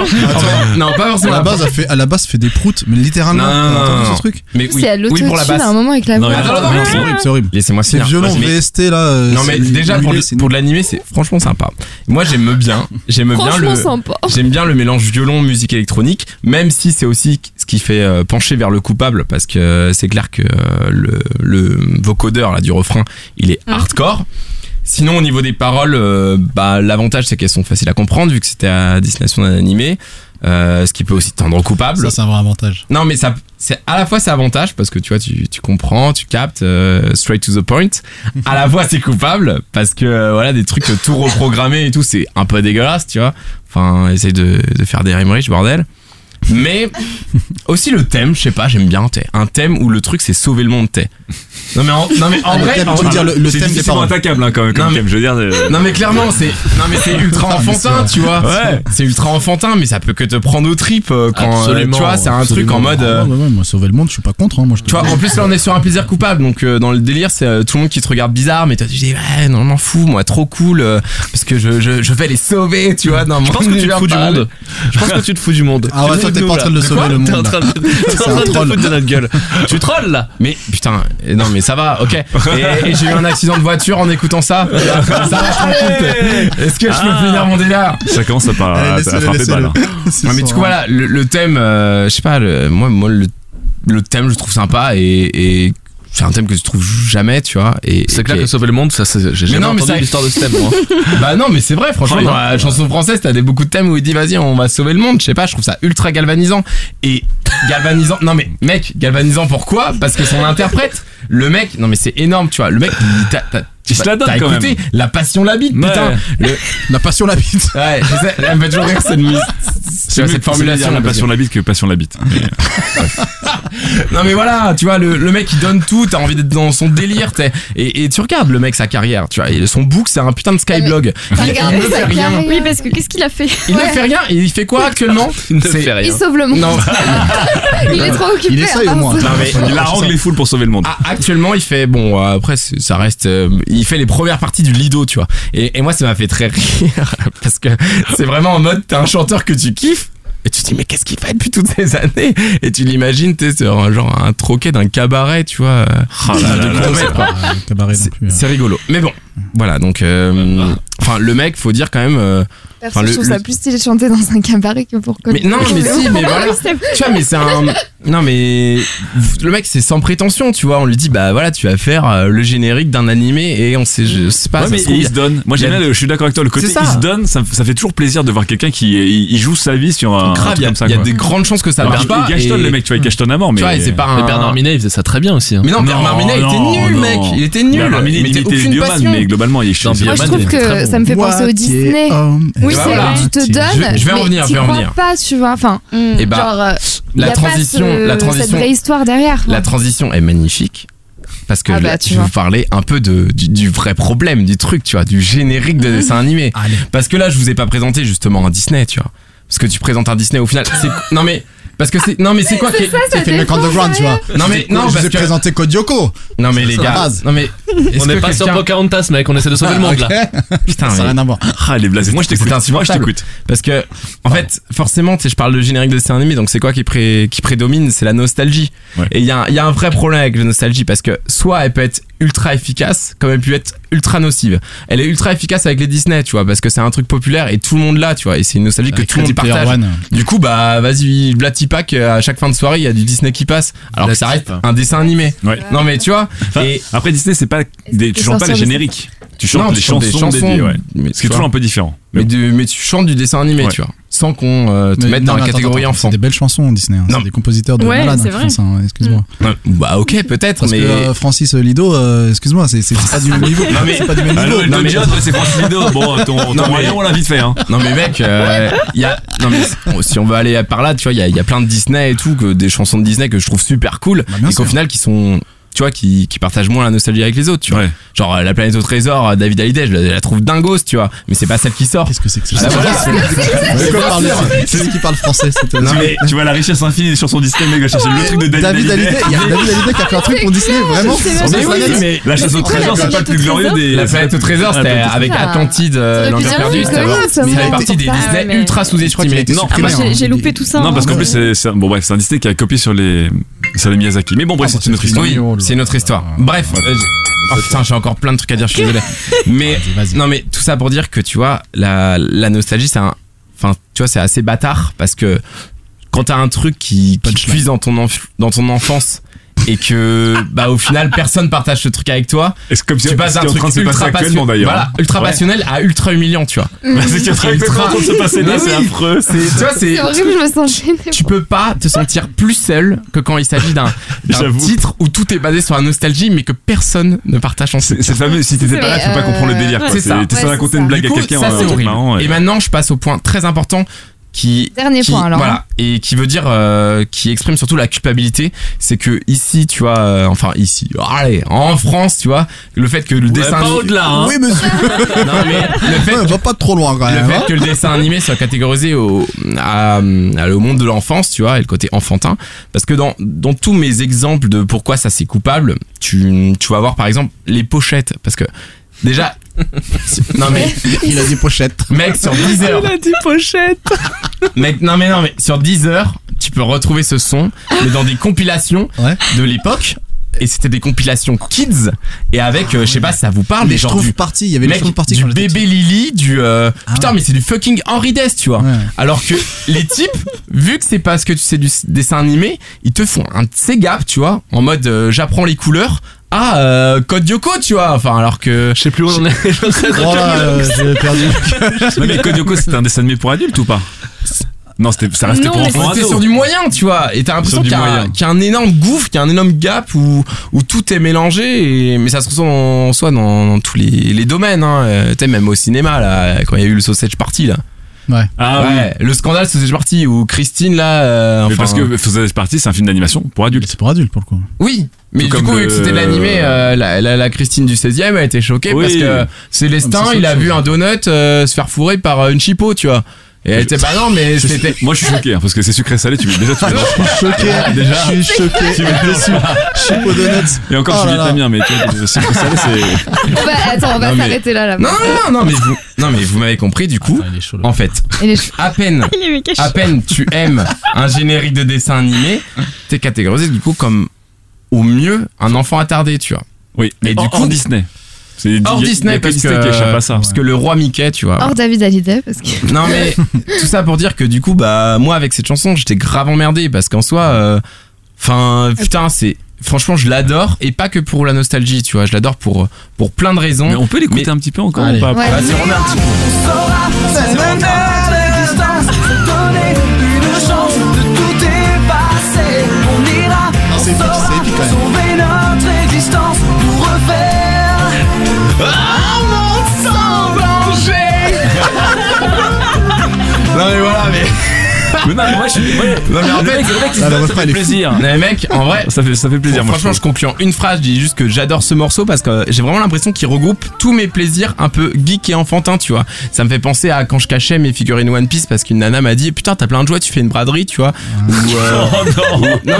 G: En fait, non, pas
J: à
G: forcément
J: la base, elle fait, à la base, elle fait des proutes, mais littéralement.
G: Non, non,
J: T'as entendu
G: non, non.
J: ce truc
G: Mais oui,
F: C'est à
G: oui pour
F: l'autotune
G: la
F: hein.
G: basse.
F: à un moment avec la
M: Non,
B: Ah,
F: voix.
M: mais attends,
J: Non, c'est horrible, c'est horrible.
G: Laissez-moi
J: C'est
G: finir.
J: violent,
G: Vas-y, mais-
J: VST là. euh,
G: Non mais
J: c'est-
G: déjà pour,
J: humilié,
G: le-
J: c'est-
G: pour de l'animé c'est franchement sympa. Moi j'aime bien, j'aime bien
F: Franchement
G: le
F: sympa.
G: j'aime bien le mélange violon musique électronique même si c'est aussi ce qui fait euh, pencher vers le coupable parce que euh, c'est clair que euh, le le vocodeur là du refrain, il est
F: Ah.
B: Ouais.
G: hardcore. Sinon au niveau des paroles euh, bah l'avantage c'est qu'elles sont faciles à comprendre vu que c'était à destination d'un animé. euh, ce qui peut aussi tendre au coupable.
J: Ça, c'est un vrai avantage.
G: Non, mais ça, c'est à la fois c'est avantage parce que tu vois, tu, tu comprends, tu captes, euh, straight to the point. À la fois c'est coupable parce que euh, voilà des trucs euh, tout reprogrammés et tout, c'est un peu dégueulasse, tu vois. Enfin, essaye de, de faire des rimes riches, bordel. Mais aussi le thème, je sais pas, j'aime bien t'es. un thème où le truc c'est sauver le monde t'es. Non mais en, non mais en
J: Le
G: vrai,
J: thème,
G: en-
J: tu veux dire le- le
I: C'est
J: thème des
I: difficilement
J: paroles.
I: attaquable hein, quand même. comme
G: Non, mais-
I: thème, Je veux dire. euh,
G: non mais clairement c'est non mais c'est ultra
J: Ah,
G: enfantin, tu vois.
I: Ouais.
G: C'est ultra enfantin, mais ça peut que te prendre aux tripes euh, quand euh,
H: Absolument,
G: tu vois, c'est un truc en
J: Absolument.
G: mode. euh,
J: Ah ouais, ouais, ouais, moi, sauver le monde, je suis pas contre. hein, moi, je te-
G: Tu vois, en plus là on est sur un plaisir coupable, donc euh, dans le délire c'est euh, tout le monde qui te regarde bizarre, mais toi tu dis ouais non je m'en fous, moi trop cool, euh, parce que je, je, je vais les sauver, tu vois. Dans
H: Je pense que tu te fous du monde. Je pense que tu te fous du monde.
J: Ah
H: Tu
J: ouais,
H: te
J: toi,
H: fous
J: t'es
H: de
J: pas en
H: nous,
J: train de
H: là.
J: le sauver,
H: Quoi
J: le monde,
H: T'es en
J: là.
H: train de *laughs* t'es en
J: un
H: train de te
J: troll.
H: foutre de notre gueule. Tu trolls là
G: Mais putain, euh, non mais ça va, ok. Et, et j'ai eu un accident de voiture en écoutant ça. ça va tranquille. t'es. Est-ce que je
I: Ah.
G: peux finir mon délire
I: Ça commence à,
G: euh,
I: pas,
J: Allez,
I: à, à
J: Eh, laissez-le,
I: frapper
J: laissez-le. *laughs*
I: balle. hein.
J: C'est
G: Ouais, mais du
J: son-
G: coup voilà, le, le thème, euh, je sais pas, le- moi, moi le, le thème je trouve sympa et, et c'est un thème que je trouve jamais, tu vois. Et,
H: C'est
G: et
H: clair
G: qui est-
H: que sauver le monde, ça, c'est- j'ai jamais
G: non, mais
H: entendu
G: ça-
H: l'histoire de ce thème.
J: *laughs*
H: moi.
G: Bah non, mais c'est vrai, franchement, dans la chanson française, t'as des beaucoup de thèmes où il dit vas-y, on va sauver le monde. Je sais pas, je trouve ça ultra galvanisant. Et galvanisant, non mais mec, galvanisant pourquoi Parce que son interprète, le mec, non mais c'est énorme, tu vois, le mec, il- t'as, t'as,
I: Il se la donne
G: t'as
I: quand
G: écouté la passion la bite,
I: Ouais.
G: putain. Le-
J: La passion la bite.
G: ouais, je sais, elle me fait toujours rire cette mise. Tu
I: mieux-
G: vois,
I: c'est mieux
G: cette formulation.
I: dire la
G: parce que-
I: passion de la bite que passion de la bite.
G: Non mais voilà, tu vois, le, le mec il donne tout, t'as envie d'être dans son délire, t'es. Et, et tu regardes le mec, sa carrière, tu vois, et son book c'est un putain de skyblog. Il, il
F: Regardez
G: ne fait
F: sa
G: rien.
F: carrière.
B: Oui, parce que qu'est-ce qu'il a fait
G: Il ne fait rien, et il fait quoi actuellement
H: *laughs* Il ne
G: C'est-
H: fait rien.
F: Il sauve le monde.
G: Non,
F: Il est trop occupé.
J: Il
F: à
J: essaye
F: part
J: au moins.
F: ça.
J: Attends,
G: mais-
J: faut-
I: Il harangue les foules pour sauver le monde.
G: Ah, actuellement, il fait bon. euh, Après, c'est- ça reste. euh, il fait les premières parties du Lido, tu vois. Et, et moi, ça m'a fait très rire *laughs* parce que c'est vraiment en mode t'es un chanteur que tu kiffes. Et tu te dis mais qu'est-ce qu'il fait depuis toutes ces années Et tu l'imagines t'es sur un genre un troquet d'un cabaret tu vois euh,
H: Ah
G: de comète, quoi.
J: Ah, le cabaret non
G: C'est-
J: plus.
G: C'est rigolo Mais bon voilà donc euh, Enfin le mec faut dire quand même euh,
F: Perso,
G: Enfin,
F: je
G: le-
F: trouve
G: le-
F: ça plus stylé de chanter dans un cabaret que pour
G: Mais non mais
F: c'est
G: si mais voilà Tu vois, mais c'est un. Non, mais. Le mec, c'est sans prétention, tu vois. On lui dit, bah voilà, tu vas faire euh, le générique d'un animé et on sait, je sais pas.
I: Ouais,
G: ça
I: mais
G: se trouve,
I: il se donne. Moi, j'aime
G: il y a-
I: bien le- je suis d'accord avec toi. Le côté
G: C'est ça.
I: il se donne, ça, ça fait toujours plaisir de voir quelqu'un qui il, il joue sa vie sur un, un
G: grave,
I: truc
G: il y a,
I: comme ça.
G: il y a
I: quoi.
G: des grandes chances que ça
I: Alors,
G: marche
I: il-
G: pas.
I: Il gâche
G: et-
I: le mec, tu vois, il gâche à mort. Mais
G: Tu vois, et c'est pas un.
H: Mais Bernard Minet, il faisait ça très bien aussi. hein.
G: Mais non,
I: Non,
G: Bernard Minet, il était
I: non,
G: nul,
I: non.
G: mec. Il était nul.
I: Bernard Minet,
G: mais
I: il
G: t'es
I: imitait
G: aucune
I: Bioman,
G: passion.
I: mais globalement, il est chez
H: Dans
F: Moi, je
H: Bioman,
F: trouve
H: il était
F: que
H: très bon.
F: ça me fait penser au
J: Moitié
F: Disney.
J: homme.
F: Oui,
G: Bah
F: c'est
G: voilà.
F: vrai, tu te
J: Je-
F: donnes.
G: je vais en
F: mais
G: venir,
F: t'y
G: je vais en
F: crois
G: venir.
F: pas, tu vois. Enfin,
G: Et bah,
F: genre, euh,
G: la
F: y a pas
G: transition-
F: ce-
G: la transition-
F: Cette vraie histoire derrière. hein.
G: La transition est magnifique. Parce que
F: Ah bah,
G: là,
F: tu
G: je vais
F: vois.
G: vous parler un peu de, du, du vrai problème, du truc, tu vois, du générique
F: Mm-hmm.
G: de dessin animé.
J: Allez.
G: Parce que là, je vous ai pas présenté justement un Disney, tu vois. Parce que tu présentes un Disney au final. c'est- Non mais. Parce que c'est. Non mais c'est quoi qui est-
J: T'as fait le mec
F: défend,
J: underground, tu vois.
G: Non mais non
J: je vous
G: parce
J: ai
G: que
J: présenté Code Yoko.
G: non mais
J: C'est
G: les
J: la
G: gars
J: base.
G: non mais est-ce
H: On n'est
G: que
H: pas sur
G: quelqu'un-
H: Pocahontas, mec, on essaie de sauver le monde là.
G: putain
J: Ça n'a
G: mais-
J: rien à voir.
I: Ah, il est blasé. Moi, je t'écoute.
G: C'était
I: Moi, je
G: insupportable.
I: t'écoute.
G: parce que en fait forcément tu sais je parle de générique de dessin animé donc c'est quoi qui pré- qui prédomine c'est la nostalgie
I: Ouais.
G: et il y a un- il y a un vrai problème avec la nostalgie parce que soit elle peut être ultra efficace comme elle peut être ultra nocive elle est ultra efficace avec les Disney tu vois parce que c'est un truc populaire et tout le monde l'a tu vois et c'est une nostalgie que
J: Avec
G: tout le monde
J: Ready Player
G: partage
J: One.
G: Du coup, bah, vas-y, Vlatipak, euh, à chaque fin de soirée, il y a du Disney qui passe. Alors que ça reste un dessin animé.
I: Ouais.
G: Non, mais tu vois.
I: Enfin,
G: et-
I: Après, Disney, c'est pas des- tu
F: que
I: chantes pas les
F: sortir de
I: génériques. Tu chantes
G: Non,
I: les
G: tu chantes des
I: chansons
G: chansons,
I: dédiées, ouais.
G: mais
I: Ce
G: tu
I: qui est
G: vois.
I: toujours un peu différent.
G: Mais, du- mais tu chantes du dessin animé,
I: Ouais.
G: tu vois. Sans qu'on euh, te
J: Mais-
G: mette
J: non,
G: dans la
J: mais attends,
G: catégorie
J: attends,
G: enfant.
J: C'est des belles chansons, Disney. hein.
G: Non.
J: C'est des compositeurs de
B: Ouais,
J: malades
B: c'est
J: qui
B: vrai.
J: font ça, hein, Excuse-moi.
G: Bah, ok, peut-être,
J: Parce
G: mais.
J: que euh, Francis Lido, euh, excuse-moi, c'est c'est pas du même niveau.
G: mais-
J: C'est pas du même
I: Ah,
J: niveau.
I: Elton
G: non, mais-
I: John, ouais, c'est Francis Lido. Bon, ton
G: Non,
I: ton
G: mais-
I: moyen, on l'a vite fait. hein.
G: Non, mais mec, euh, il y a. Non, mais bon, si on veut aller par là, tu vois, il y a, il y a plein de Disney et tout, que, des chansons de Disney que je trouve super cool.
J: Bah, bien
G: et qu'au
J: sûr.
G: final, qui sont tu vois, qui, qui partagent moins la nostalgie avec les autres, tu vois.
I: Ouais.
G: Genre, euh, La planète au trésor, euh, David Hallyday, je la, je la trouve dingos, tu vois. Mais c'est pas celle qui sort.
J: Qu'est-ce que c'est que
G: Ah,
J: ça
G: voilà,
J: C'est lui qui parle- C'est lui qui parle français. c'est-
I: Tu, vois- tu vois la richesse infinie des chansons Disney, mec, va chercher le truc de David,
J: David
I: Hallyday.
J: Hallyday, il y a David Hallyday qui a fait un truc pour Disney, vraiment.
B: c'est
J: sur
B: vrai.
J: la
B: Mais oui,
J: planète.
I: La chasse au
B: pourquoi la
I: trésor, c'est pas le
B: planète
I: plus
B: au
I: glorieux
B: trésor
I: des.
G: La planète au trésor, c'était
I: planète au
G: avec
F: trésor.
G: Atlantide, euh,
F: T'aurais pu
G: l'Empire
F: dire
G: perdu,
F: oui,
G: c'était
F: Colin, ça,
G: ça fait
F: ouais.
G: partie des
B: Ah,
G: Disney
B: mais-
G: ultra
J: Je crois qu'il a
G: sous-estimés.
J: été
G: Non,
B: Ah,
J: supprimé.
B: moi, j'ai-
J: hein.
B: j'ai loupé tout ça.
I: Non,
B: hein.
I: parce qu'en plus, c'est- c'est un- bon, bref, c'est un Disney qui a copié sur les, sur les Miyazaki. Mais bon, bref,
G: Ah,
I: c'est une autre histoire.
G: Oui, c'est une autre histoire. Bref, euh, j- oh, putain, j'ai encore plein de trucs à dire, je suis désolé. Mais
J: Vas-y, vas-y.
G: non, mais tout ça pour dire que tu vois, la, la nostalgie, c'est un, enfin, tu vois, c'est assez bâtard parce que quand t'as un truc qui, qui
J: Punchline.
G: puise dans ton enf- dans ton enfance et que *laughs* bah au final personne partage ce truc avec toi,
I: Est-ce que comme si
G: tu passes d'un truc ultra
I: actuellement
G: passion-
I: d'ailleurs hein.
G: voilà, ultra passionnel à ultra humiliant, tu vois.
I: C'est qui est en train de se passer là,
G: Mais
I: c'est
G: oui.
I: affreux.
G: C'est, tu vois, c'est
F: C'est horrible, je me sens gênée.
G: tu peux pas te sentir plus seul que quand il s'agit d'un d'un
I: J'avoue.
G: titre où tout est basé sur la nostalgie mais que personne ne partage en
I: C'est c'est fameux, si t'étais pas là, tu peux pas
F: euh,
I: comprendre le délire. quoi.
G: c'est ça.
I: C'est- T'es
F: Ouais,
I: sans
F: c'est
I: raconter
F: ça.
I: une blague
G: Du
I: à
G: coup,
I: quelqu'un,
G: ça, c'est
I: euh,
G: horrible.
I: marrant.
G: Et
I: et-
G: maintenant, je passe au point très important qui.
F: Dernier
G: qui-
F: point, alors. hein.
G: Voilà. Et qui veut dire. euh, qui exprime surtout la culpabilité. C'est que ici, tu vois. euh, enfin, ici. Allez, en France, tu vois. Le fait que le dessin.
M: pas
G: ani-
M: au-delà, hein.
J: Oui, monsieur,
G: Non, mais le fait.
J: ouais, va pas trop loin quand
G: Le
J: même. hein.
G: fait que le dessin animé soit catégorisé au, à, à le monde de l'enfance, tu vois, et le côté enfantin, parce que dans, dans tous mes exemples de pourquoi ça c'est coupable, tu, tu vas voir par exemple les pochettes, parce que
J: *laughs*
G: déjà, non mais
J: Il a des pochettes.
G: mec sur 10 heures,
J: Ah,
B: Il a des pochettes.
G: Mec, non mais non mais sur heures tu peux retrouver ce son, mais dans des compilations
J: Ouais.
G: de l'époque. Et c'était des compilations kids et avec euh, je sais pas si ça vous parle
J: Ah, Mais
G: des
J: je
G: gens
J: trouve
G: du
J: parti, il y avait
G: mec,
J: des choses parties
G: du
J: quand j'étais
G: bébé Lily du euh,
J: Ah
G: putain
J: ouais.
G: mais c'est du fucking Henri Dess tu vois
J: *laughs* petit. Ouais.
G: alors que les types vu que c'est pas ce que tu sais du dessin animé ils te font un de ces gaps tu vois en mode euh, j'apprends les couleurs à euh, Code Yoko tu vois enfin alors que
M: Je sais plus où on est.
G: *laughs*
J: Oh là, euh, j'ai perdu.
I: Non, mais Code Lyoko, c'était un dessin animé pour adultes ou pas Non, c'était- ça restait
B: Non,
I: pour
B: mais
I: enfants.
G: C'était
I: ados.
G: sur du moyen, tu vois. Et t'as l'impression
I: Sur du
G: qu'il y, a-
I: moyen.
G: qu'il y a un énorme gouffre, qu'il y a un énorme gap où, où tout est mélangé. Et, mais ça se ressent en soi dans, dans tous les, les domaines. Hein. Euh, Tu sais, même au cinéma, là, quand il y a eu le Sausage Party, là.
I: Ah oui.
G: ouais, le scandale Sausage Party où Christine, là. euh,
I: Mais
G: enfin,
I: parce que Faisait partie, c'est un film d'animation pour adultes.
J: C'est pour adultes pour le coup.
G: Oui, mais du
I: comme
G: coup,
I: le-
G: vu que c'était de l'animé, euh, la, la- la Christine du 16 e a été choquée
I: Oui.
G: parce que Célestin,
J: Ah, mais c'est
G: il a
J: autre
G: vu
J: chose.
G: un donut euh, se faire fourrer par euh, une chipot, tu vois. Et elle
I: Je-
G: était, bah non, mais
I: Je-
G: c'était.
I: Moi, je suis choqué, hein, parce que c'est sucré salé, tu déjà *laughs* tu mélanges pas.
J: Choqué,
I: Déjà.
J: je suis choqué,
I: *laughs*
J: déçu. Je suis au donuts.
I: Et encore,
J: Oh
I: je
J: là
I: suis
J: là.
I: vietnamien, mais tu vois, le sucré salé, c'est.
F: On va- Bah, attends, on va
G: Non, mais-
F: s'arrêter là, là.
G: Non, non, non, non, mais vous, non, mais vous m'avez compris, du coup,
M: il est chaud,
G: en fait,
F: Et les cheveux-
G: à peine
B: Il est méga
G: à
B: chaud.
G: peine tu aimes un générique de dessin animé, t'es catégorisé du coup comme au mieux un enfant attardé, tu vois.
I: Oui, mais
G: Et
I: du
G: du
I: coup.
G: coup-
I: Disney. C'est-
G: Hors
I: il y a-
G: Disney,
I: il y a que
G: parce
I: Disney
G: que-
I: qui échappe à ça.
G: Parce que le roi Mickey, tu vois.
F: Hors David Hallyday, parce que.
G: Non mais tout ça pour dire que du coup bah moi avec cette chanson j'étais grave emmerdé parce qu'en soi, euh, enfin putain c'est franchement je l'adore et pas que pour la nostalgie, tu vois, je l'adore pour pour plein de raisons.
I: Mais on peut l'écouter
G: Mais-
I: un petit peu encore
J: Allez.
I: ou pas
F: Ouais.
G: Vas-y, on met un petit peu.
J: C'est épique, c'est épique quand même.
G: *laughs* Non mais voilà mais
I: Mais non, mais moi, je suis. ouais.
G: non mais en
I: Le
G: fait
I: mec, le mec, il
J: Ah,
I: se
J: le
I: donne, ça
J: refrain, il
I: fait
J: est fou.
I: plaisir.
G: mais mec en vrai
I: Ça fait, ça fait plaisir, moi. je
G: Franchement, je,
I: trouve.
G: conclue en une phrase. Je dis juste que j'adore ce morceau parce que j'ai vraiment l'impression qu'il regroupe tous mes plaisirs un peu geek et enfantin, tu vois. Ça me fait penser à quand je cachais mes figurines One Piece parce qu'une nana m'a dit Putain, t'as plein de joies, tu fais une braderie, tu vois. Ou, euh,
I: *laughs* Oh non Oh
G: non, mais,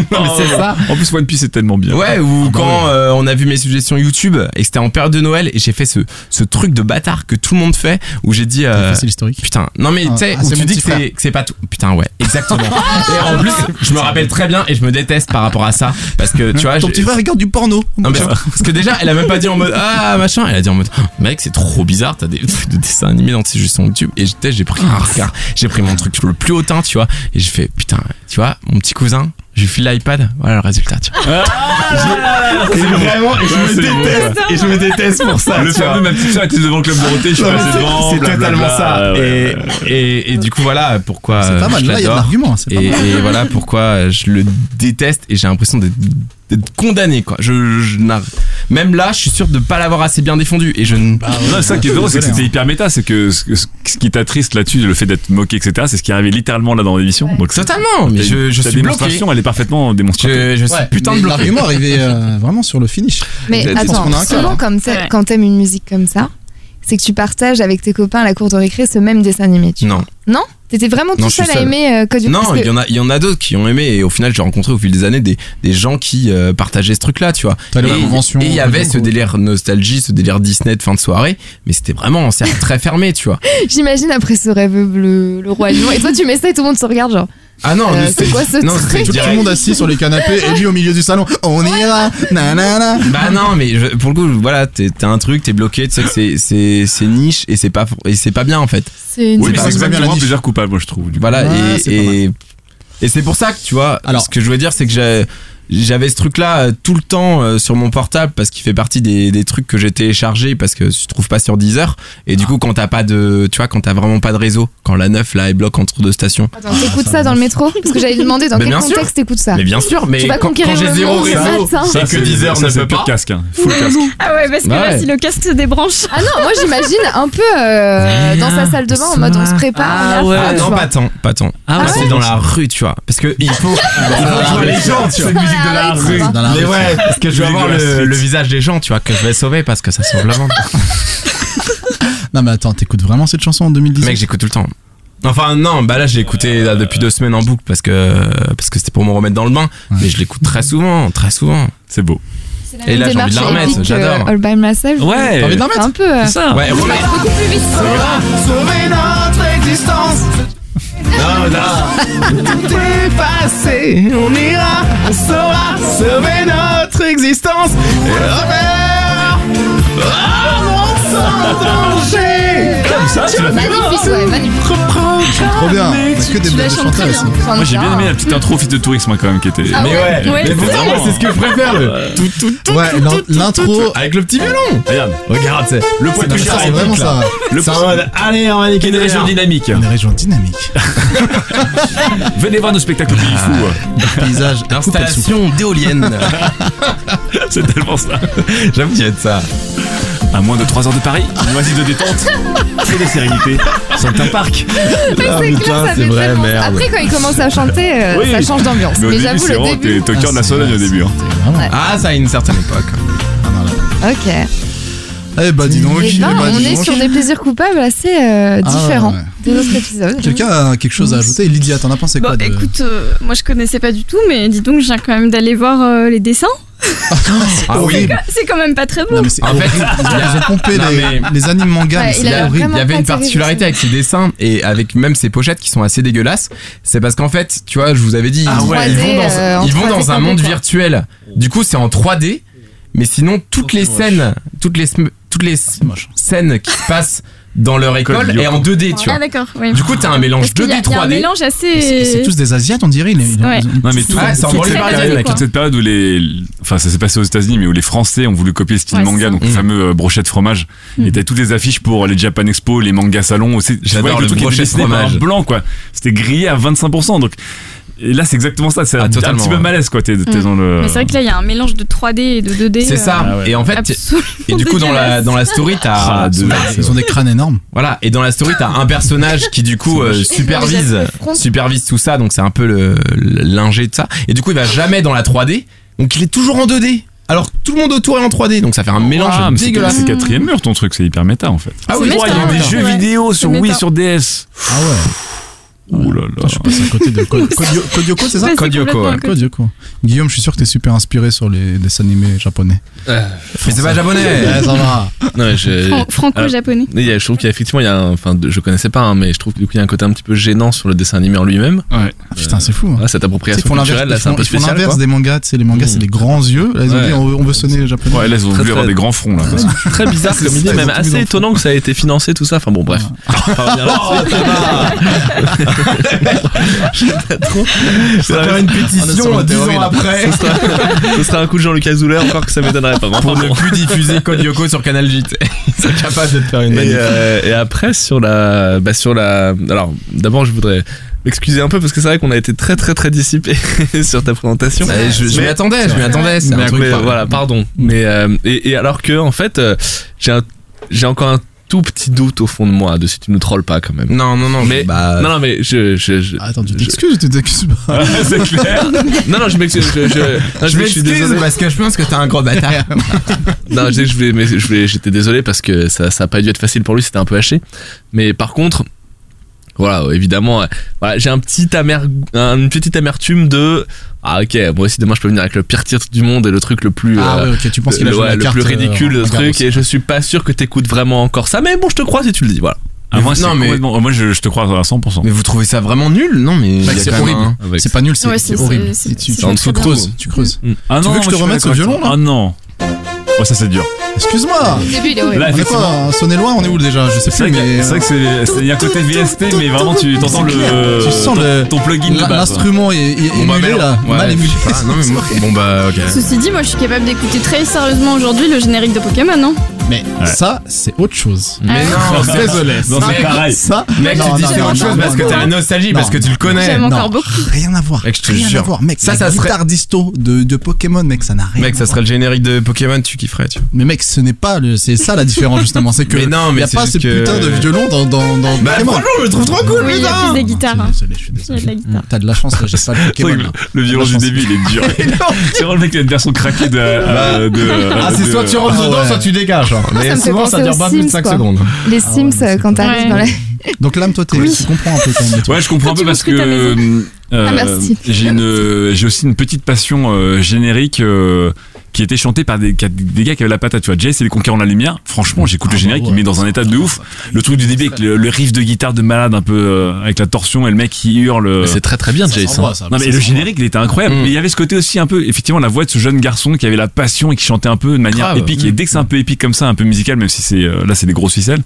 G: *laughs* non, mais c'est ça.
I: En plus, One Piece est tellement bien.
G: Ouais, ou quand euh, on a vu mes suggestions YouTube et que c'était en période de Noël et j'ai fait ce, ce truc de bâtard que tout le monde fait où j'ai dit. euh,
J: C'est l'historique.
G: Putain, non mais
J: Ah,
G: tu sais,
J: ah,
G: où
J: c'est
G: tu
J: mon
G: dis
J: petit
G: que c'est-
J: frère.
G: que c'est pas tout. Putain, ouais, *laughs* exactement. et en plus, je me rappelle très bien et je me déteste par rapport à ça parce que tu vois.
J: Ton
G: je-
J: petit frère regarde du porno.
G: non, mais parce que déjà, elle a même pas dit en mode ah machin, elle a dit en mode mec, c'est trop bizarre, t'as des trucs de dessins animés dans tes jeux sur YouTube. Et j'étais, j'ai pris un regard, j'ai pris mon truc le plus hautain, tu vois, et j'ai fait putain, tu vois, mon petit cousin, je lui file l'iPad, voilà le résultat, tu vois.
I: Ah,
G: *laughs*
I: C'est
G: vraiment, et je
I: Ouais, c'est beau, ouais.
G: et je me déteste pour ça,
I: Le
G: tu vois.
I: fameux ma petite soeur était devant le club Dorothée, je suis
G: Non, mais
I: passé
G: c'est-
I: devant.
G: C'est
I: blablabla,
G: totalement ça.
I: ouais, ouais,
G: et, et, et du coup, voilà pourquoi
J: C'est pas
G: euh,
J: mal,
G: je
J: là, il y a de
G: l'adore.
J: l'argument. C'est pas
G: Et,
J: mal.
G: et voilà pourquoi euh, je le déteste et j'ai l'impression d'être d'être condamné quoi. Je, je n'arrive- même là, je suis sûr de pas l'avoir assez bien défendu et je ne
I: Non, ça qui est drôle, c'est que c'était hyper méta, c'est que ce- ce- ce qui t'attriste là-dessus, le fait d'être moqué, etc., c'est ce qui est arrivé littéralement là dans l'émission. Donc, c'est-
G: Totalement, mais
I: ta-
G: je, je
I: ta
G: suis bloqué.
I: démonstration, elle est parfaitement démonstrée.
G: Je, je suis putain de bloqué.
J: L'argument arrivait euh, vraiment sur le finish.
F: Mais
J: Je pense
F: attends,
J: qu'on a un cas,
G: hein.
F: souvent
J: là.
F: comme t'a-
B: Ouais.
F: quand t'aimes une musique comme ça, c'est que tu partages avec tes copains à la cour de récré ce même dessin animé. tu-
G: Non,
F: Non T'étais vraiment tout
G: Non, je suis
F: seul à
G: seul.
F: aimer euh, Code du
G: non,
F: parce
G: il
F: que-
G: y en a, il y en a d'autres qui ont aimé et au final j'ai rencontré au fil des années des, des gens qui euh, partageaient ce truc-là, tu vois.
J: T'as
G: Et
J: les conventions,
G: et il y
J: t'as
G: avait
J: les
G: ce
J: concours.
G: délire nostalgie, ce délire Disney de fin de soirée, mais c'était vraiment en cercle très fermé, tu vois.
F: J'imagine après ce rêve bleu, le roi lion, et toi tu mets ça et tout le monde se regarde genre.
G: Ah non,
F: Euh,
G: mais
F: c'est quoi ce
G: non,
F: truc
G: c'était
J: Tout, tout le
G: direct.
J: monde assis sur les canapés et lui au milieu du salon. On ira, nanana.
G: *laughs* Bah non, mais je- pour le coup, voilà, t'es- t'as un truc, t'es bloqué, tu sais que c'est- c'est c'est niche et c'est pas et c'est pas bien en fait.
F: C'est une-
I: Oui, mais
J: pas
I: c'est
J: exactement
I: exactement
J: la niche.
I: plusieurs coupables, moi je trouve. du coup.
G: Voilà
J: Ouais,
G: et
J: c'est pas
G: et, et c'est pour ça que tu vois.
J: Alors-
G: ce que je veux dire, c'est que j'ai- j'avais ce truc-là euh, tout le temps euh, sur mon portable parce qu'il fait partie des, des trucs que j'ai téléchargés parce que tu trouves pas sur Deezer. Et du coup, quand t'as pas de, tu vois, quand t'as vraiment pas de réseau, quand la 9 là est bloque entre deux stations.
F: Attends, t'écoutes ça dans le métro Parce que j'allais demander dans
G: Mais
F: quel
G: bien sûr.
F: contexte t'écoutes ça.
G: Mais bien sûr, mais
F: Tu vas
G: quand, quand
F: conquérir
G: j'ai
F: le
G: zéro
F: monde, ça,
G: réseau,
F: ça.
G: et que
I: c'est-
G: Deezer
I: ça,
G: ne
I: c'est
G: peut
I: pure
G: pas.
I: casque. hein. Full casque.
B: Ah ouais, parce que là,
G: Ouais.
B: si le casque se débranche.
F: Ah non, moi j'imagine un peu euh, dans sa salle de bain en mode on se prépare.
M: Ah
F: on est à
M: ouais.
G: Ah
F: fond,
G: non,
F: tu vois.
G: pas tant, pas tant.
M: Ah
G: Moi,
M: ouais
G: c'est dans la rue, tu vois. Parce que
F: *laughs*
G: il faut.
F: Ah
J: la rue.
G: tu vois.
F: Dans la
I: Ah
F: rue, ça va.
J: Dans la
G: Mais
J: rue.
G: ouais, parce que je vais
I: Musique
G: avoir
I: de la
G: le,
I: street.
G: le visage des gens, tu vois, que je vais sauver parce que ça sauve *laughs* la vente.
J: Non, mais attends, t'écoutes vraiment cette chanson en 2010
G: Mec, j'écoute tout le temps. Enfin non, bah là je l'ai écouté là, depuis deux semaines en boucle parce que parce que c'était pour me remettre dans le bain. Mais je l'écoute très souvent, très souvent.
I: C'est beau.
G: Et là j'ai
F: Démarche
G: envie de la
F: épique,
G: remettre,
F: euh,
G: j'adore.
F: All by myself.
G: Ah,
I: Ouais.
J: T'as envie de la
F: C'est
J: remettre
F: un peu. euh,
M: C'est ça.
G: Ouais, remets-
A: Sauver notre existence. Non, non. Tout est passé, on ira, on saura sauver notre existence. Et Robert, ah, mon sang danger.
I: Comme ça, tu l'as fait.
F: Magnifique, ouais, magnifique.
J: Trop bien. C'est que des
F: Ah, Tu la
J: blagues
F: chantes très
J: chantées
F: bien.
J: aussi.
F: Enfin,
I: Moi j'ai bien
F: genre,
I: aimé la petite intro Fils de Tourisme hein, quand même qui était.
F: Ah
G: Mais ouais,
B: Ouais.
G: mais pourtant
I: Vraiment.
G: c'est ce que je préfère le tout, tout, tout,
J: hein. Ouais, l'in- l'intro.
G: avec le petit violon.
I: Regarde,
G: Regarde, c'est le poids
J: Non, mais ça, C'est vraiment ça.
I: le
G: C'est en mode, allez, on va niquer
I: une
G: des
I: région
G: gens.
I: dynamique.
J: Une région dynamique.
I: Venez voir nos spectacles au Pays
G: Ah. *laughs*
I: Fou.
J: Paysage. à couper le souffle.
G: Installation *laughs* d'éolienne.
I: *laughs* C'est tellement ça.
G: J'avoue qu'il y a de ça.
I: À moins de 3 heures de Paris, une oasis de détente, c'est de sérénité, c'est un parc.
F: Mais
G: Ah,
F: c'est
G: putain,
F: clair, ça
G: c'est
F: fait
G: vrai,
F: tellement-
G: merde.
F: Après, quand il commence à chanter, euh,
I: Oui.
F: ça change d'ambiance.
I: Mais au
F: Mais
I: début,
F: j'avoue,
I: c'est
F: le
I: vraiment,
F: début.
I: t'es t'es au cœur de la Sologne au début. hein.
J: C'était vraiment-
F: Ouais.
G: Ah, ça à une certaine époque.
F: Ok.
J: Eh bah dis donc.
F: Eh
J: eh
F: ben,
J: bah,
F: on
J: dis
F: est
J: donc.
F: sur des plaisirs coupables assez euh,
J: Ah,
F: différents
J: ouais.
F: des autres épisodes.
J: Quelqu'un a quelque chose à ajouter Lydia, t'en as pensé
B: Bon,
J: quoi de-
B: écoute, euh, moi je connaissais pas du tout, mais dis donc, je viens quand même d'aller voir euh, les dessins.
G: Ah
J: horrible.
B: C'est quand ils sont pas très
J: Non,
B: beau.
J: mais c'est
G: En fait,
J: horrible. Ils ont- ils ont pompé
G: Non,
J: les,
G: mais-
J: les animes manga.
F: Ouais,
J: mais
F: il
J: c'est
F: a
G: avait-
F: vraiment
G: il y avait
F: pas
G: une
F: terrible,
G: particularité avec ses dessins et avec même ses pochettes qui sont assez dégueulasses. C'est parce qu'en fait, tu vois, je vous avais dit,
F: Ah
G: ils,
F: ouais.
G: ils vont
F: 3D,
G: dans,
F: euh, en
G: ils vont
F: 3D
G: dans un monde
F: quoi.
G: virtuel. Du coup, c'est en 3D. Mais sinon, toutes
I: Oh,
G: les scènes, toutes les, sm- toutes les s-
J: moche.
G: scènes qui se passent dans leur
I: École
G: école
I: Lyoko.
G: est en 2D, tu
B: Ah
G: vois.
B: d'accord, oui.
G: Du coup, t'as un mélange
B: Parce qu'il y a-
G: 2D,
B: il y a un
G: 3D.
B: mélange
J: Mais C'est c'est
B: assez.
J: tous des Asiates, on dirait. les-
B: Ouais.
J: ils ont-
I: Non, mais tout,
G: Ouais, c'est en
I: toute
G: banlieue
I: cette
B: très
G: parisienne,
B: asiatique,
G: mec.
I: toute cette période où les. Enfin, ça s'est passé aux États-Unis, mais où les Français ont voulu copier le style
B: Ouais, c'est
I: manga,
B: ça.
I: donc le
G: Mm.
I: fameux euh, brochette fromage. Et t'avais toutes les affiches pour les Japan Expo, les mangas salons. aussi. Tu
G: J'adore
I: voyais que
G: le
I: truc était
G: brochette
I: dessiné par un
G: fromage.
I: blanc, quoi. C'était grillé à 25%. Donc. Et là, c'est exactement ça. C'est
G: Ah,
I: un, un
G: totalement,
I: petit peu
G: ouais.
I: malaise, quoi. T'es t'es
B: Mm.
I: dans le.
B: Mais c'est vrai que là, il y a un mélange de 3D et de euh, 2D.
G: C'est ça.
I: Ah ouais.
G: Et en fait,
B: Absolument.
G: et du coup, dans la, dans la story, t'as *laughs*
I: Ah,
G: deux-
J: Ils ont des crânes énormes.
G: Voilà, et dans la story, t'as un personnage qui du coup euh, supervise, supervise tout ça, donc c'est un peu le le- l'ingé de ça. Et du coup, il va jamais dans la 3D, donc il est toujours en 2D. Alors que tout le monde autour est en 3D, donc ça fait un mélange
I: Ah, mais c'est-
G: dégueulasse.
I: C'est quatrième mur, ton truc. C'est hyper méta, en fait.
G: Ah
B: oui,
I: Ouais,
B: méta,
I: il y a eu
B: ouais.
I: des
J: hein.
I: jeux
B: Ouais.
I: vidéo sur
B: C'est
I: Wii,
B: méta.
I: sur DS.
J: Ah ouais.
I: Ouh là là.
J: Putain, Je suis passé à côté de Ko- Kodio- Kodioko, c'est ça
B: Ouais,
G: Code Lyoko,
B: complètement
G: ouais.
B: un
J: Code Lyoko. Guillaume, je suis sûr que t'es super inspiré sur les dessins animés japonais.
G: Mais c'est pas japonais.
J: Ouais, ça va.
H: Non, mais
B: *laughs*
H: je-
B: Fran-
G: Ah,
B: Franco-japonais.
H: Mais il y a- je trouve qu'il y a effectivement, il y a un- enfin, de- je connaissais pas, hein, mais je trouve qu'il y a un côté un petit peu gênant sur le dessin animé en lui-même.
J: Ah, Putain, c'est fou. hein.
H: Voilà, cette
J: Tu sais, ils
H: appropriation
J: font l'inverse-
H: culturelle, là,
J: ils
H: c'est un
J: font-
H: peu
J: ils font
H: spécial.
J: l'inverse
H: quoi.
J: des mangas, tu sais, les mangas, c'est les grands yeux. Là, ils ont
H: Ouais.
J: dit, on veut, on veut sonner les japonais.
I: Ouais, là, ils ont
H: Très,
I: voulu avoir
H: très-
I: des grands fronts, là.
H: Très
G: *laughs*
H: bizarre comme idée,
J: ça, ils
H: même
J: ont tous mis
H: assez
J: dans le
H: étonnant que ça ait été financé, tout ça. Enfin bon, bref.
G: Ah.
H: Enfin, bien là,
G: *laughs*
H: *laughs*
G: Je vais faire une pétition
J: euh, dix
G: 10
J: ans
G: ans après
H: Ce serait un coup de Jean-Luc Azoulay, encore que ça m'étonnerait pas. Enfin,
G: pour ne
H: bon.
G: plus diffuser Code Lyoko sur Canal J. Ils sont capables de te faire une
H: Et,
G: manip.
H: euh, et après sur la, bah sur la, alors d'abord je voudrais m'excuser un peu parce que c'est vrai qu'on a été très très très dissipé *laughs* sur ta présentation.
G: Bah, Je, je m'y
H: Mais-
G: attendais, je m'y attendais. C'est
H: Mais-
G: un truc
H: mais
G: pas-
H: voilà, pardon. Mais euh, et, et alors que en fait, euh, j'ai un- j'ai encore un tout petit doute au fond de moi de si tu nous trolles pas quand même.
G: Non, non, non,
H: Mais-
G: bah,
H: Non, non, mais je. je, je-
J: Ah, attends, tu t'excuses, tu t'excuses pas.
I: c'est clair.
H: Non, non, je m'excuse. Je, je, non, je, je
G: je
H: suis
G: m'excuse
H: désolé.
G: parce que je pense que t'es un gros bâtard.
H: *laughs* Non, je disais que je voulais, mais je voulais- j'étais désolé parce que ça, ça a pas dû être facile pour lui, c'était un peu haché. Mais par contre, voilà, évidemment, euh, voilà, j'ai un petit amer, un- une petite amertume de ah ok, moi aussi demain je peux venir avec le pire titre du monde et le truc le plus
J: Ah
H: euh,
J: ouais, ok, tu penses qu'il a
H: le,
J: joué
H: ouais,
J: la
H: le
J: carte
H: plus
J: euh,
H: ridicule le
J: en garde
H: truc et je suis pas sûr que t'écoutes vraiment encore ça. Mais bon, je te crois si tu le dis, voilà.
I: Ah, moi, c'est
G: Non, mais-
I: complètement- moi je, je te crois à 100%.
G: Mais vous trouvez ça vraiment nul Non, mais il y a
J: c'est
G: quand même
J: horrible.
G: un-
H: Bah, Avec-
J: C'est pas nul, c'est
B: Ouais,
J: c'est
B: c'est-
J: horrible.
B: c'est-
J: Et tu
B: c'est
J: tu
H: en dessous de
J: creuses, tu creuses.
I: Ah
J: hmm. Tu veux que je te remette ce violon, là
I: Ah non. Oh, ça c'est dur.
F: Au
J: Excuse-moi
F: début, il est horrible.
I: Là,
J: On est quoi
I: Bah, effectivement.
J: en Saône-et-Loire On est où déjà Je sais
I: C'est
J: plus,
I: vrai que-
J: mais.
I: c'est vrai que c'est- c'est- il y a un côté VST, mais vraiment tu t'entends
J: C'est
I: le.
J: clair. Tu sens le-
I: Ton plugin de
J: L'in-
I: base.
J: L'instrument est, est
G: Bon, bah,
J: émulé
G: merde.
J: là,
G: Ouais,
J: mal émulé.
G: je sais pas. *laughs* Non, mais moi- Bon, bah, ok.
B: Mmh. Ceci dit, moi je suis capable d'écouter très sérieusement aujourd'hui le générique de Pokémon, hein. non
J: Mais
I: Ouais.
J: ça, c'est autre chose.
G: Euh,
I: Mais non, c'est-
J: Désolé.
I: Non,
J: Ça-
I: c'est pareil.
J: Ça,
G: Mec,
J: non,
G: tu dis
J: non,
G: c'est
J: non,
G: autre
J: non,
G: chose parce que
J: non,
G: t'as la
J: non.
G: nostalgie,
J: Non.
G: parce que tu le connais.
B: J'aime
J: Non,
B: encore beaucoup.
J: Rien à voir.
G: Mec, je te
J: rien
G: jure.
J: à voir. Mec,
G: Ça,
J: la
G: ça serait-
J: guitare disto de, de Pokémon, mec, ça n'a rien.
G: Mec, ça
J: à voir.
G: serait le générique de Pokémon, tu kifferais, tu vois.
J: Mais mec, ce n'est pas le. C'est ça la différence
G: *laughs*
J: justement, c'est que.
G: Mais non, mais
J: y a
G: c'est
J: pas
G: juste
J: ce
G: que-
J: putain de violon dans dans dans
G: Bah,
J: Pokémon.
G: franchement, je le trouve trop cool,
B: Oui, il y a
G: putain
B: plus des
J: Non,
B: guitares.
J: Je suis désolé, je suis
B: Il y a de
J: désolé.
B: la guitare.
J: T'as de la chance, là, j'ai pas le
I: C'est vrai que
J: Pokémon. hein.
I: le- le violon du
J: chance.
I: début, il est dur.
J: *laughs*
I: C'est vraiment le mec qui a une version craquée de.
J: Bah,
I: euh, de- de-
J: rentres dedans, soit
G: tu dégages. hein. Mais
F: me fait
G: souvent, Ah ça
F: penser
G: dure
F: aux
G: pas plus de
F: Sims,
G: 5
F: quoi.
G: secondes.
F: Les
J: Ah
F: Sims,
J: ouais, mais
F: euh,
J: c'est
F: quand
J: pas
F: t'arrives
B: vrai.
F: dans la.
J: Donc l'âme, toi, t'es- tu comprends un peu quand même.
B: Bah,
I: Ouais, je comprends un
B: Quand
I: peu
B: tu
I: parce que
B: construis ta
I: euh,
F: Ah, merci.
I: j'ai une j'ai aussi une petite passion euh, générique euh, qui était chantée par des, qui a- des gars qui avaient la patate, tu vois. Jay, c'est les conquérants de la lumière. Franchement, j'écoute
H: Ah, bah
I: le générique, il met dans un état de ouf. Le truc du début avec le, le riff de guitare de malade, un peu euh, avec la torsion et le mec qui hurle. euh.
G: Euh,
H: Mais c'est très très bien, Jason.
I: Non mais le générique il était incroyable.
G: Mm.
I: Mais il y avait ce côté aussi un peu effectivement la voix de ce jeune garçon qui avait la passion et qui chantait un peu de manière
H: Grave.
I: épique. Et dès que c'est un peu épique comme ça, un peu musical, même si c'est euh, là c'est des grosses ficelles.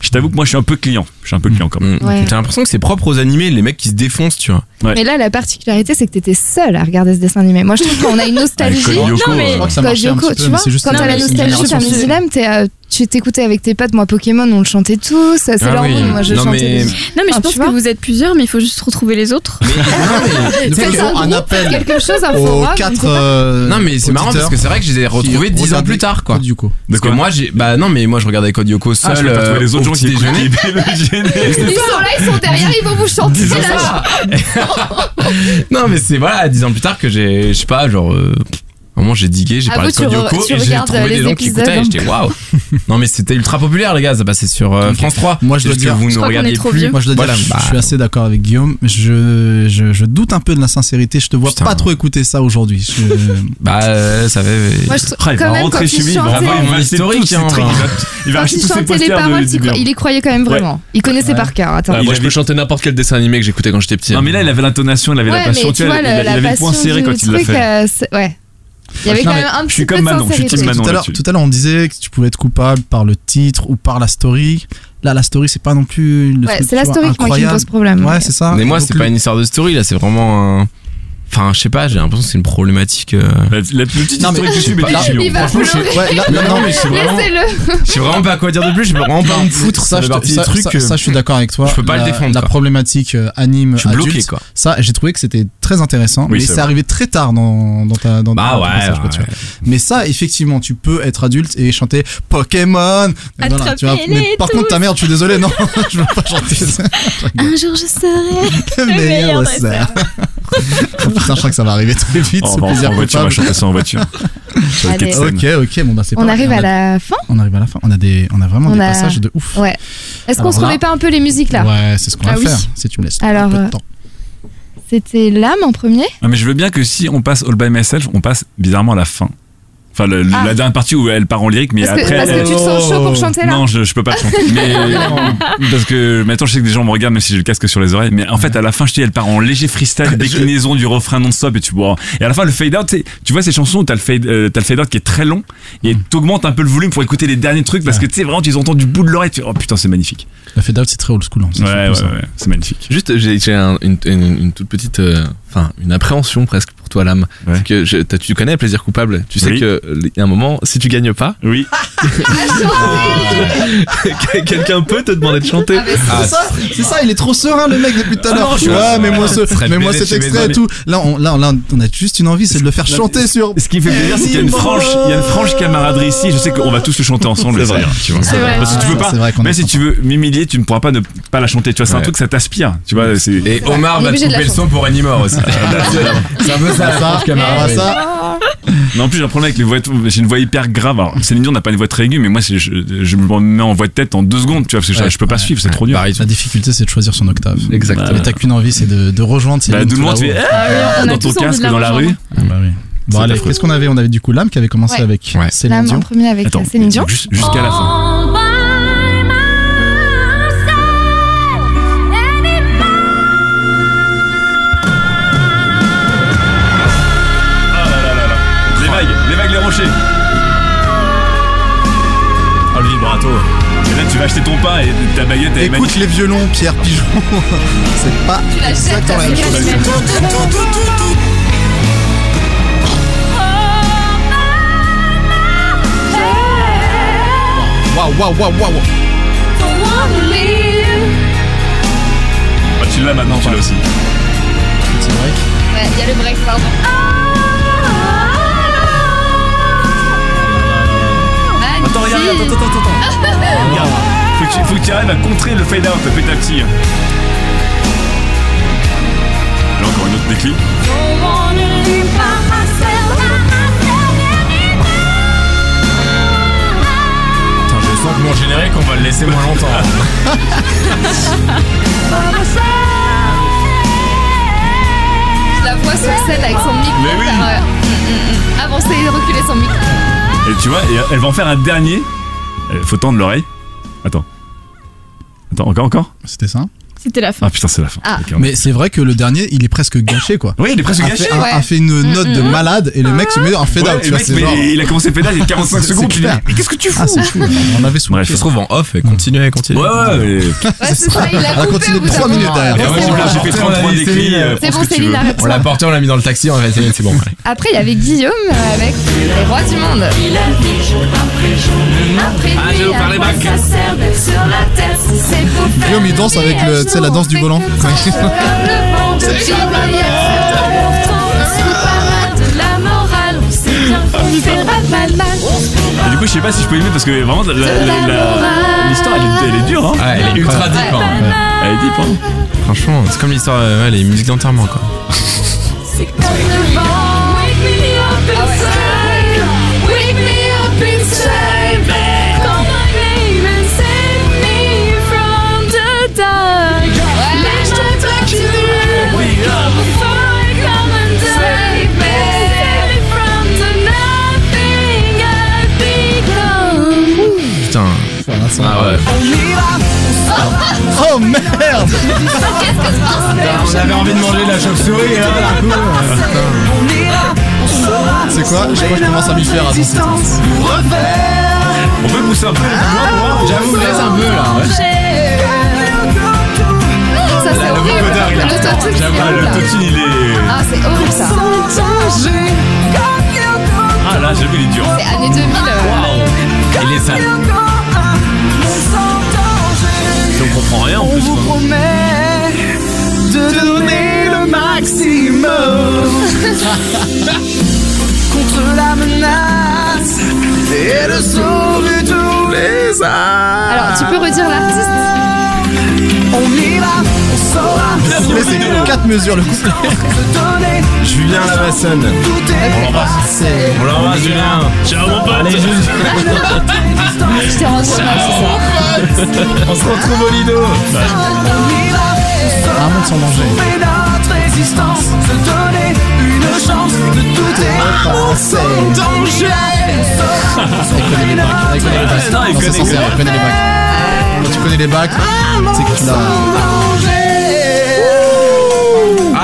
I: Je t'avoue que moi je suis un peu client. Je suis un peu client quand même.
F: Ouais.
G: T'as l'impression que c'est propre aux animés, les mecs qui se défoncent, tu vois.
F: Mais là, la particularité, c'est que t'étais seule à regarder ce dessin animé. Moi, je trouve qu'on a
I: *laughs* Ah,
F: une nostalgie.
I: Avec Code Lyoko,
B: Non, mais-
I: euh,
J: Je crois que ça
F: Code
J: marchait un
F: Lyoko,
J: petit peu,
F: tu
J: mais
F: vois,
J: c'est juste
F: quand
J: une
F: t'as la
J: génération
F: nostalgie
J: différente.
F: Family Dilemma, t'es, euh, tu t'écoutais avec tes potes. Moi, Pokémon, on le chantait tous. C'est
G: Ah
F: leur
G: oui.
F: monde, moi, je
G: Non, mais-
F: chantais. des-
B: Non, mais je
F: Ah, tu
B: pense
F: vois
B: que vous êtes plusieurs, mais il faut juste retrouver les autres.
J: Nous
F: Faites
J: faisons
F: un
J: un
F: groupe,
J: appel
F: Quelque chose, hein. un
J: aux
F: forum. on
J: quatre.
F: sait pas.
J: euh,
G: Non, mais c'est marrant
J: auditeurs
G: parce que c'est vrai que je les ai retrouvés
J: qui
G: 10 ans
J: regardaient
G: plus tard, quoi.
J: Code Lyoko.
G: Parce que
I: quoi
G: moi, j'ai. Bah non, mais moi, je regardais Code Yoko seul.
I: Ah, je peux pas
G: euh,
I: trouver les autres
G: au
I: gens qui
G: petit
I: écoutent
G: déjeuner.
I: le *laughs* générique.
F: Ils sont là, ils sont derrière, ils vont vous chanter.
G: Disons
F: là.
G: ça. *laughs* Non, mais c'est voilà, 10 ans plus tard que j'ai. Je sais pas, genre. euh, à un moment, j'ai digué, j'ai
F: Ah,
G: parlé
F: vous,
G: de Code
F: tu re-
G: Lyoko
F: tu
G: et j'ai
F: regardes,
G: trouvé
F: euh,
G: des
F: les
G: gens qui
F: épisodes,
G: écoutaient et
F: hein.
G: j'étais waouh. Non, mais c'était ultra populaire, les gars, ça passait sur euh, France 3.
J: Moi, je
G: C'est
J: dois
G: juste que
J: dire-
G: vous
B: Je
G: ne
B: crois qu'on est
G: regardiez
B: trop
G: plus.
B: vieux.
J: Moi, je dois
G: Voilà,
J: dire, je-
G: bah,
J: je suis assez d'accord avec Guillaume. Je, je, je doute un peu de la sincérité. Je te vois
G: Putain.
J: pas trop écouter ça aujourd'hui. Je-
G: Bah, euh, ça fait.
H: Bah,
F: Moi, je trouve
I: Ah, il
F: quand
I: va
F: même quand
I: rentrer
F: ils
I: chez lui, il va
F: chantaient-
I: avoir
G: il
I: une
G: va
I: liste
G: historique,
I: tous ses
G: hein,
I: trucs,
G: voilà.
I: il va- Il va
F: Quand
I: acheter
F: il
I: tous ses
F: chantait les
I: posters
F: paroles,
I: de-
F: tu
I: de
F: crois- il y croyait quand même vraiment. Il connaissait par cœur. Attends.
H: Ah,
I: Il
H: moi, je
I: avait-
H: peux chanter n'importe quel dessin animé que j'écoutais quand j'étais petit. hein.
I: Non mais là il avait l'intonation, il avait la
F: Ouais,
I: passion,
F: mais
I: tu
F: tu
I: vois,
F: vois,
I: il,
F: la,
I: avait- il
F: la
I: avait le
F: passion
I: point serré
F: du
I: quand il l'a
F: truc,
I: fait.
F: euh, c'est- ouais. Il y avait
J: Non,
F: quand
J: mais
F: même un
I: je suis
F: petit peu
I: comme
F: de
I: Manon, je suis
F: sincérité.
I: team Manon.
J: tout, à l'heure,
I: là-dessus.
J: tout à l'heure, on disait que tu pouvais être coupable par le titre ou par la story. Là, la story, c'est pas non plus. Le
F: Ouais,
J: truc,
F: c'est la
J: tu vois,
F: story moi, qui me
J: incroyable.
F: pose problème.
J: Ouais, c'est ça.
G: Mais moi,
J: Donc,
G: c'est pas une histoire de story, là, c'est vraiment un. Enfin, je sais pas, j'ai l'impression que c'est une problématique. euh,
I: La, la petite
J: Non, mais
I: historique
J: je
I: YouTube
J: sais
I: est
J: pas.
I: mignon.
F: Il va
G: Franchement, je
F: pleurer.
G: sais-
J: *laughs* Ouais, là, Ah, non,
G: Non,
J: non,
G: mais je *laughs* sais vraiment,
F: Laissez-le.
G: je sais vraiment pas à quoi dire de plus, je peux vraiment pas me foutre
J: ça,
G: sur la
J: je, te-
G: partie des
J: ça,
G: trucs.
J: ça-
G: euh,
J: ça, je suis d'accord avec toi.
G: je peux pas
J: La-
G: le défendre,
J: La
G: quoi.
J: problématique euh, anime
G: Je suis
J: adulte,
G: bloqué, quoi.
J: Ça, j'ai trouvé que c'était très intéressant,
I: Oui,
J: mais
I: c'est
J: c'est
I: vrai.
J: arrivé très tard dans, dans ta dans
G: Bah
J: dans ton
G: ouais,
J: passage, quoi, tu vois. Mais ça, effectivement, tu peux être adulte et chanter Pokémon. Mais non, non, tu vois,
B: Attrapez-les
J: mais par contre, ta mère, je suis désolé, non, *laughs* je veux pas chanter ça.
B: Un jour je serai.
J: Le
B: meilleur
J: meilleur dessert. Putain, je crois que ça va arriver très vite.
I: Oh,
J: ce
I: on va
J: plaisir
I: en voiture, on va
J: coupable.
I: chanter ça en voiture. Ça va être
F: Allez.
I: quatre scènes.
J: Ok, ok, bon bah c'est
F: On
J: pas-
F: arrive à la fin
J: On arrive à la fin. On a des, on a vraiment
F: On
J: des
F: a-
J: passages de ouf.
F: Ouais. Est-ce qu'on
J: Alors
F: se
J: là-
F: remet pas un peu les musiques là
J: Ouais, c'est ce qu'on
F: Ah
J: va
F: oui.
J: faire. Si tu me laisses un
F: Alors,
J: peu de
F: euh,
J: temps.
F: C'était l'âme en premier
I: Ah, mais je veux bien que si on passe All By Myself, on passe bizarrement à la fin. Enfin, le- le-
F: Ah.
I: la dernière partie où elle part en lyrique, mais
F: parce que,
I: après.
F: parce que
I: elle-
F: tu te sens chaud
J: Oh,
F: pour chanter là
I: Oh, Non, je, je peux pas le chanter. Mais parce que maintenant, je sais que des gens me regardent, même si j'ai le casque sur les oreilles. Mais en fait, à la fin, je te dis, elle part en léger freestyle, déclinaison du refrain non-stop. Et tu vois. Et à la fin, le fade out, tu sais, tu vois ces chansons où t'as le fade, euh, t'as le fade out qui est très long et t'augmentes un peu le volume pour écouter les derniers trucs parce que tu sais vraiment, tu les entends du bout de l'oreille. tu fais, Oh putain, c'est magnifique.
J: Le fade out, c'est très old school. hein, c'est
I: Ouais,
J: surtout
I: ouais,
J: ça.
I: ouais, c'est magnifique.
H: Juste, j'ai j'ai un- une, une- une toute petite, euh, enfin, une appréhension presque pour toi, l'âme.
I: Ouais.
H: C'est que je- t'as- tu connais plaisir coupable. Tu sais
I: Oui.
H: que euh, il y a un moment, si tu gagnes
G: *laughs*
H: pas,
I: Oui.
H: quelqu'un peut te demander de chanter.
J: C'est ça, c'est ça, il est trop serein le mec depuis tout à
M: Ah non,
J: l'heure.
M: je-
J: Ouais, mais moi,
G: Ce serait
J: ce, mais moi
G: le
J: cet
G: baiser de chez
J: extrait et
G: mes
J: tout. Là on, là, on- là, on a juste une envie, c'est de le faire chanter sur.
I: Ce qui fait plaisir, c'est qu'il y a une franche, il y a une franche camaraderie ici. Je sais qu'on va tous le chanter ensemble.
H: C'est vrai.
I: c'est-à-dire, tu vois.
B: C'est vrai.
I: Parce que tu peux
J: Ouais,
I: pas.
J: c'est vrai qu'on
I: Même
J: est
I: si
J: sympa.
I: tu veux m'humilier, tu ne pourras pas ne pas la chanter. Tu vois, c'est un
G: Ouais.
I: truc ça t'aspire. Tu vois, c'est.
G: Et Omar
F: Il est
G: va te
F: obligé de la
G: couper le son pour Animore *laughs* aussi. c'est un peu ça, la franche
J: Ah,
G: camarade.
J: ça,
I: Mais en plus, j'ai un problème avec les voix. J'ai une voix hyper grave. Alors, Céline Dion n'a pas une voix très aiguë, mais moi, c'est- je, je me mets en voix de tête en deux secondes. Tu vois, parce que je-
J: Ouais.
I: je peux pas
J: Ouais.
I: suivre, c'est trop
G: Bah,
I: dur.
J: la difficulté, c'est de choisir son octave.
H: Exactement.
J: Mais t'as qu'une envie, c'est de, de rejoindre ces
I: Bah,
J: lignes
I: tout le monde, tu
J: là-haut.
I: fais,
B: Ah oui, on a
I: dans ton
B: tous envie de
I: casque,
B: la
I: dans la
B: rejoindre.
I: rue.
J: Ah bah oui. Bon,
I: C'est
J: allez,
I: affreux.
J: qu'est-ce qu'on avait On avait du coup l'âme qui avait commencé
F: Ouais.
J: avec
G: Ouais.
J: Céline
F: L'âme en
J: Dion.
F: premier avec
I: Attends,
F: Céline Dion.
I: jus- jusqu'à la fin.
B: Oh.
I: Les vagues, les vagues, les rochers. Oh, le vibrato. Et là, tu vas acheter ton pain et ta baguette, elle est
J: Écoute les violons, Pierre Pigeon. *laughs* c'est pas exactement la même chose. Waouh, waouh, waouh, waouh.
I: Bah, tu l'as maintenant, tu l'as aussi.
J: Petit break.
F: Ouais, il y a le break, pardon.
I: Attends, regarde, regarde, attends, attends, attends.
G: Oh.
I: attends. Regarde. Faut que, tu, faut que tu arrives à contrer le fade out petit à petit. Là, encore une autre déclic.
G: Putain, je sens que mon générique, on va le laisser moins longtemps.
F: Je la vois sur scène avec son micro.
I: Mais oui.
F: faire, euh, mm, mm, mm, avancer et reculer son micro.
I: Et tu vois, et elle va en faire un dernier. Euh, Faut tendre l'oreille. Attends. Attends, encore, encore
J: C'était ça.
B: C'était la fin.
I: Ah putain, c'est la fin.
F: Ah.
I: Ok, on-
J: Mais c'est vrai que le dernier, il est presque gâché *laughs* quoi.
I: Oui, il est presque
J: a
I: gâché.
J: fait, un-
F: ouais.
J: a fait une note de malade et le mec se met en fade
I: Ouais,
J: out.
I: et
J: Tu vois,
I: mec,
J: c'est
I: mais
J: genre.
I: il a commencé le pédale il y a 45
J: C'est-
I: secondes.
J: c'est
I: tu lui dis,
J: clair.
I: mais qu'est-ce que tu fous
J: Ah, c'est fou. On avait sous.
I: Bref.
J: le
I: Ça se
J: pied.
G: trouve en off et continuez, continuez.
I: Ouais, ouais, mais-
F: Ouais,
J: *laughs*
F: c'est ça, il
J: On
F: a
J: a
F: coupé
J: continué
F: au bout d'un
J: trois minutes
F: moment.
J: derrière.
I: Et
F: Bon,
I: moi,
F: c'est
I: j'ai-
F: bon.
I: j'ai fait 33
G: Céline,
I: déclics. euh,
F: C'est
I: prends
F: bon,
I: ce que tu
F: Céline,
I: veux.
F: arrête.
G: On l'a porté, on l'a mis dans le taxi, on va essayer, c'est bon. allez.
F: Après, il y avait Guillaume euh, avec les rois du monde.
C: Ah, je vais vous parler bac.
J: Guillaume, il danse avec le- tu sais, la danse du
B: *laughs*
J: volant.
C: Ah,
B: Ah,
I: Et du coup, je sais pas si je peux aimer parce que vraiment, la- la- la- la- l'histoire, elle, est- elle est dure. Hein.
G: Ah, elle est ultra deep, hein.
I: Elle est deep. Hein.
G: Franchement, c'est comme l'histoire, euh, ouais, les musiques d'enterrement, quoi. Putain. Ah ouais.
J: Oh merde
G: On avait envie de manger la chauve-souris, hein, d'un coup.
J: C'est quoi Je crois que je commence à m'y faire. attends.
I: On peut pousser un peu.
F: Ah,
G: J'avoue, laisse un peu, là.
F: Ça, c'est horrible. Le totin, c'est
I: Ah,
F: horrible.
I: le totin, il est.
F: Ah, c'est horrible ça.
I: Ah là, j'avoue, il est dur.
F: C'est année 2000. euh,
G: Il est sale.
I: Et on comprend rien en plus.
F: Alors, tu peux redire l'artiste
G: Ah,
J: Mais c'est quatre mesures le couplet.
G: Julien Lavassonne.
J: C'est
G: On l'embrasse, Julien.
I: Ciao, mon pote.
F: Je t'ai rendu hommage ce soir.
G: On se retrouve au Lido.
J: un monde sans danger. C'est *laughs*
I: non, il
J: Non, c'est
I: connaît,
J: censé,
I: il connaît.
J: on connaît les bacs. Quand tu connais les bacs, c'est que tu l'as.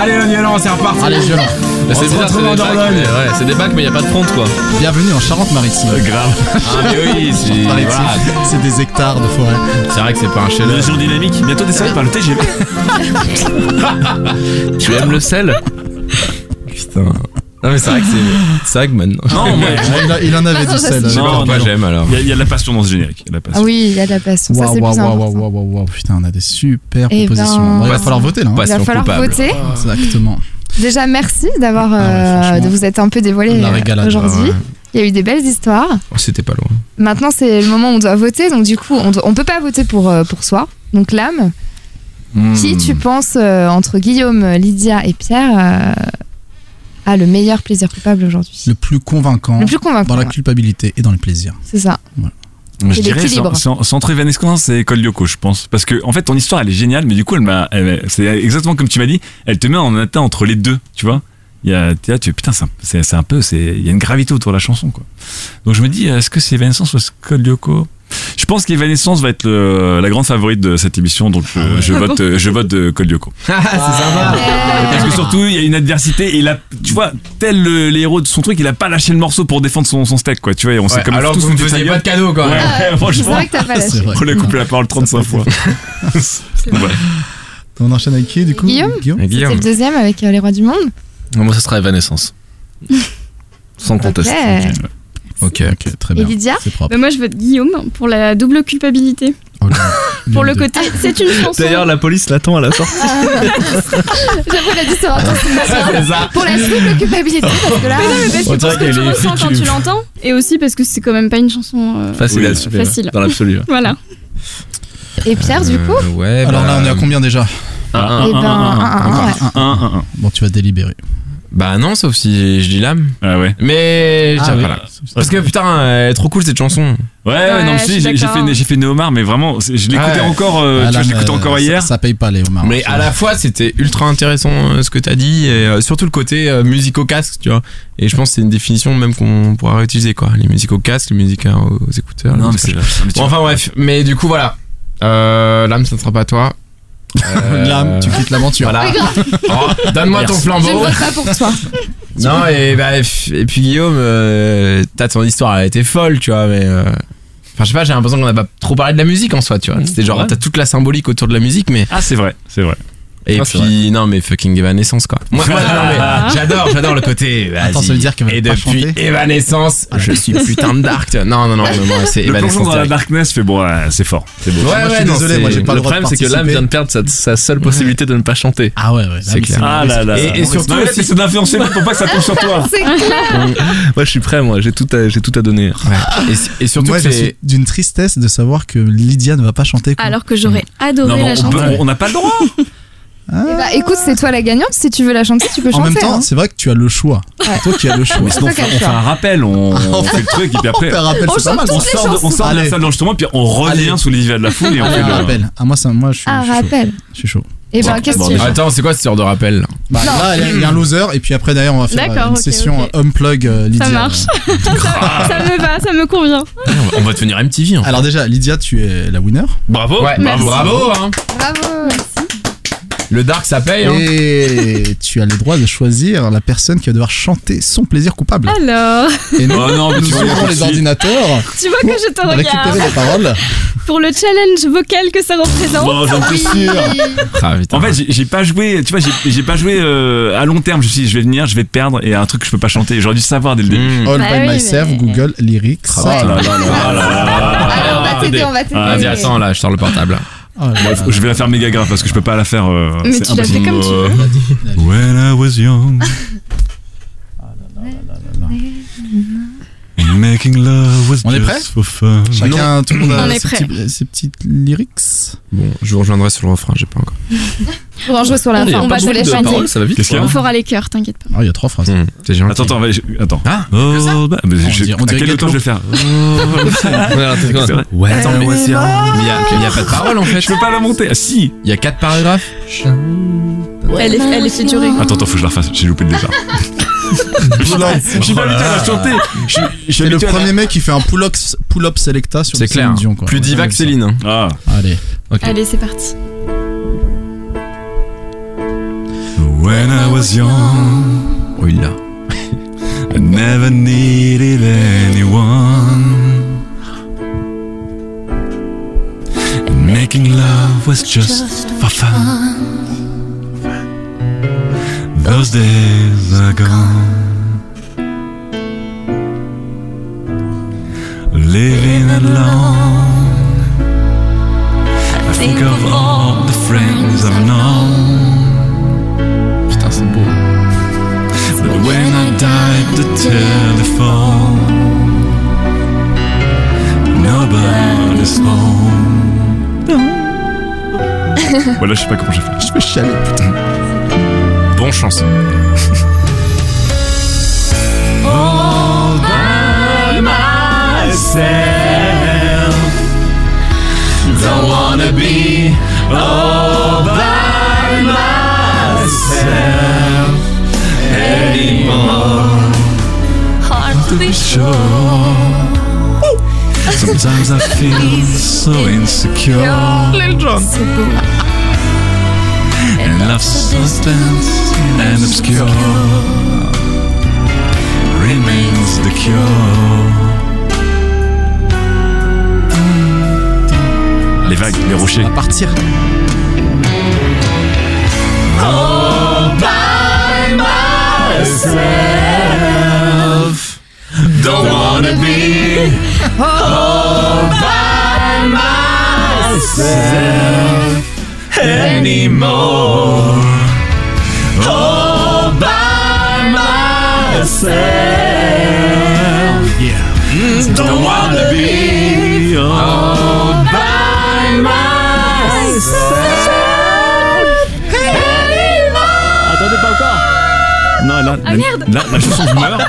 G: Allez, on y est là, on s'est reparti.
J: Allez, violent.
H: Ah, c'est
G: se
H: bizarre, c'est
G: retrouve en
H: des bacs,
G: Dordogne.
H: mais, ouais, c'est des bacs, mais il y a pas de fronte quoi.
J: Bienvenue en Charente-Maritime.
I: Grave.
G: Ah, mais
I: *laughs*
G: oui, c'est voilà,
J: Maritime, C'est des hectares de forêt.
G: c'est vrai que c'est pas un chef-d'œuvre.
I: Version dynamique. Bientôt descendu par le TGV.
G: *laughs*
H: Tu aimes le sel
G: Putain. Non, mais c'est vrai que c'est. C'est vrai que maintenant.
I: Non, moi,
G: *laughs*
J: Ah, Il, a- il en avait
F: Non,
J: du
F: ça,
J: sel.
F: c'est-
G: Je sais
I: Non,
G: pas pourquoi
I: non.
G: j'aime alors.
I: il y, a- il y a de la passion dans ce générique. il y a de la passion.
F: Ah oui, il y a de la passion. Ça,
J: Waouh,
F: c'est le
J: waouh,
F: plus
J: waouh,
F: important.
J: waouh, waouh, waouh, putain, on a des super
F: Eh
J: propositions.
F: ben,
J: Bon, il va
G: passe-
J: falloir voter là. hein.
F: Il va
G: Passion
F: falloir
G: coupable.
F: voter.
J: Exactement.
F: Déjà, merci d'avoir,
J: Ah ouais,
F: euh,
J: franchement.
F: de vous être un peu dévoilé
J: La
F: euh,
J: régalade,
F: aujourd'hui.
J: ouais.
F: Il y a eu des belles histoires.
G: Oh, C'était pas loin.
F: Maintenant, c'est le moment où on doit voter. Donc, du coup, on do- on peut pas voter pour, euh, pour soi. Donc, l'âme. Qui
I: Hmm.
F: tu penses, euh, entre Guillaume, Lydia et Pierre, euh, a le meilleur plaisir coupable aujourd'hui
J: Le plus convaincant
F: Le plus convaincant.
J: dans la
F: ouais,
J: culpabilité et dans le plaisir.
F: C'est ça.
I: Je
F: Et
I: dirais
F: l'équilibre.
I: sans, sans, sans trop Evanescence, c'est Cole Lyoko, je pense. Parce que, en fait, ton histoire, elle est géniale, mais du coup, elle m'a, elle m'a- c'est exactement comme tu m'as dit, elle te met en atteint entre les deux, tu vois. Il y a, tu vois, tu- putain, c'est un- c'est c'est un peu, c'est, il y a une gravité autour de la chanson, quoi. Donc je me dis, est-ce que c'est Evanescence ou est-ce que Cole Lyoko Je pense qu'Evanescence va être le- la grande favorite de cette émission, donc je, je
B: Ah
I: vote, euh, je vote de Cole Lyoko.
F: Euh,
I: Parce que surtout, il y a une adversité, et il a, tu vois, tel le, les héros de son truc, il a pas lâché le morceau pour défendre son, son steak, quoi, tu vois, et on s'est comme
G: alors
I: tous
G: que vous me
I: foutus de sa
G: faisiez
I: gueule.
G: pas de cadeau quand
I: Ouais,
G: même.
I: ouais,
F: C'est
I: *laughs* franchement.
F: vrai que t'as pas lâché.
J: C'est vrai.
I: On lui a coupé la parole 35 fois.
J: On enchaîne avec qui du coup
F: Guillaume C'était le deuxième avec euh, Les Rois du Monde.
H: Moi, ça sera Evanescence. Sans conteste.
F: Ok.
J: Ok, ok, très
F: euh, Et
J: bien.
F: Lydia
J: C'est propre.
B: Bah, moi, je vote Guillaume pour la double culpabilité.
J: Oh là,
B: *laughs* Pour le
J: bien
B: côté,
H: *laughs*
B: c'est une chanson.
H: D'ailleurs, la police l'attend à la sortie.
F: J'avoue, la distance. *laughs* Pour la double culpabilité, parce que là.
B: Mais parce que
H: On
B: pour
H: dirait
B: ce que
H: qu'il
B: tu
H: y a les
B: ressens
H: flics
B: quand
H: qui
B: tu
H: lui-
B: l'entends, et aussi parce que c'est quand même pas une chanson euh,
H: Facile
I: Oui,
H: à assumer,
B: facile.
H: ouais, Dans
G: Bah,
H: l'absolu. ouais.
B: Voilà.
F: Et Pierre, du coup
G: Euh, Ouais,
J: Alors
G: bah,
J: là, on est à combien déjà
I: Un,
F: Eh
I: un,
F: ben,
I: un, un,
F: un, un, ouais.
I: un, un, un.
J: Bon, tu vas délibérer.
G: Bah non, sauf si je dis l'âme.
I: Ah ouais.
G: Mais je
J: Ah
G: dirais
J: oui.
G: pas l'âme. Parce que putain, elle est trop cool cette chanson.
I: Ouais, ouais, non, mais
B: je
I: si,
B: suis
I: j'ai j'ai
B: d'accord.
I: fait, j'ai fait Néomar, mais vraiment, c'est- je l'écoutais
G: Ouais.
I: encore, euh, tu vois, je
J: Alan,
I: l'écoutais
J: euh,
I: encore
J: ça-
I: hier.
J: Ça paye pas, les
I: Ah,
J: homards.
G: Mais à la fois, c'était ultra intéressant euh, ce que t'as dit, et euh, surtout le côté euh, musique au casque, tu vois. Et je pense que c'est une définition même qu'on pourra réutiliser, quoi. Les musiques au casque, les musiques euh, aux écouteurs. les
I: Non, mais
G: musiques à-
I: c'est non, mais tu
G: Bon,
I: vois.
G: enfin bref, mais du coup, voilà. Euh, l'âme, ça ne sera pas
I: *laughs*
G: toi. Euh,
J: L'âme, tu quittes l'aventure. Ah,
G: Voilà. *laughs* Oh, Donne-moi
F: Je
G: ton
I: Merci.
F: ne
G: flambeau.
F: vote pas pour toi.
G: Non, et, bah, f- et puis Guillaume, euh, t'as ton histoire, elle était folle, tu vois, mais. euh, Enfin, je sais pas, j'ai l'impression qu'on n'a pas trop parlé de la musique en soi, tu vois. C'était genre,
I: ouais.
G: t'as toute la symbolique autour de la musique, mais.
I: Ah, c'est vrai, c'est vrai.
G: Et
H: Ah, c'est
G: puis, non, mais fucking Evanescence, quoi. *laughs* Moi, moi, non, mais j'adore, j'adore le côté. vas-y.
J: Attends, ça veut dire qu'elle va
G: Et
J: pas
G: depuis
J: chanter
G: Evanescence, je suis putain de dark. tu vois. Non, non, non, mais moi, c'est
I: Le plongeon
G: Evanescence.
I: dans la
G: direct.
I: darkness fait, bon, ouais, c'est fort. C'est
G: Ouais,
I: beau.
J: Moi, je suis
G: ouais, non,
J: désolé,
G: c'est-
J: moi, j'ai pas
H: Le
J: le droit de
H: problème, c'est que l'âme
J: participer.
H: vient de perdre sa, sa seule possibilité de ne pas chanter.
J: Ah ouais, ouais. l'âme,
G: C'est clair.
I: Ah là là.
G: Et- et
I: Non,
G: surtout
I: mais là,
G: aussi-
I: t'essaies d'influencer l'autre pour pas que ça tombe sur
B: *laughs*
I: toi.
F: C'est clair.
H: Moi, je suis prêt, moi. J'ai tout, à- j'ai tout à donner.
G: Ouais. Et, et surtout,
J: Moi,
G: que
J: je
G: c'est-
J: suis d'une tristesse de savoir que Lydia ne va pas chanter. quoi.
B: Alors que j'aurais
I: Non,
B: adoré
I: mais
B: la
I: on peut-
B: chanson.
I: on n'a pas le droit.
J: Ah.
F: Eh ben, écoute, c'est toi la gagnante. Si tu veux la chanter, tu peux
J: en
F: chanter.
J: même temps,
F: hein.
J: c'est vrai que tu as le choix. C'est toi qui as le choix.
I: Mais sinon, on
F: ça
I: fait
F: qu'elle
I: on fait un rappel, on on fait le truc, et puis après,
J: Faire appel, c'est pas mal.
I: on
J: ça.
I: sort de- on sort de la
J: Allez.
I: salle d'enregistrement, puis on revient
J: Allez.
I: sous les yeux de la foule et on
J: Allez,
I: fait
J: un
I: le.
J: rappel. Ah, moi, ça, moi, je suis,
F: Un
J: je suis chaud.
F: rappel.
J: Je suis chaud.
F: Et
I: Bon,
F: ben, qu'est-ce
I: bon,
F: que tu
I: déjà.
G: Attends, c'est quoi cette sorte de rappel là
J: Bah, là, il y a- il y a un loser, et puis après, d'ailleurs, on va faire
B: D'accord,
J: une
B: ok,
J: session
B: ok.
J: euh, unplug euh, Lydia.
B: Ça marche. ça me va, ça me convient.
G: Ouais, on, va, on va devenir MTV. hein.
J: *laughs* Alors, déjà, Lydia, tu es la winner.
I: Oh,
H: Bravo.
G: Ouais,
B: Merci.
G: bravo, hein.
F: Bravo.
G: Le dark, ça paye. hein.
J: Et tu as le droit de choisir la personne qui va devoir chanter son plaisir coupable.
B: Ah, Alors,
J: Et nous,
I: Oh non, mais
J: nous
I: tu vois,
J: ouvrons les
I: si.
J: ordinateurs
B: tu vois que je te
J: pour récupérer
B: *laughs* regarde
J: les paroles.
B: pour le challenge vocal que ça représente.
I: Bon, j'en suis sûr.
G: Ah, putain.
I: En fait, j'ai- j'ai pas joué, tu vois, j'ai- j'ai pas joué euh, à long terme. Je me suis dit, je vais venir, je vais perdre, et un truc que je peux pas chanter. J'aurais dû savoir dès le début.
G: Mmh.
J: All
B: Bah
J: by
B: oui,
J: myself,
B: mais-
J: Google, lyrics.
I: Oh là là là là là là.
F: Allez, on va t'aider, on va
I: Ah,
G: Vas-y,
F: t'aider.
G: attends, là, je sors le portable.
J: Oh là là.
I: Je vais la faire méga grave parce que je peux pas la faire. euh,
B: Mais
I: c'est
B: tu la fais
I: impossible.
B: comme tu veux.
I: When I was young. Making love was
J: On est
I: just
J: prêt
I: for fun.
J: Chacun, tout le monde
B: On
J: a
B: est
J: ses,
B: prêt.
J: petits- ses petites lyrics.
G: Bon, je vous rejoindrai sur le refrain, j'ai pas encore.
F: Pour en jouer sur la
H: Il y a
F: fin, on
H: pas
F: va jouer
H: beaucoup
F: les
H: de
F: chanter.
H: paroles, Ça va vite.
I: Qu'est-ce qu'il y a
B: On fera les cœurs, t'inquiète pas.
J: Ah, il y a trois phrases.
G: Mmh, c'est gentil.
I: Attends, attends, je- attends.
G: Ah,
I: oh, bah, mais
J: On
I: je-
J: dirait- on
I: à
J: dirait
I: quel temps
J: Gatlo.
I: je vais le faire
G: Ouais, alors, t'es quoi
I: C'est vrai.
G: Ouais, attends, mais il y a, il y a pas de parole en fait.
I: Je peux pas la monter. Ah, si.
G: Il y a quatre paragraphes.
B: Elle est, elle est fait durer.
I: Attends, attends, faut que je la refasse. J'ai loupé le départ. *laughs* Ah. Je suis pas habitué à la chanter. Je suis- Je suis
J: C'est le
I: habitué à la-
J: premier mec qui fait un pull-up pull selecta sur
G: C'est
J: Céline
H: hein.
G: clair.
J: Dion, quoi.
G: Plus diva que Céline. hein.
I: Ah.
J: Allez.
B: Allez, c'est parti.
I: When I was young,
G: Oh, il l'a.
I: I never needed anyone. And making love was just for fun. Those days are gone. living alone. I think of all the friends I've known.
H: Putain, c'est beau.
I: But when I died the telephone, nobody's home. Voilà, je sais pas comment j'ai fait.
J: Je peux chialer.
I: Bon chance. All by myself. Don't wanna be all by myself anymore. Hard to be sure. Sometimes I feel so insecure. and love substance and obscure remains the cure. Les vagues, les rochers.
J: À partir.
I: All by myself. Don't wanna be all by myself anymore. All by myself. Yeah. Don't wanna be all by myself anymore.
M: Attendez pas encore.
I: Non, là, la, là, la chanson meurt. Là,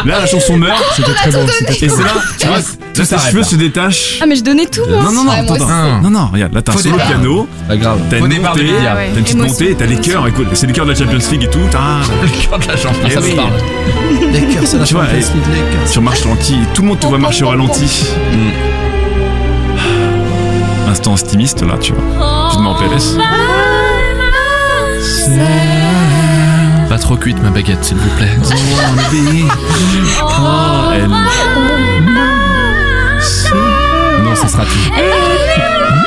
I: Ah, la chanson meurt.
J: C'était très beau. c'était
I: Et
H: *laughs*
I: c'est là, tu vois, là, ses
G: Ah, s'arrête,
I: cheveux
G: là. Ah.
I: se détachent.
B: Ah, mais je donnais tout, moi.
H: hein.
I: Non, non, non,
F: Ouais, moi
I: attends,
F: aussi.
I: attends. Non, non, regarde, là, t'as un
G: Faux
I: solo
G: départ.
I: piano.
H: Pas grave.
I: T'as
G: Au
I: une
G: départ de
I: montée,
G: Lydia.
I: t'as une petite
B: Émotion,
I: montée, t'as les chœurs, écoute, c'est les chœurs de la Champions League et tout. Ah,
H: Ah, ça
I: Eh oui.
H: me parle.
J: Les cœurs, c'est la
I: *laughs* Tu vois,
J: Champions
I: et-
J: League, les cœurs.
I: tu marches ralenti, tout le monde te voit marcher au ralenti.
G: Mm.
I: Ah. Instant optimiste là, tu vois. Tu te mets en PLS.
H: Pas trop cuite ma baguette, s'il vous plaît.
I: Oh,
H: Oh,
I: Non, ça sera tout.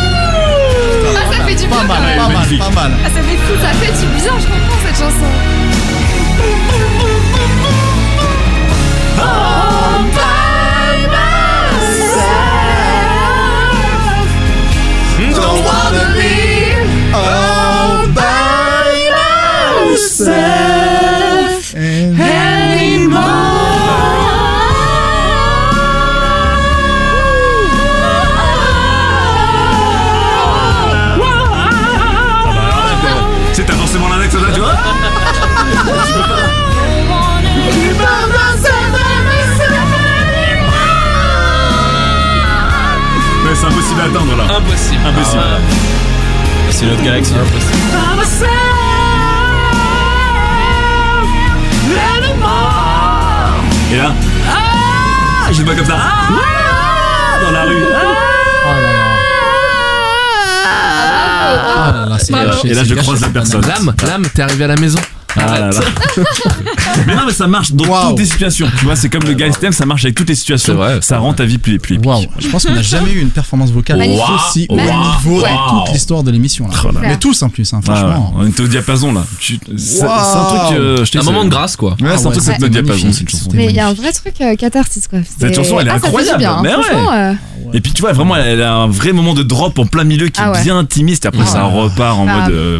F: Ah, ça fait du bien quand même.
J: Pas mal, pas mal.
F: Ah, ça fait fou, ça fait du bien, je comprends cette chanson.
J: Oh,
H: Ah,
I: C'est t'as forcément l'index là, tu vois Mais c'est impossible à atteindre là.
H: Impossible.
I: Impossible.
M: C'est notre galaxie.
I: Et là Ah Je vais pas comme ça. Ah Dans la rue.
H: Ah là là, c'est
I: Et là,
H: gâché,
I: et là,
H: c'est
I: je
H: gâché.
I: croise la personne.
H: Lame, lame, t'es arrivé à la maison.
I: Ah là là. *laughs* mais non, mais ça marche dans
J: Waouh.
I: toutes les situations. Tu vois, c'est comme le guy's thème, ça marche avec toutes les situations.
H: C'est vrai, c'est
I: ça rend ta vie plus plus. épique.
J: Waouh, je pense qu'on n'a jamais eu une performance vocale
F: Magnifique.
J: aussi au
F: Magnifique.
J: niveau de
I: Waouh.
J: toute l'histoire de l'émission. là.
I: Oh là là.
J: Mais tous en plus, hein,
I: Ah ouais,
J: franchement.
I: on était au diapason là. Tu- C'est c'est un truc. euh, je te
H: Un
I: dis,
H: moment
I: c'est-
H: de grâce, quoi.
I: Ouais, c'est un
J: Ah ouais,
I: truc avec
J: c'était
I: notre diapason,
J: magnifique,
I: cette chanson.
J: c'était
F: Mais il y a un vrai truc euh, catharsis quoi.
I: Cette chanson, elle est
F: Ah, ça fait du
I: incroyable,
F: bien, hein,
I: mais ouais.
F: franchement, euh,
I: Et puis tu vois, vraiment, elle a un vrai moment de drop en plein milieu qui
F: Ah
I: est
F: ouais.
I: bien intimiste. Et après, ça
F: Ah.
I: repart en
F: Ah.
I: mode. euh,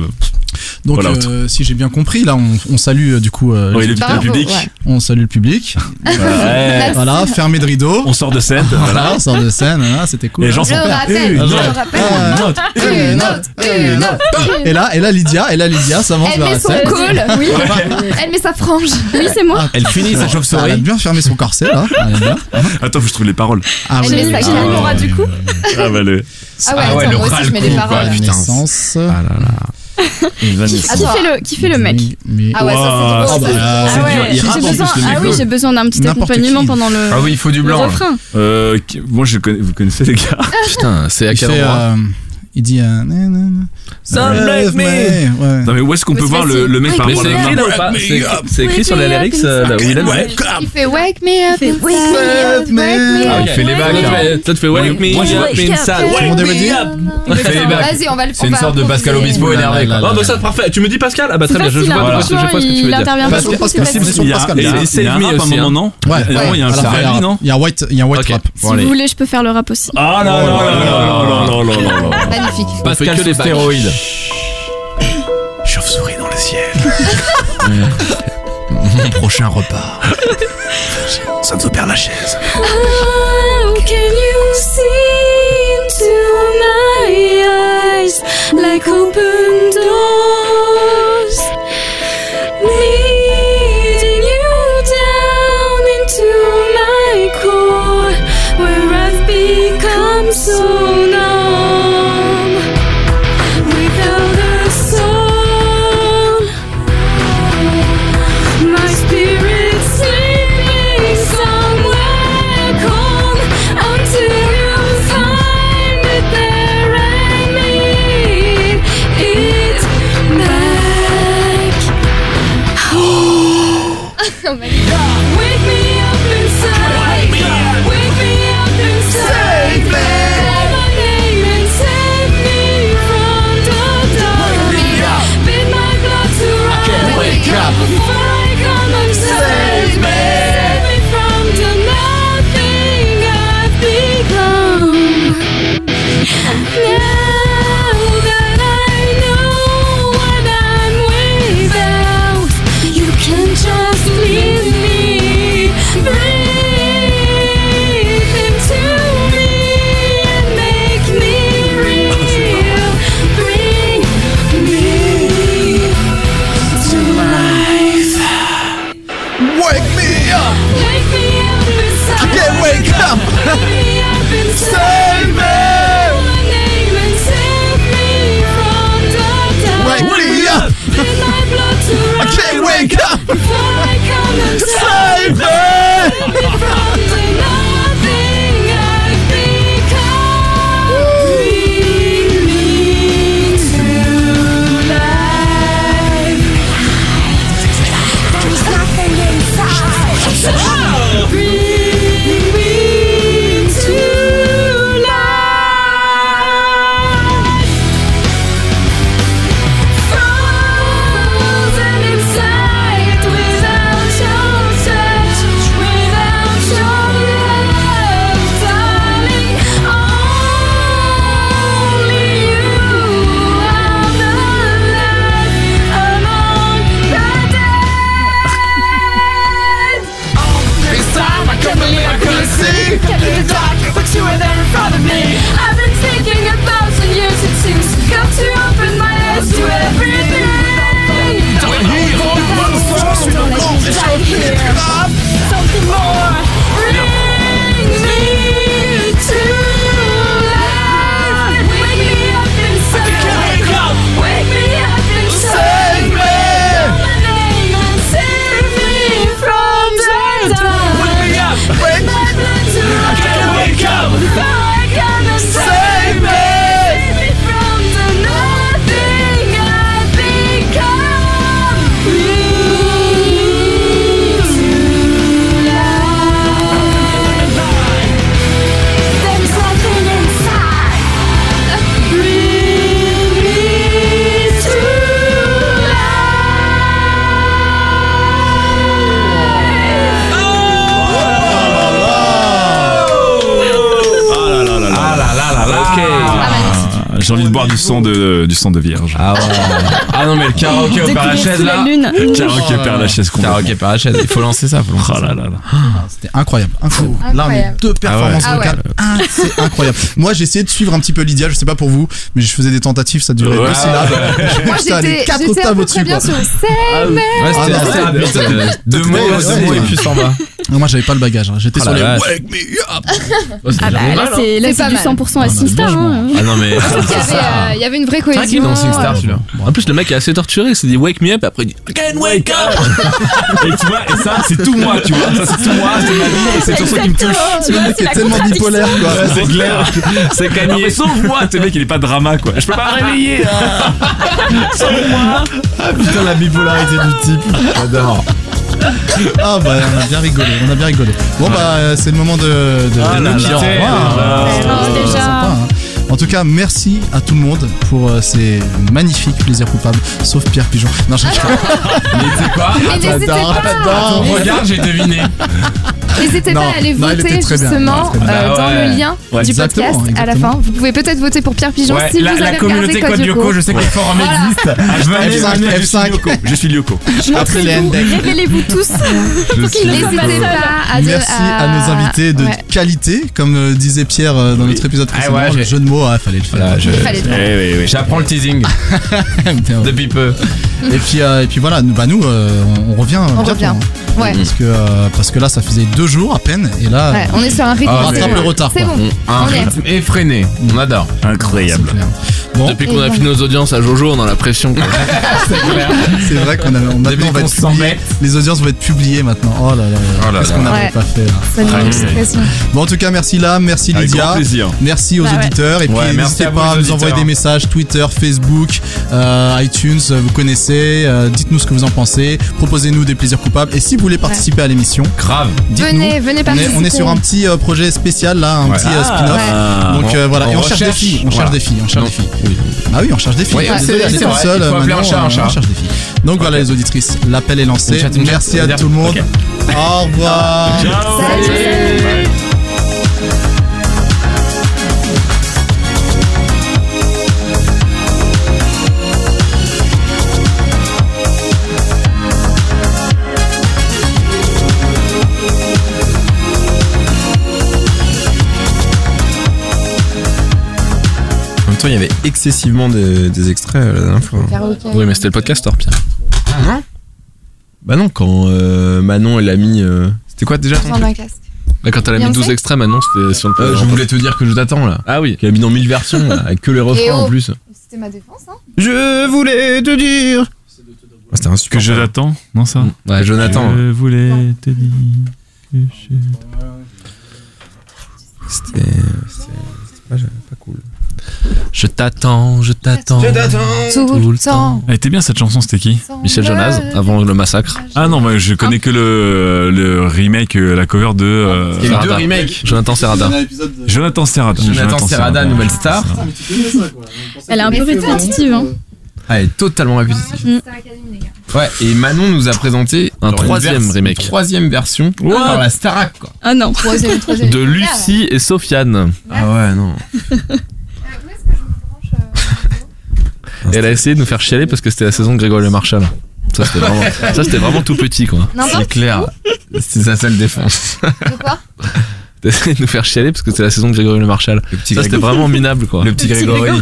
J: Donc,
I: Voilà.
J: euh, si j'ai bien compris, là, on, on salue euh, du coup, euh,
I: ouais, le
F: Bravo,
I: public.
F: ouais.
J: on salue le
I: *laughs*
J: public.
I: Ouais.
J: voilà, fermé de rideau.
I: On sort de scène.
J: Voilà, on sort de scène, hein, c'était cool.
I: Et les gens
F: Je
I: sont
F: le
I: là.
F: rappelle,
I: Une
F: je
I: note,
F: le rappelle.
J: Ah,
I: Une note.
F: Une note, une note.
J: Et là, et là, Lydia, et là, Lydia, s'avance
F: Elle
J: vers
F: met
J: la
F: son
J: scène.
F: col, oui. Elle met sa Ah frange.
B: Oui, c'est moi.
J: Elle
M: finit
I: Ah,
M: sa chauve-souris.
J: Elle a bien fermé son corset,
F: *laughs*
J: là. Ah, Elle a bien.
I: Attends, faut que je trouve les paroles.
J: Ah
F: Elle met sa
J: ah,
F: canne.
B: Laura, du coup.
I: Ah bah le.
F: Ah ouais,
G: Ah ouais,
F: attends,
G: le
F: moi aussi je mets les
G: ras-le-cou,
F: paroles.
G: quoi,
J: bah,
G: putain.
J: Ah, Naissance.
H: Ah,
B: Qui, qui fait le, qui fait le mec
J: Mais-
F: Ah ouais, ça
J: Ah
F: c'est drôle. ça.
B: Ah
J: bah,
B: ouais,
M: il
B: j'ai
M: rappe en
B: besoin,
M: plus, le
B: ah
M: mec.
B: oui, j'ai besoin d'un petit
J: N'importe
B: accompagnement
J: qui.
B: pendant le,
G: Ah oui, il faut du
B: le
G: blanc. là.
B: refrain.
I: Euh, qui- moi, je connais, vous connaissez les gars.
H: Putain, c'est à
J: Il
H: quel
J: fait,
H: endroit
J: euh, il il dit euh, na, na, na.
N: Some like me.
J: Ouais, ouais.
I: Non mais où est-ce qu'on peut
O: Mais
I: voir
O: c'est
I: le, le mec
O: facile.
I: par
O: Oui,
N: Mais
I: rapport à
N: c'est écrit
I: la main
N: là ou pas C'est- C'est écrit sur les lyrics euh, là, Will and Grace.
F: Il fait Wake me up.
O: Il fait
F: inside,
O: Wake me
F: wake me
N: Ah,
F: up.
N: il fait les bagues.
I: là.
N: Toi, tu fais Wake Me
P: moi, je
N: up
P: wake
N: inside.
J: Tout le monde avait dit
G: les bagues.
F: Vas-y, on va le
G: C'est une sorte de Pascal Obispo énervé. quoi.
N: Non, mais bah, ça, parfait. Tu me dis Pascal Ah, bah
O: C'est
N: très bien, je
O: facile,
N: je vois
O: hein,
N: parce que je vois ce que tu veux
O: il
N: dire.
O: intervient
J: Parce
O: beaucoup,
J: que-
O: c'est
J: parce que
O: facile.
J: c'est son
I: Il y a-
J: Pascal.
I: il y a-
J: ça.
N: Et
I: il y a un
N: Save Me
I: rap à un
N: aussi,
I: moment,
N: hein.
I: non
J: Ouais,
I: Il y a-
J: ouais,
I: il y a un
J: à la
I: rap.
J: fin, il y a
I: Ferrari, non
J: il y a un white, il y a un white
N: Ok.
J: rap.
O: Si
N: Bon, allez.
O: vous voulez, je peux faire le rap aussi.
P: Ah non, non, non, non, non, non, non, non, non.
F: Magnifique.
N: On fait
G: Pascal
N: que
G: sous
N: les bagues.
G: stéroïdes.
I: *laughs* Chauve-souris dans le ciel.
G: Mon prochain repas.
I: Ça te perd la chaise.
N: Ah,
B: How can you see into my eyes like open doors? Leading you down into my core where I've become so numb. Without a soul, my spirit sleeping somewhere cold until you find it there and need it back. Wake me up inside. Wake me up inside. Call my name and save me from the dark. Bid my blood to rise.
F: wake
B: up. Before I come undone. Save me from the nothing I've become. Now that I know what I'm without, you can just leave me. Breathe into me and make me real. Bring me to life.
Q: Wake me up,
B: Wake me up inside.
Q: wake up,
B: Wake me up inside. My name and save me from the dark.
Q: me up,
B: Bid my blood to rise.
Q: wake up,
B: Before I come undone. From the nothing I've become, bring me to life. There's nothing inside. Bring me to life. Frozen inside without your touch, without your love, darling. Only you are the light among the dead. This time I couldn't believe I couldn't see. Kept in the dark, but you were there in front of me. I've been thinking a thousand years it seems. Got to open my eyes to everything. Don't let me die here. Something more. Bring me to life. Wake me up inside. Wake me up inside. My name and save me from the dark. Wake me up. Wake my blood to life.
P: Wake up.
B: Before I come and save me. Save me from the nothing I've become. Bring to life. There is nothing inside. Bring me to life.
I: Ah là là là là.
G: Ah là là là là.
I: Ah, J'ai envie de boire du sang de, du sang de vierge.
G: Ah ouais. Ah non mais le karaoké au
O: Découvrir
G: par la chaise
O: sous la
G: là.
O: lune.
I: Karaoké
N: Oh,
I: perd la chaise complètement.
G: Karaoké par la chaise. Il faut lancer ça. Faut lancer
I: Ah
G: ça.
I: là là là.
J: C'était incroyable. incroyable. Là, on est
F: Incroyable.
J: deux performances
F: Ah ouais.
J: locales. Ah,
F: *laughs*
J: c'est incroyable. Moi, j'ai essayé de suivre un petit peu Lydia, je sais pas pour vous, mais je faisais des tentatives, ça durait
G: Ouais.
J: deux syllabes.
F: *laughs* Moi,
J: Putain, les
F: j'étais
J: quatre
F: j'étais à
J: octaves
F: peu près
J: au-dessus,
F: bien
J: quoi.
F: sur
G: Ouais,
J: Ah,
G: c'était
J: non,
G: assez rapide. euh, Deux mots,
J: ouais,
G: deux
J: ouais,
G: mots et
J: ouais.
G: puis s'en va.
J: Non, moi, j'avais pas le bagage. hein. J'étais
G: Ah
J: sur
G: la
J: les.
G: vache.
J: Wake me up.
O: Ah bah là, c'est là,
F: C'est
O: c'est
F: pas
O: du
F: mal.
O: 100% à Simstar. hein.
G: Ah non mais.
F: avait, euh, il y avait une vraie cohésion. euh,
H: C'est vrai qu'il est dans Singstar, celui-là.
J: Bon,
H: En plus, le mec est assez torturé. Il s'est dit wake me up. Après, il dit again wake up.
I: Et tu vois, et ça, c'est tout moi, tu vois. Ça, c'est tout moi, c'est ma vie, et c'est sur ça qui me touche.
B: Exactement, tu
J: Le
O: Ah,
B: vois,
J: mec
B: c'est la
J: est tellement
B: contradiction.
J: bipolaire, quoi.
I: Ouais, c'est clair.
H: C'est
I: Non, mais
H: Kanye.
I: sauve-moi, ce mec, il est pas drama, quoi. Je peux pas me réveiller.
G: hein.
J: Ah putain, la bipolarité du type. J'adore. Ah bah on a bien rigolé, on a bien rigolé. Bon bah euh, c'est le moment de, de,
I: Ah
J: de
I: là
J: nous
I: là.
J: quitter.
I: Ouais,
J: Waouh.
I: là.
J: C'était-
B: Ouais,
J: c'était
B: déjà.
J: sympa, hein. En tout cas, merci à tout le monde pour euh, ces magnifiques plaisirs coupables, sauf Pierre Pigeon. Non, je rigole.
G: C'est quoi
F: Ah, Mais n'hésitez pas,
J: Attends,
G: Regarde, j'ai deviné.
F: n'hésitez pas
J: Non,
F: à aller
J: non, il était
F: voter
J: très bien. Non,
F: justement
J: très bien.
F: euh,
G: Bah
F: dans
G: ouais.
F: le lien
J: Ouais,
F: du
J: exactement,
F: podcast à la
J: exactement.
F: fin. Vous pouvez peut-être voter pour Pierre Pigeon
G: Ouais,
F: si
G: la,
F: vous
G: la
F: avez
G: communauté
F: regardé
G: Code Lyoko, je sais que le forum existe. Venez,
J: F5,
G: venez, je
J: F5.
G: suis Lyoko.
I: Je suis Lyoko.
J: Après les
B: Montrez-vous,
J: index.
B: révélez-vous tous.
I: Je
B: Faut qu'il
I: suis-
B: les
F: N'hésitez
B: Lyoko.
F: pas à de-
J: Merci à...
F: à-
J: nos invités de
F: Ouais.
J: qualité, comme euh, disait Pierre euh, dans notre épisode précédent.
G: ouais,
J: le
G: j'ai-
J: jeu de mots, ah, fallait le faire.
G: Voilà, je-
F: Fallait le
I: Eh
F: faire.
I: oui, oui.
G: J'apprends le teasing depuis peu.
J: *laughs* et puis euh, et puis voilà, nous, bah nous euh, on, on revient.
F: On
J: bientôt,
F: revient.
J: hein.
F: Ouais.
J: Parce que euh, parce que là, ça faisait deux jours à peine, et là.
F: Ouais, on est sur un rythme.
J: on
G: Ah,
F: c'est
J: rattrape
G: mais-
F: bon.
J: le retard.
F: C'est
J: quoi.
F: bon.
G: Un
F: On est.
G: rythme effréné. On adore.
J: C'est
I: Incroyable.
J: clair. Bon,
H: Depuis qu'on a fini nos audiences à Jojo, on a la pression.
G: *laughs*
H: quoi.
J: c'est vrai qu'on a, on- maintenant on va
G: qu'on
J: être publié.
G: s'embête.
J: Les audiences vont être publiées maintenant. Oh là là, là.
G: Oh là
J: qu'est-ce
G: là.
J: qu'on n'avait
F: Ouais.
J: pas fait là.
F: Ça nous
I: Ah,
F: met
I: oui.
F: sous pression.
J: Bon, en tout cas, merci Lam, merci
I: Avec grand
J: Lydia.
I: plaisir.
J: Merci aux
B: Bah ouais.
J: auditeurs et puis
G: Ouais, merci
J: n'hésitez
G: à vous,
J: pas à
G: les
J: nous envoyer
G: auditeurs.
J: des messages Twitter, Facebook, euh, iTunes, euh, vous connaissez, euh, dites-nous ce que vous en pensez, proposez-nous des plaisirs coupables et si vous voulez participer à l'émission,
G: Grave.
J: dites-nous.
F: Venez, venez
J: On est,
F: participer.
J: on est sur un petit euh, projet spécial là, un
G: Ouais.
J: petit euh, spin-off.
I: Ah,
J: Donc euh, voilà,
G: on
J: et on cherche des
G: recherche.
J: filles, on cherche
G: Voilà.
J: des filles, on cherche
G: Non.
J: des filles. Ah oui, on cherche des filles.
G: Oui,
J: Ah,
G: c'est-
J: désolé,
G: c'est
J: les
G: vrai,
J: consoles,
G: il faut appeler un
J: maintenant,
G: chat, un
J: euh,
G: chat.
J: On cherche des filles. Donc voilà les auditrices, l'appel est lancé.
G: Une chatte, une chatte,
J: Merci
G: on
J: à
G: va dire.
J: tout le monde.
G: Ok.
J: Au revoir.
I: Ciao.
G: En même temps, il y avait excessivement de- des extraits euh, la dernière fois. Ah,
F: Karaoké.
H: Oui, mais c'était le podcast, Thor, Pierre.
G: Bah non, quand euh, Manon elle a mis. euh, C'était quoi déjà ton
F: Dans
G: truc
F: un casque.
H: Là, quand elle a mis
F: Beyoncé
H: 12 extraits, maintenant, c'était sur le
G: Euh, Je
H: podcast.
G: voulais te dire que je t'attends là.
H: Ah oui.
G: Qu'elle a mis dans mille versions là, avec que les refrains
F: oh.
G: en plus.
F: C'était ma défense, hein.
G: Je voulais te dire. Ah, C'était un
I: Que
G: super.
I: je l'attends Non, ça
G: Ouais, Jonathan.
I: Je voulais te dire. que je-
G: C'était. c'était- c'était pas, pas cool.
H: Je t'attends, je t'attends.
F: Tout le temps.
I: Elle était bien cette chanson, c'était qui
H: Michel Jonas, avant le massacre.
I: Ah non, moi je connais que le, le remake, euh, la cover de euh,
G: Il y a eu deux
H: Sarada.
G: remakes.
H: Jonathan Serrada.
I: Jonathan Serrada.
G: Jonathan Serrada, nouvelle star.
B: Elle est un peu
F: Mais c'est vrai.
B: répétitive. hein.
G: Ah, elle est totalement répétitive.
F: Star Academy, les gars.
G: Ouais, et Manon nous a présenté
H: Un
G: genre, une
H: troisième
G: vers-
H: remake.
G: une troisième version par la Starac quoi.
B: Ah non.
F: Troisième, troisième.
H: De Lucie et Sofiane.
G: Ah ouais, non.
F: Euh, Où est-ce que je me branche euh,
H: Et elle a essayé de nous faire chialer parce que c'était la saison de Grégoire Le Marchal. Ça, c'était vraiment, ça, c'était vraiment tout petit, quoi.
F: N'importe
G: clair. C'est sa seule défense.
F: De quoi
H: T'as essayé de nous faire chialer parce que c'était la saison de Grégory Le Marchal.
G: Le petit
H: Ça, c'était
G: Grégory.
H: vraiment minable, quoi.
G: Le petit Grégory.